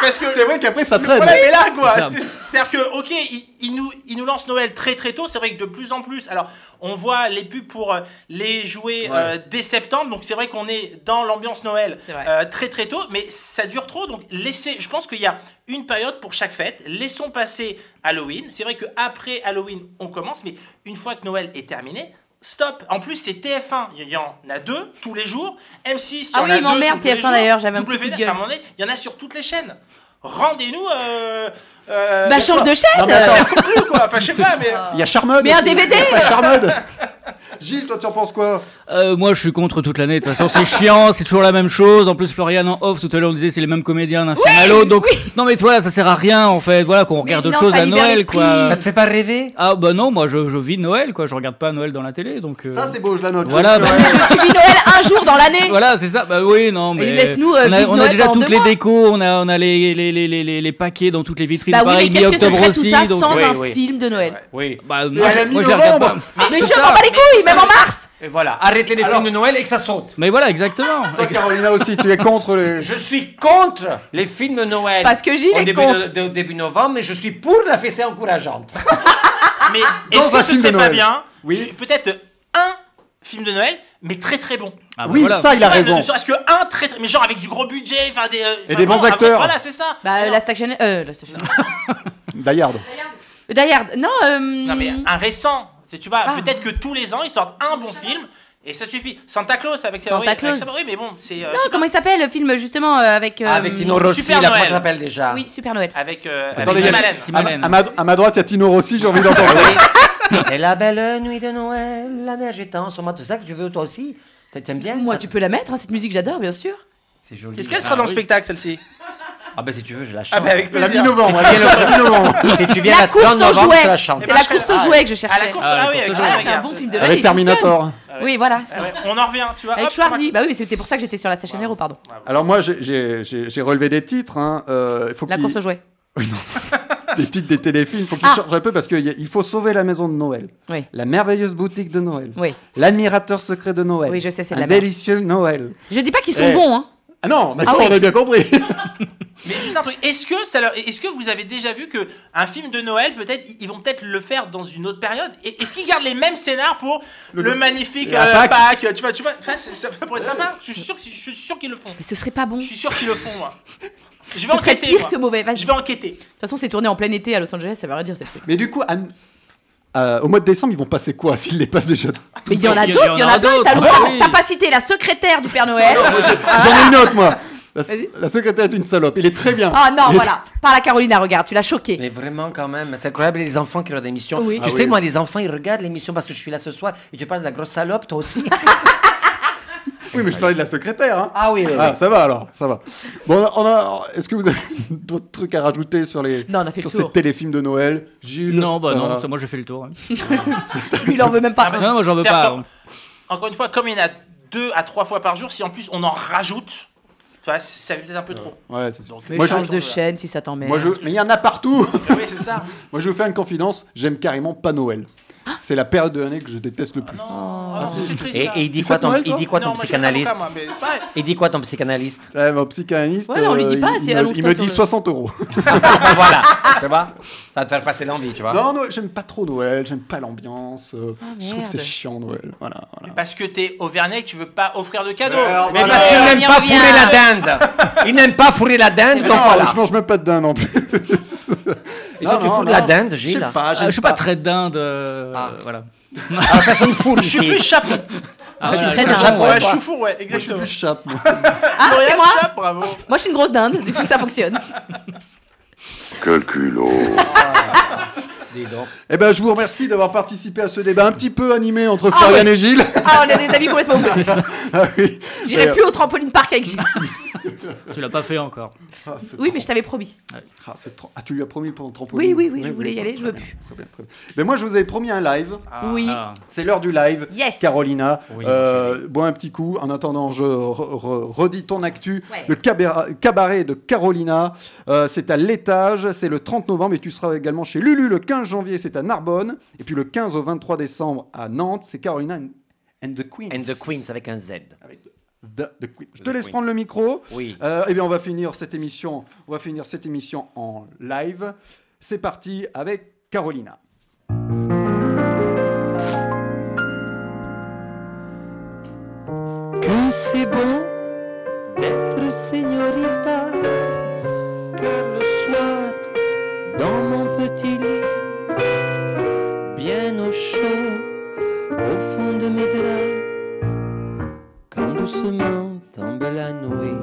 Speaker 3: Parce que,
Speaker 2: C'est vrai qu'après, ça traîne.
Speaker 3: Voilà, mais là, quoi.
Speaker 2: C'est ça.
Speaker 3: c'est- C'est-à-dire que, ok, ils ils nous, ils nous lancent Noël très très tôt. C'est vrai que de plus en plus. Alors, on voit les pubs pour euh, les jouets euh, dès septembre. Donc, c'est vrai qu'on est dans l'ambiance Noël
Speaker 5: C'est vrai.
Speaker 3: euh, très très tôt. Mais ça dure trop. Donc, laissez. Je pense qu'il y a une période pour chaque fête. Laissons passer Halloween. C'est vrai qu'après Halloween, on commence. Mais une fois que Noël est terminé. Stop. En plus, c'est TF1. Il y en a deux tous les jours. M6. il y
Speaker 5: Ah
Speaker 3: en
Speaker 5: oui,
Speaker 3: a
Speaker 5: il m'emmerde,
Speaker 3: deux tous les
Speaker 5: TF1
Speaker 3: jours.
Speaker 5: d'ailleurs, j'avais un petit coup de
Speaker 3: W9,
Speaker 5: gueule.
Speaker 3: à un moment donné, Il y en a sur toutes les chaînes. Rendez-nous. euh, euh,
Speaker 5: bah, change de chaîne
Speaker 2: Non, mais attends.
Speaker 3: conclu quoi. Enfin, je sais pas, mais.
Speaker 5: Ah,
Speaker 2: Il y a Charmode.
Speaker 5: Mais un
Speaker 2: aussi.
Speaker 5: DVD.
Speaker 2: Il y a Charmode. Gilles, toi, tu en penses quoi
Speaker 6: Euh, moi, je suis contre toute l'année. De toute façon, c'est chiant, c'est toujours la même chose. En plus, Florian en off, tout à l'heure, on disait c'est les mêmes comédiens d'un film à l'autre. Donc, non, mais voilà, ça sert à rien en fait. Voilà, qu'on regarde
Speaker 5: non,
Speaker 6: autre chose
Speaker 5: ça
Speaker 6: à
Speaker 5: libère
Speaker 6: Noël,
Speaker 5: l'esprit.
Speaker 6: quoi.
Speaker 4: Ça te fait pas rêver
Speaker 6: Ah bah non, moi je, je vis Noël, quoi. Je regarde pas Noël dans la télé, donc. euh,
Speaker 2: Ça, c'est beau, je la note.
Speaker 6: Voilà,
Speaker 2: Je-
Speaker 6: bah-
Speaker 2: ouais.
Speaker 5: Tu vis Noël un jour dans l'année
Speaker 6: Voilà, c'est ça. Bah oui, non, mais.
Speaker 5: laisse-nous, euh,
Speaker 6: on a,
Speaker 5: vivre
Speaker 6: on a
Speaker 5: Noël
Speaker 6: déjà
Speaker 5: pendant
Speaker 6: toutes
Speaker 5: deux
Speaker 6: les
Speaker 5: mois.
Speaker 6: décos, on a, on a les, les, les, les, les- les paquets dans toutes les vitrines.
Speaker 5: Bah oui, mais
Speaker 6: pareil,
Speaker 5: qu'est-ce que ce
Speaker 6: mi-octobre
Speaker 5: serait tout
Speaker 6: aussi.
Speaker 5: ça
Speaker 6: donc...
Speaker 5: sans
Speaker 4: Oui,
Speaker 5: un
Speaker 4: oui.
Speaker 5: film de Noël
Speaker 4: Oui.
Speaker 6: Bah,
Speaker 2: Et à la
Speaker 6: moi, je les regarde pas. Ah,
Speaker 2: mi-novembre.
Speaker 5: Mais
Speaker 4: c'est
Speaker 5: je
Speaker 4: ça.
Speaker 5: m'en bats les couilles, même en mars
Speaker 4: Et voilà, arrêtez les
Speaker 2: Alors-
Speaker 4: films de Noël et que ça saute.
Speaker 6: Mais voilà, exactement.
Speaker 2: Toi, Carolina aussi, tu es contre les.
Speaker 4: Je suis contre les films de Noël.
Speaker 5: Parce que Gilles
Speaker 4: Au
Speaker 5: est
Speaker 4: début
Speaker 5: contre.
Speaker 4: de- de- au début novembre, mais je suis pour la fessée encourageante.
Speaker 3: Mais
Speaker 5: ah.
Speaker 2: Dans
Speaker 3: est-ce
Speaker 2: un
Speaker 3: que ce
Speaker 2: film
Speaker 3: serait
Speaker 2: de
Speaker 3: pas
Speaker 2: Noël.
Speaker 3: bien
Speaker 2: Oui.
Speaker 3: je- Peut-être un film de Noël, mais très très bon.
Speaker 6: Ah, bah,
Speaker 2: oui,
Speaker 6: voilà.
Speaker 2: ça, il a
Speaker 3: Tu vois,
Speaker 2: raison.
Speaker 3: Ne serait-ce que un très, très mais genre avec du gros budget, enfin des euh,
Speaker 2: Et
Speaker 3: enfin,
Speaker 2: des bons
Speaker 3: vraiment,
Speaker 2: acteurs.
Speaker 3: Voilà, c'est ça.
Speaker 5: Bah, euh,
Speaker 3: non.
Speaker 5: Last Action. Euh, Last Action.
Speaker 2: Dayard.
Speaker 5: Die Hard, non, euh,
Speaker 3: Non, mais ah, un récent, c'est tu vois,
Speaker 5: Ah.
Speaker 3: peut-être que tous les ans ils sortent un bon film et ça suffit. Santa Claus avec
Speaker 5: Santa
Speaker 3: oui, avec
Speaker 5: Claus.
Speaker 3: ça- oui, mais bon, c'est euh,
Speaker 5: non, comment il s'appelle le film justement euh, avec. euh,
Speaker 4: Ah, Avec Tino Rossi,
Speaker 3: Super
Speaker 4: là, comment
Speaker 3: Noël.
Speaker 4: ça s'appelle
Speaker 3: Ah.
Speaker 4: déjà
Speaker 5: Oui, Super Noël.
Speaker 3: avec euh,
Speaker 2: Attendez,
Speaker 3: avec
Speaker 2: il y
Speaker 3: Tim
Speaker 2: a-
Speaker 3: Allen.
Speaker 6: Tim
Speaker 2: À,
Speaker 6: Allen.
Speaker 2: ma- à ma, à ma droite, il y a Tino Rossi, j'ai envie d'entendre ça.
Speaker 4: C'est la belle nuit de Noël, la neige est en moi tout ça que tu veux toi aussi Ça t'aimes bien
Speaker 5: Moi,
Speaker 4: ça
Speaker 5: tu peux la mettre, hein, cette musique, j'adore, bien sûr.
Speaker 4: C'est joli.
Speaker 3: Qu'est-ce qu'elle sera dans le spectacle celle-ci
Speaker 4: Ah ben si tu veux, je la chante.
Speaker 3: Ah bah avec
Speaker 2: Ah La
Speaker 3: plaisir.
Speaker 2: mi-novembre, allez, la mi-novembre.
Speaker 4: Si tu viens
Speaker 5: La course
Speaker 4: dans
Speaker 5: aux
Speaker 4: novembre, je la
Speaker 5: jouets
Speaker 4: chante.
Speaker 5: C'est la
Speaker 3: Ah,
Speaker 5: course aux
Speaker 4: ah,
Speaker 5: jouets que je
Speaker 3: À la
Speaker 5: cherchais.
Speaker 3: course,
Speaker 6: Ah,
Speaker 3: ah,
Speaker 6: la
Speaker 3: oui,
Speaker 6: course
Speaker 3: avec
Speaker 6: aux
Speaker 5: Ah,
Speaker 3: ah,
Speaker 5: c'est un
Speaker 3: regarde.
Speaker 5: bon film de Noël.
Speaker 2: Avec
Speaker 5: il fonctionne.
Speaker 2: Terminator.
Speaker 5: Oui, voilà. c'est
Speaker 3: Ah
Speaker 5: vrai.
Speaker 3: ouais, On en revient, tu vois.
Speaker 5: Avec
Speaker 3: hop, ça marche.
Speaker 5: Schwarzy. Bah oui, mais c'était pour ça que j'étais sur la station Héros, pardon.
Speaker 2: Alors, moi, j'ai- j'ai j'ai- j'ai relevé des titres. Hein. euh, il faut
Speaker 5: La
Speaker 2: qu'il-
Speaker 5: course aux jouets.
Speaker 2: des titres des téléfilms, faut qu'ils
Speaker 5: Ah.
Speaker 2: changent un peu parce qu'il faut sauver la maison de Noël.
Speaker 5: Oui.
Speaker 2: La merveilleuse boutique de Noël.
Speaker 5: Oui.
Speaker 2: L'admirateur secret de Noël.
Speaker 5: Oui, je sais, c'est de
Speaker 2: Un
Speaker 5: la merde.
Speaker 2: délicieux Noël.
Speaker 5: Je dis pas qu'ils sont
Speaker 2: Eh.
Speaker 5: bons, hein.
Speaker 2: Ah non, mais
Speaker 5: Ah
Speaker 2: ça,
Speaker 5: oui.
Speaker 2: on a bien compris.
Speaker 3: Mais juste un truc, est-ce que, ça leur- est-ce que vous avez déjà vu que un film de Noël, peut-être, ils ils vont peut-être le faire dans une autre période Et- Est-ce qu'ils gardent les mêmes scénars pour le, magnifique
Speaker 2: la
Speaker 3: euh,
Speaker 2: Pâques.
Speaker 3: Pâques Tu vois, tu vois, enfin, c'est- ça pourrait être sympa. Je suis sûr, que- je suis sûr qu'ils le font.
Speaker 5: Mais ce serait pas bon.
Speaker 3: Je suis sûr qu'ils le font, moi. Je vais
Speaker 5: Ce serait
Speaker 3: enquêter.
Speaker 5: pire
Speaker 3: moi.
Speaker 5: que mauvais. Vas-y.
Speaker 3: Je vais enquêter.
Speaker 5: De toute façon, c'est tourné en plein été à Los Angeles, ça veut rien dire ces trucs.
Speaker 2: Mais du coup, Anne, euh, au mois de décembre, ils vont passer quoi s'ils les passent déjà
Speaker 5: Mais il y en a d'autres, il y en a d'autres. T'as
Speaker 6: d'autres,
Speaker 5: loupé-
Speaker 6: oui.
Speaker 5: t'as pas cité la secrétaire du Père Noël.
Speaker 2: Ah, J'en ai une autre, moi. La, la secrétaire est une salope. Il est très bien.
Speaker 5: Ah non,
Speaker 2: Il est
Speaker 5: voilà. Par la Carolina, regarde, tu l'as choquée.
Speaker 11: Mais vraiment, quand même, c'est incroyable les enfants qui regardent l'émission.
Speaker 5: Oui.
Speaker 11: Tu
Speaker 5: Ah
Speaker 11: sais,
Speaker 5: oui.
Speaker 11: moi, les enfants, ils regardent l'émission parce que je suis là ce soir et tu parles de la grosse salope, toi aussi.
Speaker 2: très- Oui, mais je parlais de la secrétaire. hein.
Speaker 11: Ah oui, oui,
Speaker 2: Ah,
Speaker 11: oui.
Speaker 2: ça va alors, ça va. Bon, on a. Est-ce que vous avez d'autres trucs à rajouter sur les
Speaker 5: Non, on a fait
Speaker 2: sur
Speaker 5: le tour.
Speaker 2: ces téléfilms de Noël, Gilles
Speaker 6: Non, bah
Speaker 2: ça va
Speaker 6: non, ça, moi j'ai fait le tour. hein.
Speaker 5: Lui, il en veut même pas.
Speaker 6: bah, Non, moi j'en veux
Speaker 3: Faire
Speaker 6: pas.
Speaker 3: comme- Encore une fois, comme il y en a deux à trois fois par jour, si en plus on en rajoute, tu vois, ça fait peut-être un peu trop.
Speaker 2: Ouais, c'est sûr.
Speaker 3: Donc,
Speaker 5: Mais
Speaker 2: Moi, je-
Speaker 5: change de chaîne si ça t'emmerde.
Speaker 2: Moi, je. Mais il y en a partout.
Speaker 3: Oui, c'est ça.
Speaker 2: Moi, je vais vous faire une confidence. J'aime carrément pas Noël.
Speaker 5: Ah.
Speaker 2: C'est la période de l'année que je déteste le plus.
Speaker 5: Oh.
Speaker 3: Ah, c'est- c'est triste,
Speaker 11: Et,
Speaker 3: ça.
Speaker 11: et il dit
Speaker 2: Tu
Speaker 11: quoi
Speaker 2: fais
Speaker 11: ton,
Speaker 2: Noël,
Speaker 11: il
Speaker 2: toi
Speaker 11: dit quoi,
Speaker 3: Non,
Speaker 11: ton
Speaker 3: moi, je suis
Speaker 11: psychanalyste
Speaker 3: avocat, moi, mais c'est pareil.
Speaker 11: Il dit quoi ton psychanalyste
Speaker 2: Ouais, Eh, mon psychanalyste,
Speaker 5: Ouais, on lui dit
Speaker 2: euh,
Speaker 5: pas,
Speaker 2: il,
Speaker 5: c'est
Speaker 2: me,
Speaker 5: allonge
Speaker 2: il
Speaker 5: pas
Speaker 2: me
Speaker 5: sur
Speaker 2: dit
Speaker 5: le-
Speaker 2: 60 euros.
Speaker 11: Voilà, tu vois Ça va te faire passer l'envie,
Speaker 4: Ah.
Speaker 11: tu vois
Speaker 2: Non, non, j'aime pas trop Noël, j'aime pas l'ambiance. euh, je trouve que c'est
Speaker 5: Ah, merde.
Speaker 2: chiant Noël. Voilà, voilà.
Speaker 3: Parce que t'es auvergnat et que tu veux pas offrir de cadeaux.
Speaker 2: Alors,
Speaker 3: mais
Speaker 2: voilà.
Speaker 3: parce
Speaker 11: Il
Speaker 3: que.
Speaker 11: n'aime
Speaker 5: Reviens,
Speaker 11: pas
Speaker 5: reviens.
Speaker 11: fourrer la dinde Il n'aime pas fourrer la dinde,
Speaker 2: Mais
Speaker 11: donc
Speaker 2: non,
Speaker 11: voilà.
Speaker 2: je mange même pas de dinde en plus.
Speaker 11: Et toi,
Speaker 2: Non,
Speaker 11: tu
Speaker 2: non,
Speaker 11: fourres de
Speaker 2: non.
Speaker 11: la dinde,
Speaker 2: Je sais
Speaker 11: Gilles
Speaker 2: pas,
Speaker 6: Ah,
Speaker 2: j'aime
Speaker 6: je suis pas très dinde. euh,
Speaker 11: Ah.
Speaker 6: Voilà.
Speaker 11: Alors, personne fourre
Speaker 3: Je suis
Speaker 11: ici.
Speaker 3: plus chapeau.
Speaker 6: Ah,
Speaker 11: je suis
Speaker 6: voilà,
Speaker 11: très
Speaker 6: je-
Speaker 11: dinde.
Speaker 3: Ouais,
Speaker 11: Ouais,
Speaker 3: je
Speaker 11: toi.
Speaker 3: suis four, ouais,
Speaker 2: Moi, je suis
Speaker 3: exactement.
Speaker 2: plus chape. moi.
Speaker 5: Ah, c'est
Speaker 3: Florian
Speaker 5: moi
Speaker 3: Chape, bravo.
Speaker 5: Moi, je suis une grosse dinde, du coup, ça fonctionne.
Speaker 12: Quel culot
Speaker 11: Dis donc.
Speaker 2: Eh ben, je vous remercie d'avoir participé à ce débat un petit peu animé entre Florian et Gilles.
Speaker 5: Ah, on a des amis complètement ouverts.
Speaker 2: Ah oui.
Speaker 5: J'irai
Speaker 2: Ouais.
Speaker 5: plus au trampoline park avec Gilles.
Speaker 6: Tu l'as pas fait encore.
Speaker 2: Ah, ce
Speaker 5: Oui,
Speaker 2: tran-
Speaker 5: mais je t'avais promis.
Speaker 2: ah, ce tran- ah, tu lui as promis pendant trampoline.
Speaker 5: Oui, oui, oui, je
Speaker 2: Ouais,
Speaker 5: voulais y aller, je veux
Speaker 2: Très
Speaker 5: plus.
Speaker 2: bien, très bien, très bien. Mais moi, je vous avais promis un live.
Speaker 5: Oui.
Speaker 6: Ah.
Speaker 2: C'est l'heure du live.
Speaker 5: Yes.
Speaker 2: Carolina,
Speaker 6: Oui,
Speaker 2: euh, bois un petit coup. En attendant, je re- re- redis ton actu.
Speaker 5: Ouais.
Speaker 2: Le cabéra- cabaret de Carolina, euh, c'est à l'étage, c'est le 30 novembre et tu seras également chez Lulu le 15 janvier, c'est à Narbonne. Et puis le 15 au 23 décembre à Nantes, c'est Carolina and, and the Queens.
Speaker 11: And the Queens avec un Z.
Speaker 2: Avec the- the Queen. Je te
Speaker 11: The
Speaker 2: laisse
Speaker 11: Queens.
Speaker 2: prendre le micro.
Speaker 11: Oui.
Speaker 2: Euh, eh bien, on va finir cette émission. On va finir cette émission en live. C'est parti avec Carolina.
Speaker 4: Que c'est bon d'être señorita, car le soir, dans mon petit lit, bien au chaud, au fond de mes draps, quand doucement tombe la nuit,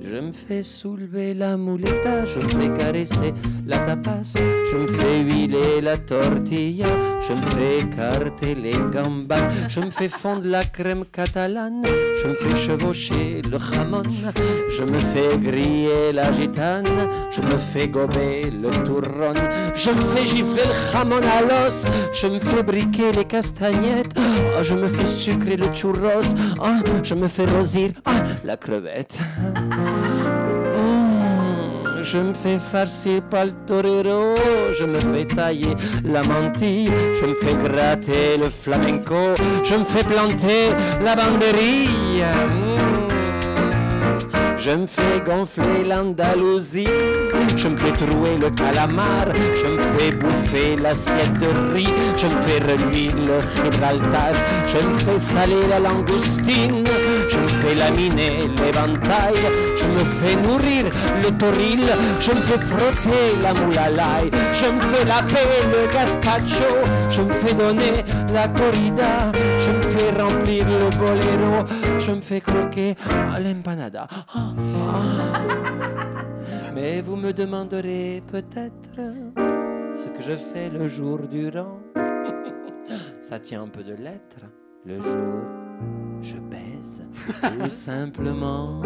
Speaker 4: je me fais soulever la mouletta, je me fais caresser la tapas, je me fais huiler la tortilla, je me fais écarter les gambas, je me fais fondre la crème catalane, je me fais chevaucher le jamon, je me fais griller la gitane, je me fais gober le touron, je me fais gifler le jamon à l'os, je me fais briquer les castagnettes, Ah, je me fais sucrer le churros, Ah, je me fais rosir ah, la crevette. Mmh, Je me fais farcir par le torero, je me fais tailler la mantille, je me fais gratter le flamenco, je me fais planter la banderille. Mmh. Je me fais gonfler l'Andalousie, je me fais trouer le calamar, je me fais bouffer l'assiette de riz, je me fais reluire le Gibraltar, je me fais saler la langoustine, je me fais laminer l'éventail, je me fais nourrir le toril, je me fais frotter la moulalaï, je me fais laver le gazpacho, je me fais donner la corrida, je me fais remplir le boléro, je me fais croquer à l'empanada. Ah, ah. Mais vous me demanderez peut-être ce que je fais le jour durant. Ça tient un peu de lettres. Le jour, je baise, ou simplement.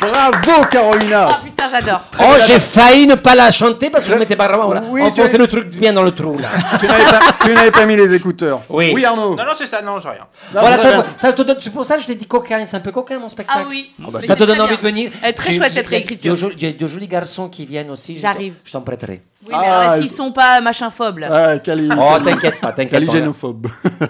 Speaker 2: Bravo, Carolina!
Speaker 5: Oh putain, j'adore.
Speaker 11: Oh, j'ai failli ne pas la chanter parce que je m'étais pas vraiment voilà,
Speaker 2: Oui,
Speaker 11: enfoncé
Speaker 2: tu-
Speaker 11: le truc bien dans le trou. Là.
Speaker 2: tu n'avais pas, tu n'avais pas mis les écouteurs.
Speaker 11: Oui.
Speaker 2: Arnaud.
Speaker 3: Non, non, c'est ça, non, j'ai rien.
Speaker 2: Non,
Speaker 11: voilà,
Speaker 2: vous
Speaker 11: ça,
Speaker 2: avez-
Speaker 11: ça te donne- c'est pour ça que je l'ai dit coquin, c'est un peu coquin mon spectacle.
Speaker 5: Ah oui.
Speaker 2: bah,
Speaker 5: Mais
Speaker 11: Ça
Speaker 5: c'est
Speaker 11: te donne
Speaker 5: très
Speaker 11: envie
Speaker 5: bien.
Speaker 11: de venir.
Speaker 5: Elle est très
Speaker 11: J'ai-
Speaker 5: chouette,
Speaker 11: il y
Speaker 5: cette
Speaker 11: a-
Speaker 5: réécriture.
Speaker 11: il y a- Il y a de jolis garçons qui viennent aussi. je-
Speaker 5: J'arrive.
Speaker 11: Je t'en prêterai.
Speaker 5: Oui, mais alors
Speaker 2: Ah,
Speaker 5: est-ce qu'ils sont pas machinphobes là
Speaker 2: Ah, Cali.
Speaker 11: Oh, t'inquiète pas, t'inquiète
Speaker 2: Cali
Speaker 11: pas.
Speaker 2: génophobe.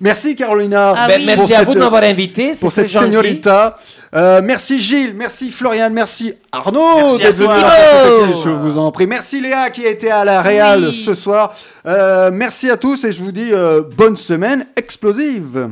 Speaker 2: Merci Carolina.
Speaker 4: Ah Ben, oui. merci
Speaker 2: pour
Speaker 4: à vous de
Speaker 2: euh,
Speaker 4: m'avoir invité, c'est
Speaker 2: Pour cette
Speaker 4: très gentil.
Speaker 2: señorita. Euh, merci Gilles, merci Florian, merci Arnaud
Speaker 4: Merci à
Speaker 2: d'être venu
Speaker 4: toi.
Speaker 2: à la
Speaker 4: Thibaut.
Speaker 2: Fête Je vous en prie. Merci Léa qui a été à la Réal
Speaker 4: Oui.
Speaker 2: ce soir. Euh, merci à tous et je vous dis euh, bonne semaine explosive.